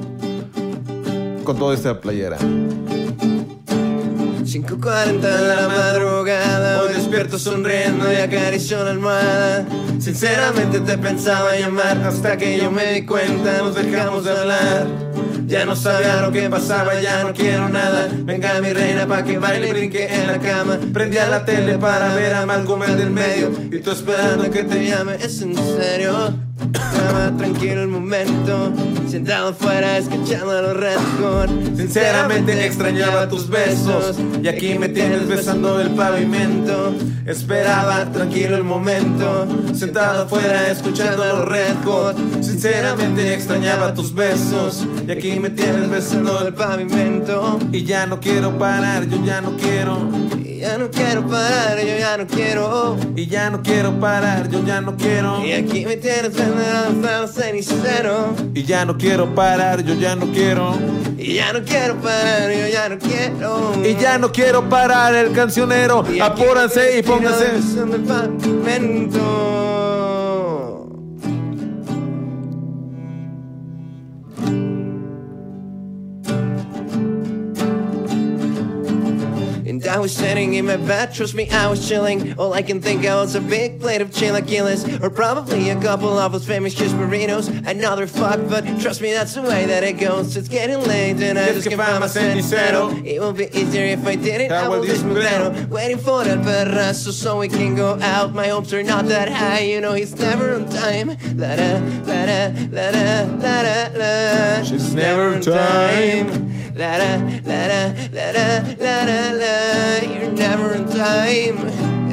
A: Con toda esta playera.
F: 5.40 de la madrugada Hoy despierto sonriendo y acaricio la almohada Sinceramente te pensaba llamar Hasta que yo me di cuenta Nos dejamos de hablar Ya no sabía lo que pasaba Ya no quiero nada Venga mi reina pa' que baile y brinque en la cama Prendía la tele para ver a Malcolm el del medio Y tú esperando que te llame Es en serio Estaba tranquilo el momento Sentado afuera escuchando a los Redcorn Sinceramente extrañaba tus besos Y aquí me tienes besando el pavimento Esperaba tranquilo el momento Sentado afuera escuchando a los Redcorn Sinceramente extrañaba tus besos Y aquí me tienes besando el pavimento
A: Y ya no quiero parar, yo ya no quiero.
F: Y ya no quiero parar, yo ya no quiero
A: Y ya no quiero parar, yo ya no quiero.
F: Y aquí me tienes besando hasta el cenicero
A: Y ya no quiero parar, yo ya no quiero.
F: Y ya no quiero parar, yo ya no quiero.
A: Y ya no quiero parar el cancionero.
F: Y aquí
A: Apúrense y
F: estoy
A: pónganse.
F: besando el pavimento. And I was sitting in my bed, trust me, I was chilling. All I can think of was a big plate of chilaquiles, or probably a couple of those famous chisperinos. Another fuck, but trust me, that's the way that it goes. It's getting late, and I
A: Yes,
F: just
A: que
F: can't find my
A: vamos en
F: cenicero. It will be easier if I did it. I will just move down. Waiting for that perrazo so we can go out. My hopes are not that high, you know, he's never on time. La da, la da, la da, la da, la.
A: She's never on time.
F: La da la da la da la da la You're never in time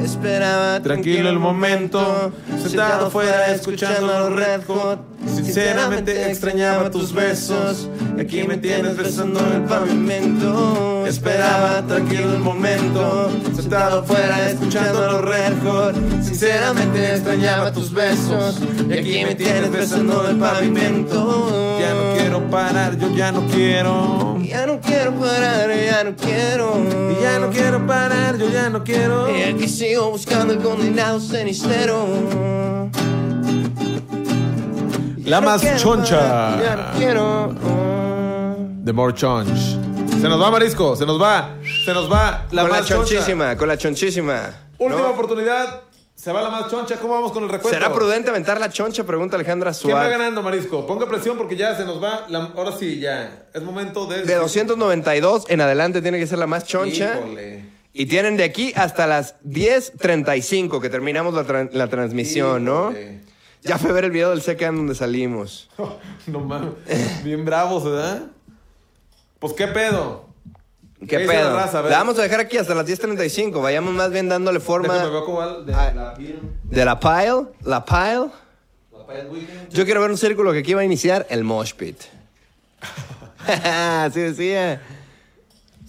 F: Esperaba
A: Tranquilo el momento, sentado fuera escuchando a los Red Hot. Sinceramente extrañaba tus besos, aquí me tienes besando el
F: pavimento
A: Esperaba tranquilo el momento, sentado fuera escuchando a los Red Hot. Sinceramente extrañaba tus besos, y aquí me tienes besando el pavimento. Ya no quiero parar, yo ya no quiero.
F: Ya no quiero parar, ya no quiero
A: Y ya no quiero parar, yo ya no quiero.
F: Y aquí sigo buscando el condenado cenicero
A: La
F: Ya no
A: más
F: quiero
A: choncha.
F: parar, Ya no quiero
A: The More Chunch. Se nos va, Marisco, se nos va, se nos va la
B: con la
A: más choncha.
B: chonchísima, con la chonchísima.
A: Última
B: ¿no?
A: oportunidad, se va la más choncha. ¿Cómo vamos con el recuento?
B: ¿Será prudente aventar la choncha? Pregunta Alejandra
A: ¿Quién va
B: Suárez.
A: ganando, Marisco? Ponga presión porque ya se nos va. la- ahora sí, ya. Es momento de.
B: De 292 en adelante tiene que ser la más choncha.
A: Híjole. (laughs)
B: Y tienen de aquí hasta las 10.35 que terminamos la, tran- la transmisión, ¿no?
A: Híjole.
B: Ya fue ver el video del secan donde salimos.
A: no mames. Bien bravos, ¿verdad? Pues qué pedo.
B: ¿Qué
A: ¿Qué dice
B: pedo?
A: la raza? A ver.
B: La vamos a dejar aquí hasta las 10.35. Vayamos más bien dándole
A: Déjame ver
B: forma
A: cómo va de
B: Ah.
A: la piel.
B: de la pile, la pile.
A: La piel, güey.
B: Yo quiero ver un círculo que aquí va a iniciar el mosh
A: (laughs)
B: pit. Así decía.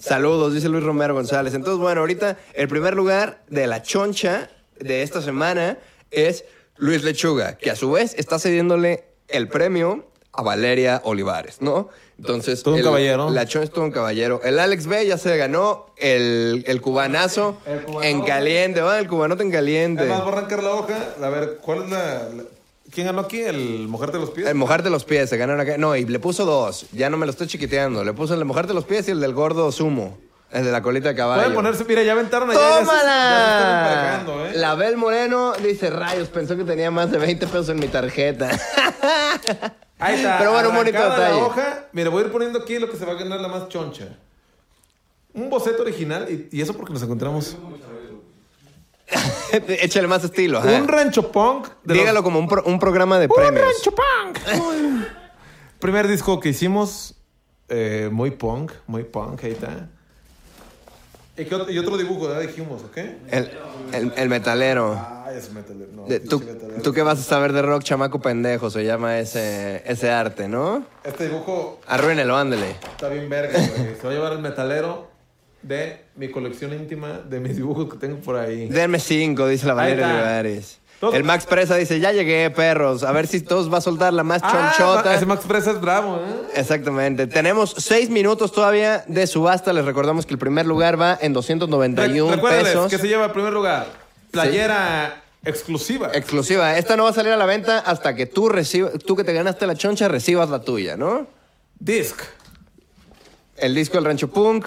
B: Saludos, dice Luis Romero González. Entonces, bueno, ahorita el primer lugar de la choncha de esta semana es Luis Lechuga, que a su vez está cediéndole el premio a Valeria Olivares, ¿no? Entonces,
A: Todo un
B: el-
A: caballero.
B: La choncha es todo un caballero. El Alex B ya se ganó el, el cubanazo
D: El cubanote.
B: en caliente, va, el cubanote en caliente.
A: Además, voy a arrancar la hoja. A ver, ¿cuál es la. la- ¿Quién ganó aquí? ¿El mojarte los pies?
B: El mojarte los pies, se ganaron acá. No, y le puso dos. Ya no me lo estoy chiquiteando. Le puso el de mojarte los pies y el del gordo sumo. El de la colita de caballo.
A: Pueden ponerse, mira, ya aventaron allá. ya se- ya se están
B: ¡Tómala!
A: emparejando, ¿eh?
B: La Bel Moreno dice, rayos, pensó que tenía más de 20 pesos en mi tarjeta. (laughs)
A: Ahí está.
B: Pero bueno, un bonito
A: arrancada
B: detalle.
A: La hoja. Mira, voy a ir poniendo aquí lo que se va a ganar la más choncha. Un boceto original, y, y eso porque nos encontramos.
B: Échale más estilo. ajá.
A: Un rancho punk. de los-
B: Dígalo como un, pro- un programa de
A: ¡Un
B: premios.
A: rancho punk! (laughs) Primer disco que hicimos, eh, muy punk, muy punk, ahí está. Y, qué otro, y otro dibujo, ya dijimos, ¿ok?
B: El, el- el metalero.
A: Ah, es metal. No,
B: De-
A: pinche
B: ¿tú,
A: metalero.
B: tú qué vas a saber de rock, chamaco pendejo? Se llama ese, ese arte, ¿no?
A: Este dibujo
B: Arruínelo, ándele.
A: Está bien verga, güey. Se va a llevar el metalero de mi colección íntima de mis dibujos que tengo por ahí.
B: Denme cinco, dice la Valeria
A: Ahí está.
B: Olivares.
A: Todos-
B: El Max Presa dice, ya llegué, perros. A ver si todos va a soltar la más
A: Ah,
B: chonchota.
A: ese Max Presa es bravo, ¿eh?
B: Exactamente. Tenemos seis minutos todavía de subasta. Les recordamos que el primer lugar va en 291
A: Recuérdales
B: pesos.
A: que se lleva el primer lugar. Playera exclusiva.
B: Exclusiva. Esta no va a salir a la venta hasta que tú recibas, tú que te ganaste la choncha, recibas la tuya, ¿no?
A: Disc.
B: El disco El Rancho Punk.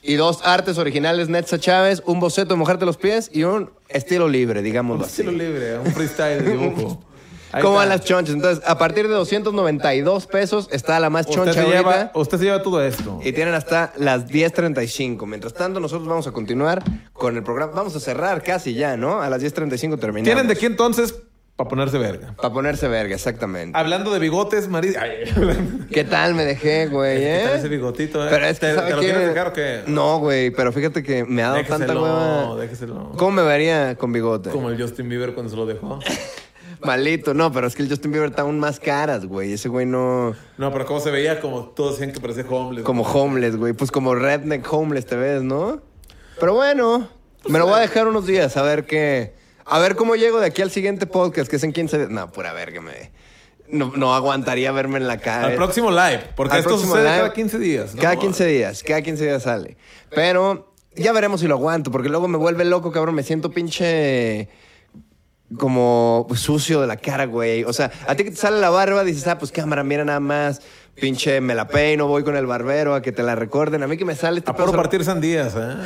B: Y dos artes originales, Netza Chávez, un boceto de Mojarte los Pies y un estilo
A: (laughs)
B: libre, digámoslo así.
A: Estilo libre, un freestyle de
B: (laughs)
A: dibujo. Ahí
B: ¿Cómo van
A: está.
B: las chonchas? Entonces, a partir de 292 pesos está la más
A: Usted
B: choncha
A: se, lleva,
B: ahorita. Eh,
A: usted se lleva todo esto.
B: Y tienen hasta las 10.35. Mientras tanto, nosotros vamos a continuar con el programa. Vamos a cerrar casi ya, ¿no? A las 10.35 terminamos.
A: ¿Tienen de qué entonces? Para ponerse verga.
B: Para ponerse verga, exactamente.
A: Hablando de bigotes, Maris.
B: (laughs) ¿Qué tal me dejé, güey, eh?
A: tal ese bigotito, eh?
B: Pero es que,
A: ¿Te-
B: ¿sabe
A: te lo
B: qué?
A: quieres dejar o qué?
B: No, güey, pero fíjate que me ha dado tanta
A: Déjeselo,
B: hueva.
A: déjeselo.
B: ¿Cómo me vería con bigote?
A: Como el Justin Bieber cuando se lo dejó.
B: Malito, no, pero es que el Justin Bieber está aún más caras, güey. Ese güey no...
A: No, pero cómo se veía, como todos decían que parecía homeless.
B: Como homeless, güey. Pues como redneck homeless te ves, ¿no? Pero bueno,
A: Pues
B: me lo voy a dejar unos días a ver qué. A ver cómo llego de aquí al siguiente podcast, que es en 15 días. No, pura verga, me. No, no aguantaría verme en la cara.
A: Al próximo live, porque
B: Al
A: esto
B: próximo
A: sucede
B: live.
A: cada 15 días. ¿no?
B: Cada 15 días, cada 15 días sale. Pero ya veremos si lo aguanto, porque luego me vuelve loco, cabrón. Me siento pinche. Como sucio de la cara, güey. O sea, a ti que te sale la barba, dices, ah, pues cámara, mira nada más. Pinche, me la peino, voy con el barbero a que te la recuerden. A mí que me sale este
A: A puro
B: pedo-
A: partir sandías, ¿eh?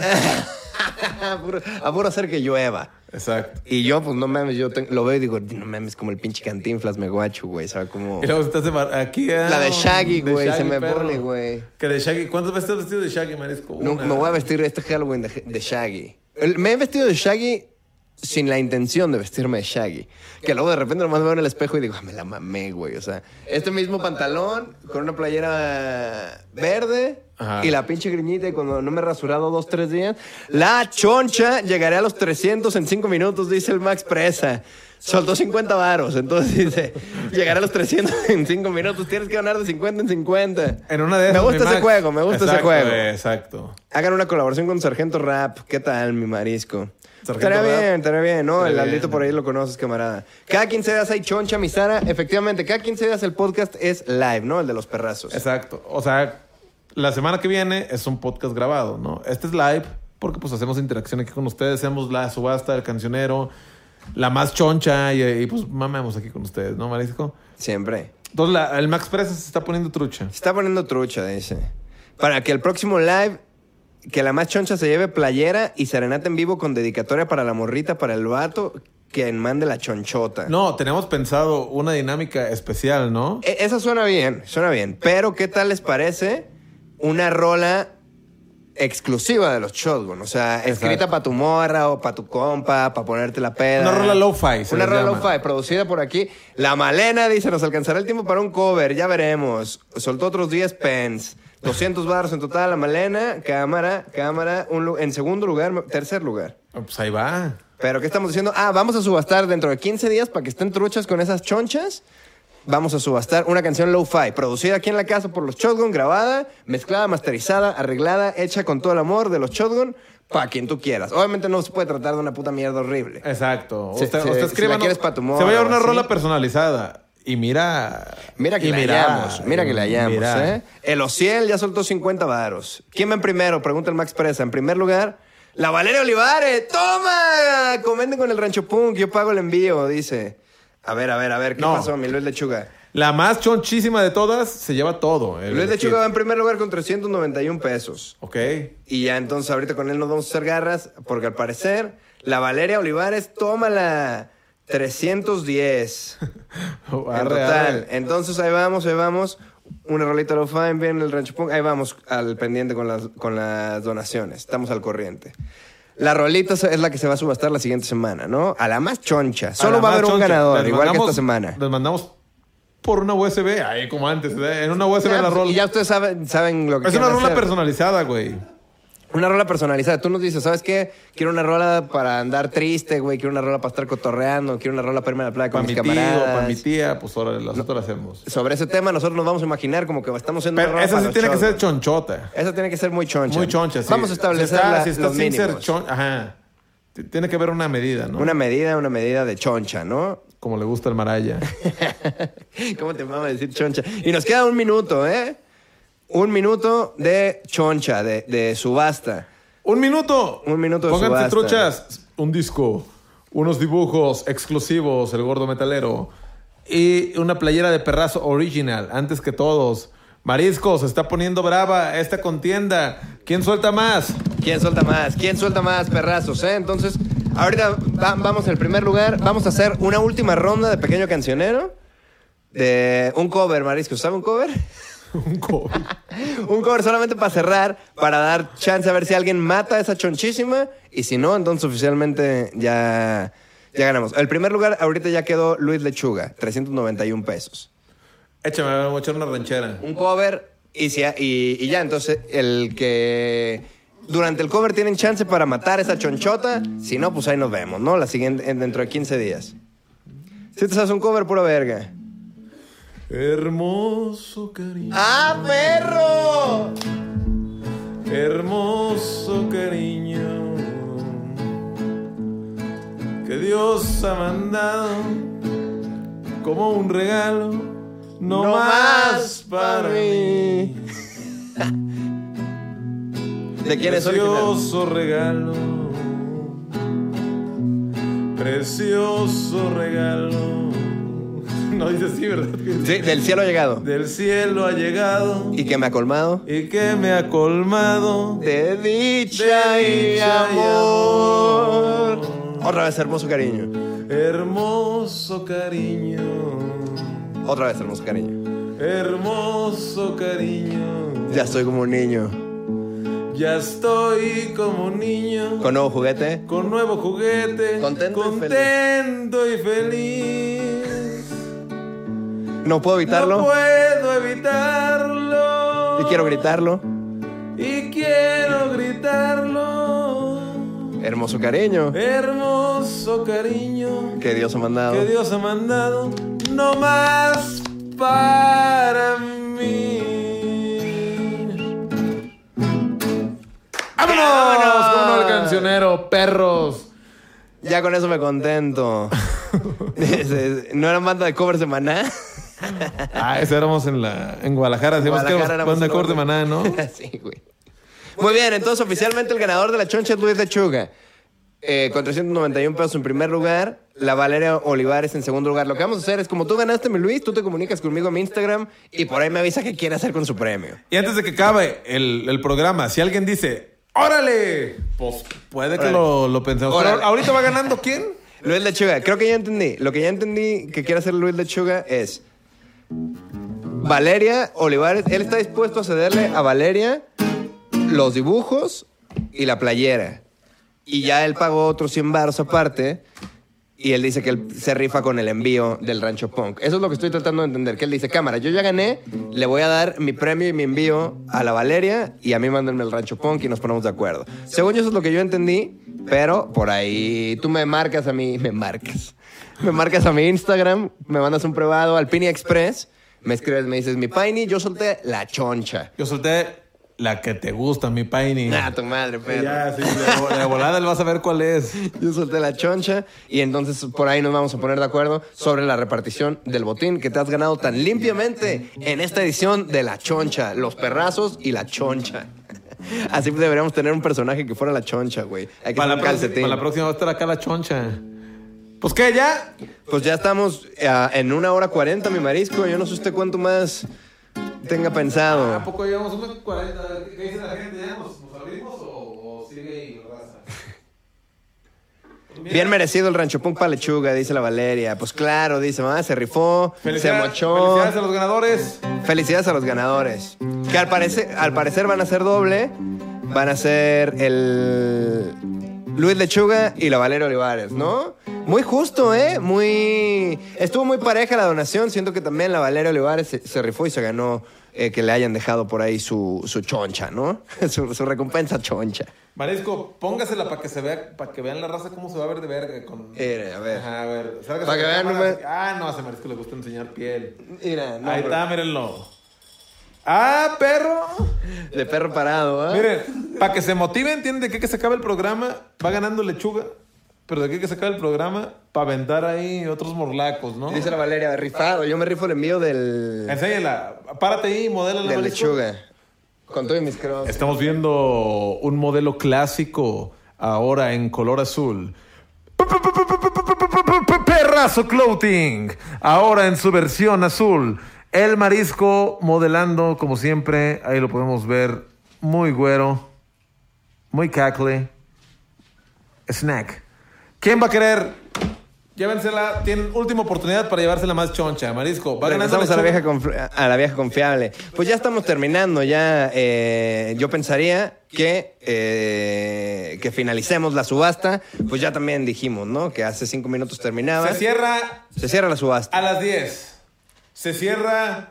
B: (laughs) a, puro, a puro hacer que llueva.
A: Exacto.
B: Y yo, pues no mames, yo te- lo veo y digo, no mames, como el pinche cantinflas me guacho, güey. O sea, como.
A: Y luego estás de mar- aquí. ah,
B: La de Shaggy, güey,
A: Shaggy,
B: se me
A: perro.
B: pone, güey.
A: Que de Shaggy. ¿Cuántas veces te has vestido de Shaggy, Marisco?
B: No,
A: Una.
B: me voy a vestir este Halloween de, de Shaggy. El- me he vestido de Shaggy sin la intención de vestirme de Shaggy. Que luego de repente nomás me veo en el espejo y digo, "Ah, me la mamé, güey. O sea, este mismo pantalón con una playera verde
A: Ajá.
B: y la pinche griñita y cuando no me he rasurado dos, tres días. La choncha, llegaré a los 300 en cinco minutos, dice el Max Presa. Soltó 50 varos, entonces dice, llegaré a los 300 en cinco minutos, tienes que ganar de 50 en 50.
A: En una de
B: Me
A: esas,
B: gusta
A: mi
B: ese
A: Max.
B: juego, me gusta ese
A: Exacto,
B: juego.
A: güey, Exacto.
B: Hagan una colaboración con Sargento Rap. ¿Qué tal, mi marisco?
A: Sargento
B: estaría
A: Rap.
B: bien, estaría bien, ¿no?
A: Estaría
B: el Aldito
A: bien.
B: por ahí lo conoces, camarada. Cada 15 días hay choncha, mi Sara. Efectivamente, cada 15 días el podcast es live, ¿no? El de los perrazos.
A: Exacto. O sea, la semana que viene es un podcast grabado, ¿no? Este es live porque pues hacemos interacción aquí con ustedes, hacemos la subasta del cancionero, la más choncha y, y, pues mamamos aquí con ustedes, ¿no, Marisco?
B: Siempre.
A: Entonces la- el Max Presa se está poniendo trucha.
B: Se está poniendo trucha, dice. Para que el próximo live, que la más choncha se lleve playera y serenata en vivo con dedicatoria para la morrita, para el vato, quien mande la chonchota.
A: No, tenemos pensado una dinámica especial, ¿no?
B: E- Esa suena bien, suena bien. Pero, ¿qué tal les parece una rola exclusiva de los Shotgun? O sea, escrita para tu morra o para tu compa, para ponerte la peda.
A: Una rola lo-fi, se
B: Una
A: les
B: rola
A: llama.
B: lo-fi, producida por aquí. La Malena dice, nos alcanzará el tiempo para un cover, ya veremos. Soltó otros 10 pens. 200 barros en total, la Malena, cámara, cámara, un lu- en segundo lugar, tercer lugar.
A: Ah, Pues ahí va.
B: Pero ¿qué estamos diciendo? Ah, vamos a subastar dentro de 15 días para que estén truchas con esas chonchas. Vamos a subastar una canción lo-fi, producida aquí en la casa por los Shotgun, grabada, mezclada, masterizada, arreglada, hecha con todo el amor de los Shotgun, para quien tú quieras. Obviamente no se puede tratar de una puta mierda horrible.
A: Exacto.
B: Si-
A: usted
B: si-
A: usted
B: si la
A: escríbanos.
B: quieres pa' tu
A: se va a
B: morra
A: llevar
B: o
A: una
B: así.
A: rola personalizada. Y mira.
B: Mira que
A: y
B: la hallamos, mira que la hallamos,
A: mira.
B: ¿eh? El Ociel ya soltó 50 varos. ¿Quién va en primero? Pregunta el Max Presa. En primer lugar, la Valeria Olivares. ¡Toma! Comenten con el Rancho Punk, yo pago el envío, dice. A ver, a ver, a ver, ¿qué
A: No.
B: pasó, mi Luis Lechuga?
A: La más chonchísima de todas se lleva todo. eh, el
B: Luis
A: kit.
B: Lechuga va en primer lugar con 391 pesos.
A: Ok.
B: Y ya entonces ahorita con él nos vamos a hacer garras, porque al parecer, la Valeria Olivares toma la 310.
A: Ah,
B: En
A: Arre,
B: total. eh,
A: arre.
B: Entonces ahí vamos, ahí vamos. Una rolita lo fine, bien el rancho punk. Ahí vamos al pendiente con las, con las donaciones. Estamos al corriente. La rolita es la que se va a subastar la siguiente semana, ¿no? A la más choncha.
A: A
B: Solo
A: la
B: va a
A: más
B: haber un
A: choncha.
B: ganador,
A: Les
B: igual que
A: mandamos-
B: esta semana.
A: Les mandamos por una USB, ahí como antes, ¿eh? en una USB
B: Ya,
A: la
B: pues,
A: rola.
B: Y ya ustedes saben, saben lo que
A: es una
B: quieren
A: rola
B: hacer.
A: personalizada, güey.
B: Una rola personalizada. Tú nos dices, ¿sabes qué? Quiero una rola para andar triste, güey. Quiero una rola para estar cotorreando. Quiero una rola para irme a la playa con
A: Para mi
B: mis
A: tío,
B: camaradas.
A: para mi tía, pues ahora nosotros la hacemos.
B: Sobre ese tema nosotros nos vamos a imaginar como que estamos haciendo una
A: Pero
B: rola
A: esa
B: para
A: sí
B: los
A: tiene que
B: chavos.
A: ser chonchota.
B: Esa tiene que ser muy choncha.
A: Muy choncha, sí.
B: Vamos a establecer
A: si está,
B: la-
A: si está
B: los
A: sin ser
B: mínimos.
A: chon- Ajá. T- Tiene que haber una medida, ¿no?
B: Una medida, una medida de choncha, ¿no? (laughs)
A: Como le gusta al Maraya.
B: ¿Cómo te vamos a decir choncha? Y nos queda un minuto, ¿eh? Un minuto de choncha, de, de subasta.
A: ¡Un minuto!
B: Un minuto de
A: Pónganse
B: subasta.
A: truchas. Un disco, unos dibujos exclusivos, el gordo metalero. Y una playera de perrazo original, antes que todos. Marisco, se está poniendo brava esta contienda. ¿Quién suelta más? (laughs)
B: ¿Quién suelta más? ¿Quién suelta más, perrazos? eh? Entonces, ahorita va- vamos al primer lugar. Vamos a hacer una última ronda de pequeño cancionero. De un cover, Marisco. ¿Sabe un cover?
A: Un cover.
B: Un cover solamente para cerrar, para dar chance a ver si alguien mata a esa chonchísima. Y si no, entonces oficialmente ya, ya ganamos. El primer lugar ahorita ya quedó Luis Lechuga, 391 pesos.
A: Échame, voy a echar una ranchera.
B: Un cover y, si- y, y ya, entonces el que... Durante el cover tienen chance para matar esa chonchota. Si no, pues ahí nos vemos, ¿no? La siguiente, en- dentro de 15 días. Si te haces un cover, pura verga.
A: Hermoso cariño.
B: ¡Ah, perro!
A: Hermoso cariño que Dios ha mandado como un regalo, no,
B: No
A: más
B: más
A: para
B: para
A: mí.
B: (laughs) ¿De quién es original?
A: Precioso regalo, precioso regalo. No dice así, ¿verdad?
B: Sí, del cielo ha llegado.
A: Del cielo ha llegado
B: Y que me ha colmado.
A: y que me ha colmado.
B: De dicha
A: De
B: y
A: dicha y
B: amor.
A: amor.
B: Otra vez hermoso cariño.
A: Hermoso cariño,
B: Otra vez hermoso cariño.
A: hermoso cariño.
B: Ya estoy como un niño.
A: Ya estoy como niño,
B: Con nuevo juguete.
A: con nuevo juguete,
B: Contento y
A: contento y feliz.
B: No puedo
A: No
B: evitarlo.
A: puedo evitarlo.
B: Y quiero gritarlo.
A: Y quiero gritarlo.
B: Hermoso cariño.
A: Hermoso cariño.
B: Que Dios ha mandado.
A: que Dios ha mandado no más para mí. ¡Vámonos!
B: ¡Vámonos!
A: ¡Vámonos al cancionero, perros!
B: Ya con eso
A: (laughs)
B: me contento. (laughs) no eran banda de cover semanal.
A: Ah, ese éramos en, la, en Guadalajara. Decíamos que
B: Guadalajara
A: éramos
B: éramos
A: banda
B: una
A: corte
B: banda.
A: maná, ¿no?
B: (laughs) sí, güey. Muy bien, entonces oficialmente el ganador de la choncha es Luis de Chuga. Eh, con 391 pesos en primer lugar, la Valeria Olivares en segundo lugar. Lo que vamos a hacer es, como tú ganaste, mi Luis, tú te comunicas conmigo en mi Instagram y por ahí me avisa qué quiere hacer con su premio.
A: Y antes de que acabe el, el programa, si alguien dice, ¡órale! Pues puede que
B: Órale.
A: lo, lo pensemos. Pero
B: Órale.
A: ahorita va ganando quién?
B: Luis Lechuga, creo que ya entendí. Lo que ya entendí que quiere hacer Luis Lechuga es. Valeria Olivares, él está dispuesto a cederle a Valeria los dibujos y la playera. Y ya él pagó otros 100 baros aparte. Y él dice que él se rifa con el envío del Rancho Punk. Eso es lo que estoy tratando de entender. Que él dice, cámara, yo ya gané, le voy a dar mi premio y mi envío a la Valeria y a mí mándenme el Rancho Punk y nos ponemos de acuerdo. Según yo, eso es lo que yo entendí, pero por ahí tú me marcas a mí, (laughs) me marcas. Me marcas a mi Instagram, me mandas un privado al Pini Express, me escribes, me dices, mi Piney, yo solté la choncha.
A: Yo solté la que te gusta, mi paini.
B: Ah, tu madre, perro.
A: Ya, sí, de, de volada él va a saber cuál es.
B: Yo solté la choncha y entonces por ahí nos vamos a poner de acuerdo sobre la repartición del botín que te has ganado tan limpiamente en esta edición de La Choncha, los perrazos y la choncha. (laughs) Así deberíamos tener un personaje que fuera la choncha, güey. Hay que
A: Para
B: ser
A: la,
B: un
A: próxima,
B: calcetín.
A: para la próxima va a estar acá la choncha. Pues qué, ya.
B: Pues ya estamos eh, en una hora cuarenta, mi marisco. Yo no sé usted cuánto más tenga pensado.
A: ¿A poco llevamos unos 40? ¿Qué dice la gente? ¿Ya nos, nos abrimos o, o sigue ahí la raza? pues
B: Bien merecido el rancho punk para lechuga, dice la Valeria. Pues claro, dice, ah, se rifó, se
A: Felicidades-
B: mochó.
A: Felicidades a los ganadores.
B: Felicidades a los ganadores. Que al, parece- al parecer van a ser doble. Van a ser el Luis Lechuga y la Valeria Olivares, ¿no? Muy justo, ¿eh? Muy... Estuvo muy pareja la donación. Siento que también la Valeria Olivares se, se rifó y se ganó eh, que le hayan dejado por ahí su, su choncha, ¿no? (laughs) Su, su recompensa choncha.
A: Marisco, póngasela para que se vea, para que vean la raza cómo se va a ver de verga con.
B: Mira, a ver.
A: Ajá, a ver. sálgase
B: Eh, Para que
A: la
B: vean,
A: cámara.
B: no me-
A: Ah, no, a ese Marisco le gusta enseñar piel.
B: Mira, no,
A: Ahí
B: pero-
A: está, mírenlo. Ah, perro.
B: de perro parado, ¿eh?
A: Miren, para que se motiven, tienen de qué que se acabe el programa, va ganando lechuga. Pero de qué que se acabe el programa, para aventar ahí otros morlacos, ¿no?
B: Dice la Valeria, rifado. Yo me rifo el envío del...
A: Enséñala, párate ahí, modélala.
B: de
A: Marisco.
B: lechuga. Con todo y mis crocs.
A: Estamos viendo un modelo clásico ahora en color azul. Perrazo Clothing, ahora en su versión azul. El marisco modelando, como siempre. Ahí lo podemos ver. Muy güero. Muy cacle. Snack. ¿Quién va a querer? Llévensela. Tienen última oportunidad para llevársela más choncha. Marisco, va ganando.
B: Regresamos a la, vieja conf- a la vieja confiable. Pues ya estamos terminando, ya eh, yo pensaría que, eh, que finalicemos la subasta. Pues ya también dijimos, ¿no? Que hace cinco minutos terminaba.
A: Se cierra
B: Se cierra la subasta.
A: a las 10. Se cierra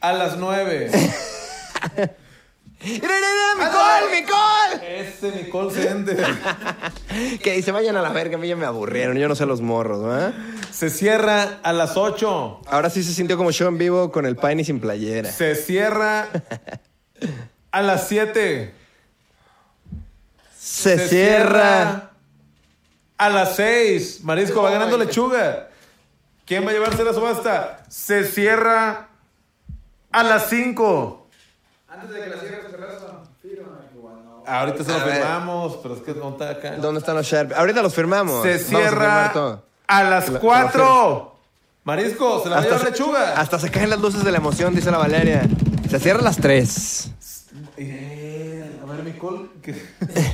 A: a las 9. Ah.
B: ¡Mira, mira, mira! ¡Mi col, mi
A: Este Nicole se vende.
B: col! Que se vayan a la verga, a mí ya me aburrieron, yo no sé los morros, ¿verdad?
A: Se cierra a las 8.
B: Ahora sí se sintió como show en vivo con el Pine y sin playera.
A: Se cierra a las 7.
B: Se, cierra.
A: a las 6. Marisco va ganando lechuga. ¿Quién va a llevarse la subasta? Se cierra a las 5.
D: Antes de que la pues, cierres, cerrazo. Firma, bueno.
A: Ahorita se lo
B: A ver.
A: firmamos, pero es que no está acá.
B: ¿Dónde están los Sharp? Ahorita los firmamos.
A: Se
B: Vamos a firmar
A: cierra
B: todo.
A: a las 4. Marisco, se la va a llevar lechuga.
B: hasta se caen las luces de la emoción, dice la Valeria. Se cierra a las 3.
A: Eh, a ver, Nicole. que-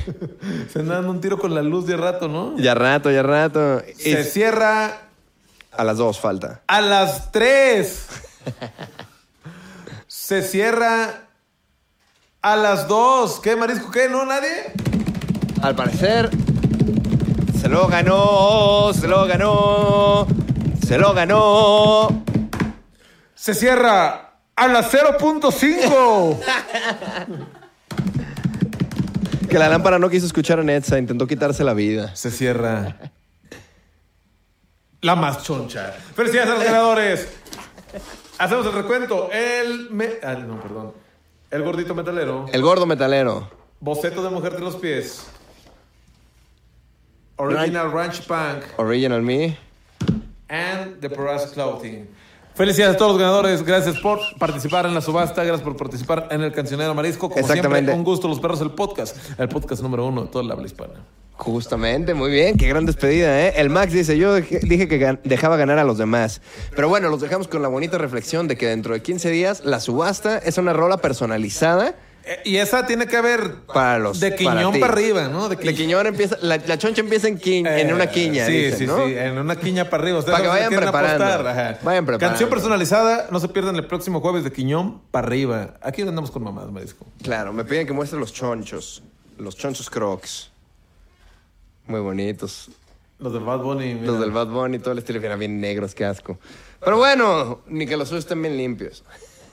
A: (laughs) se andan dando un tiro con la luz de rato, ¿no?
B: Ya rato, ya rato. Y
A: Se cierra
B: a las 2 falta.
A: a las 3. Se cierra a las 2. ¿Qué, Marisco? ¿Qué? ¿No? ¿Nadie?
B: Al parecer, se lo ganó, se lo ganó, se lo ganó.
A: Se cierra a las 0.5.
B: Que la lámpara no quiso escuchar a Netza, intentó quitarse la vida.
A: Se cierra la más choncha. Felicidades a los ganadores. Hacemos el recuento. El. Me... ah, no, perdón. El gordito metalero.
B: El gordo metalero.
A: Boceto de mujer de los pies. Original Ranch Punk
B: Original Me.
A: and the Paras Clothing. Felicidades a todos los ganadores. Gracias por participar en la subasta. Gracias por participar en el cancionero marisco. Como
B: Exactamente.
A: siempre, un gusto. Los perros, el podcast. El podcast número uno de toda la habla hispana.
B: Justamente, muy bien, qué gran despedida, ¿eh? El Max dice, yo dej- dije que gan- dejaba ganar a los demás. Pero bueno, los dejamos con la bonita reflexión de que dentro de 15 días la subasta es una rola personalizada
A: Eh, Y esa tiene que haber
B: para los...
A: de
B: para
A: Quiñón
B: ti.
A: para, arriba, ¿no? De,
B: De Quiñón empieza, la, la choncha empieza en, quin-
A: Eh,
B: en una quiña,
A: Sí,
B: dicen,
A: sí,
B: ¿no?
A: sí, en una quiña para arriba. Ustedes
B: Para que
A: no se
B: vayan
A: quieren
B: preparando.
A: ajá.
B: Vayan preparando.
A: Canción personalizada, no se pierdan el próximo jueves de Quiñón para arriba. Aquí andamos con mamás, Marisco.
B: Claro, me piden que muestre los chonchos, los chonchos crocs. Muy bonitos.
A: Los del Bad Bunny. mira.
B: Los del Bad Bunny, todo el estilo era bien negros, qué asco. Pero bueno, ni que los suyos estén bien limpios.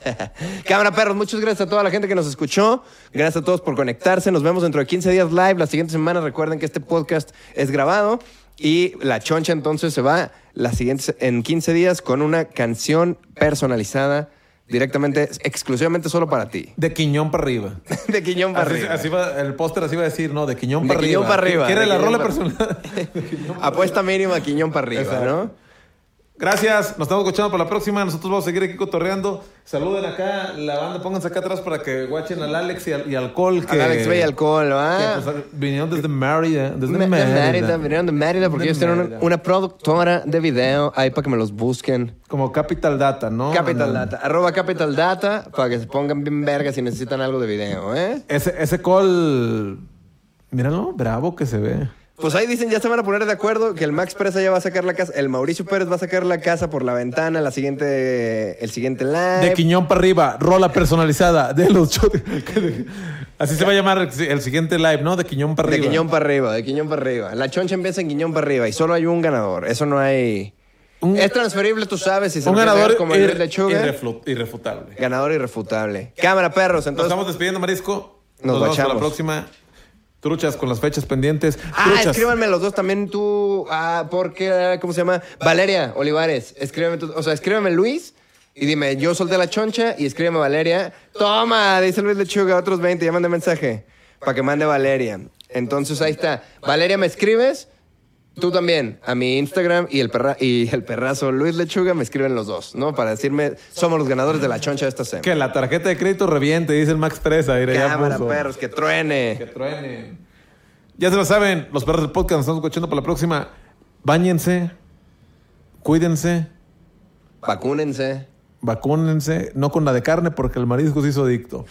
B: (laughs) Cámara perros, muchas gracias a toda la gente que nos escuchó. Gracias a todos por conectarse. Nos vemos dentro de 15 días live. La siguiente semana recuerden que este podcast es grabado. Y la choncha entonces se va la siguiente, en 15 días con una canción personalizada directamente, exclusivamente solo para ti. (laughs)
A: De Quiñón para arriba.
B: De Quiñón para
A: Así,
B: arriba.
A: así va, el póster así va a decir, ¿no? De Quiñón
B: De
A: para arriba.
B: Quiñón para arriba,
A: ¿Quiere
B: de
A: la
B: Quiñón
A: rola
B: para-
A: personal? (laughs)
B: Apuesta mínima, Quiñón para arriba,
A: Exacto.
B: ¿no?
A: Gracias, nos estamos escuchando para la próxima. Nosotros vamos a seguir aquí cotorreando. Saluden acá, la banda, pónganse acá atrás para que guachen al Alex y al, y al Col. Que,
B: Al Alex Bey Alcohol, ¿va?
A: que, pues, vinieron desde Mérida. Desde
B: Ah. Me- de
A: Mérida.
B: Mérida, vinieron de Mérida porque
A: De
B: ellos tienen una,
A: Mérida.
B: una productora de video ahí para que me los busquen.
A: Como Capital Data, ¿no?
B: Capital
A: Andan-
B: Data, arroba Capital Data para que se pongan bien verga si necesitan algo de video, ¿eh?
A: Ese, ese col. Míralo, bravo que se ve.
B: Pues ahí dicen, ya se van a poner de acuerdo que el Max Presa ya va a sacar la casa, el Mauricio Pérez va a sacar la casa por la ventana, la siguiente, el siguiente
A: De
B: live.
A: Quiñón para arriba, rola personalizada de los shot- (laughs) Así se va a llamar el, el siguiente live, ¿no? De Quiñón para
B: Eh. De
A: arriba.
B: Quiñón para arriba, de Quiñón para arriba. La choncha empieza en Quiñón para arriba y solo hay un ganador. Eso no hay...
A: Un-
B: es transferible, tú sabes, si se
A: Un
B: lo quieres
A: ganador
B: ver como el
A: ir-
B: Luis Lechuga.
A: irrefu- irrefutable.
B: Ganador irrefutable. Cámara, perros,
A: Nos
B: entonces...
A: estamos despidiendo, Marisco.
B: Nos
A: vemos para la
B: guachamos.
A: próxima. Truchas con las fechas pendientes.
B: Ah,
A: Truchas.
B: escríbanme los dos también tú. Ah, porque, ¿cómo se llama? Valeria Olivares. Escríbeme tú. O sea, escríbeme Luis y dime, yo solté la choncha y escríbeme Valeria. Toma, dice Luis Lechuga, otros 20, ya mandé mensaje para que mande Valeria. Entonces ahí está. Valeria, ¿me escribes? Tú también, a mi Instagram y el, perra- y el perrazo Luis Lechuga me escriben los dos, ¿no? Para decirme, somos los ganadores de la choncha de esta semana.
A: Que la tarjeta de crédito reviente, dice el Max Presa. Mira, ya
B: Cámara,
A: puso.
B: perros, que truene.
A: Que truenen. Ya se lo saben, los perros del podcast nos estamos escuchando para la próxima. Báñense, cuídense,
B: Vacúnense.
A: vacúnense, no con la de carne porque el marisco se hizo adicto.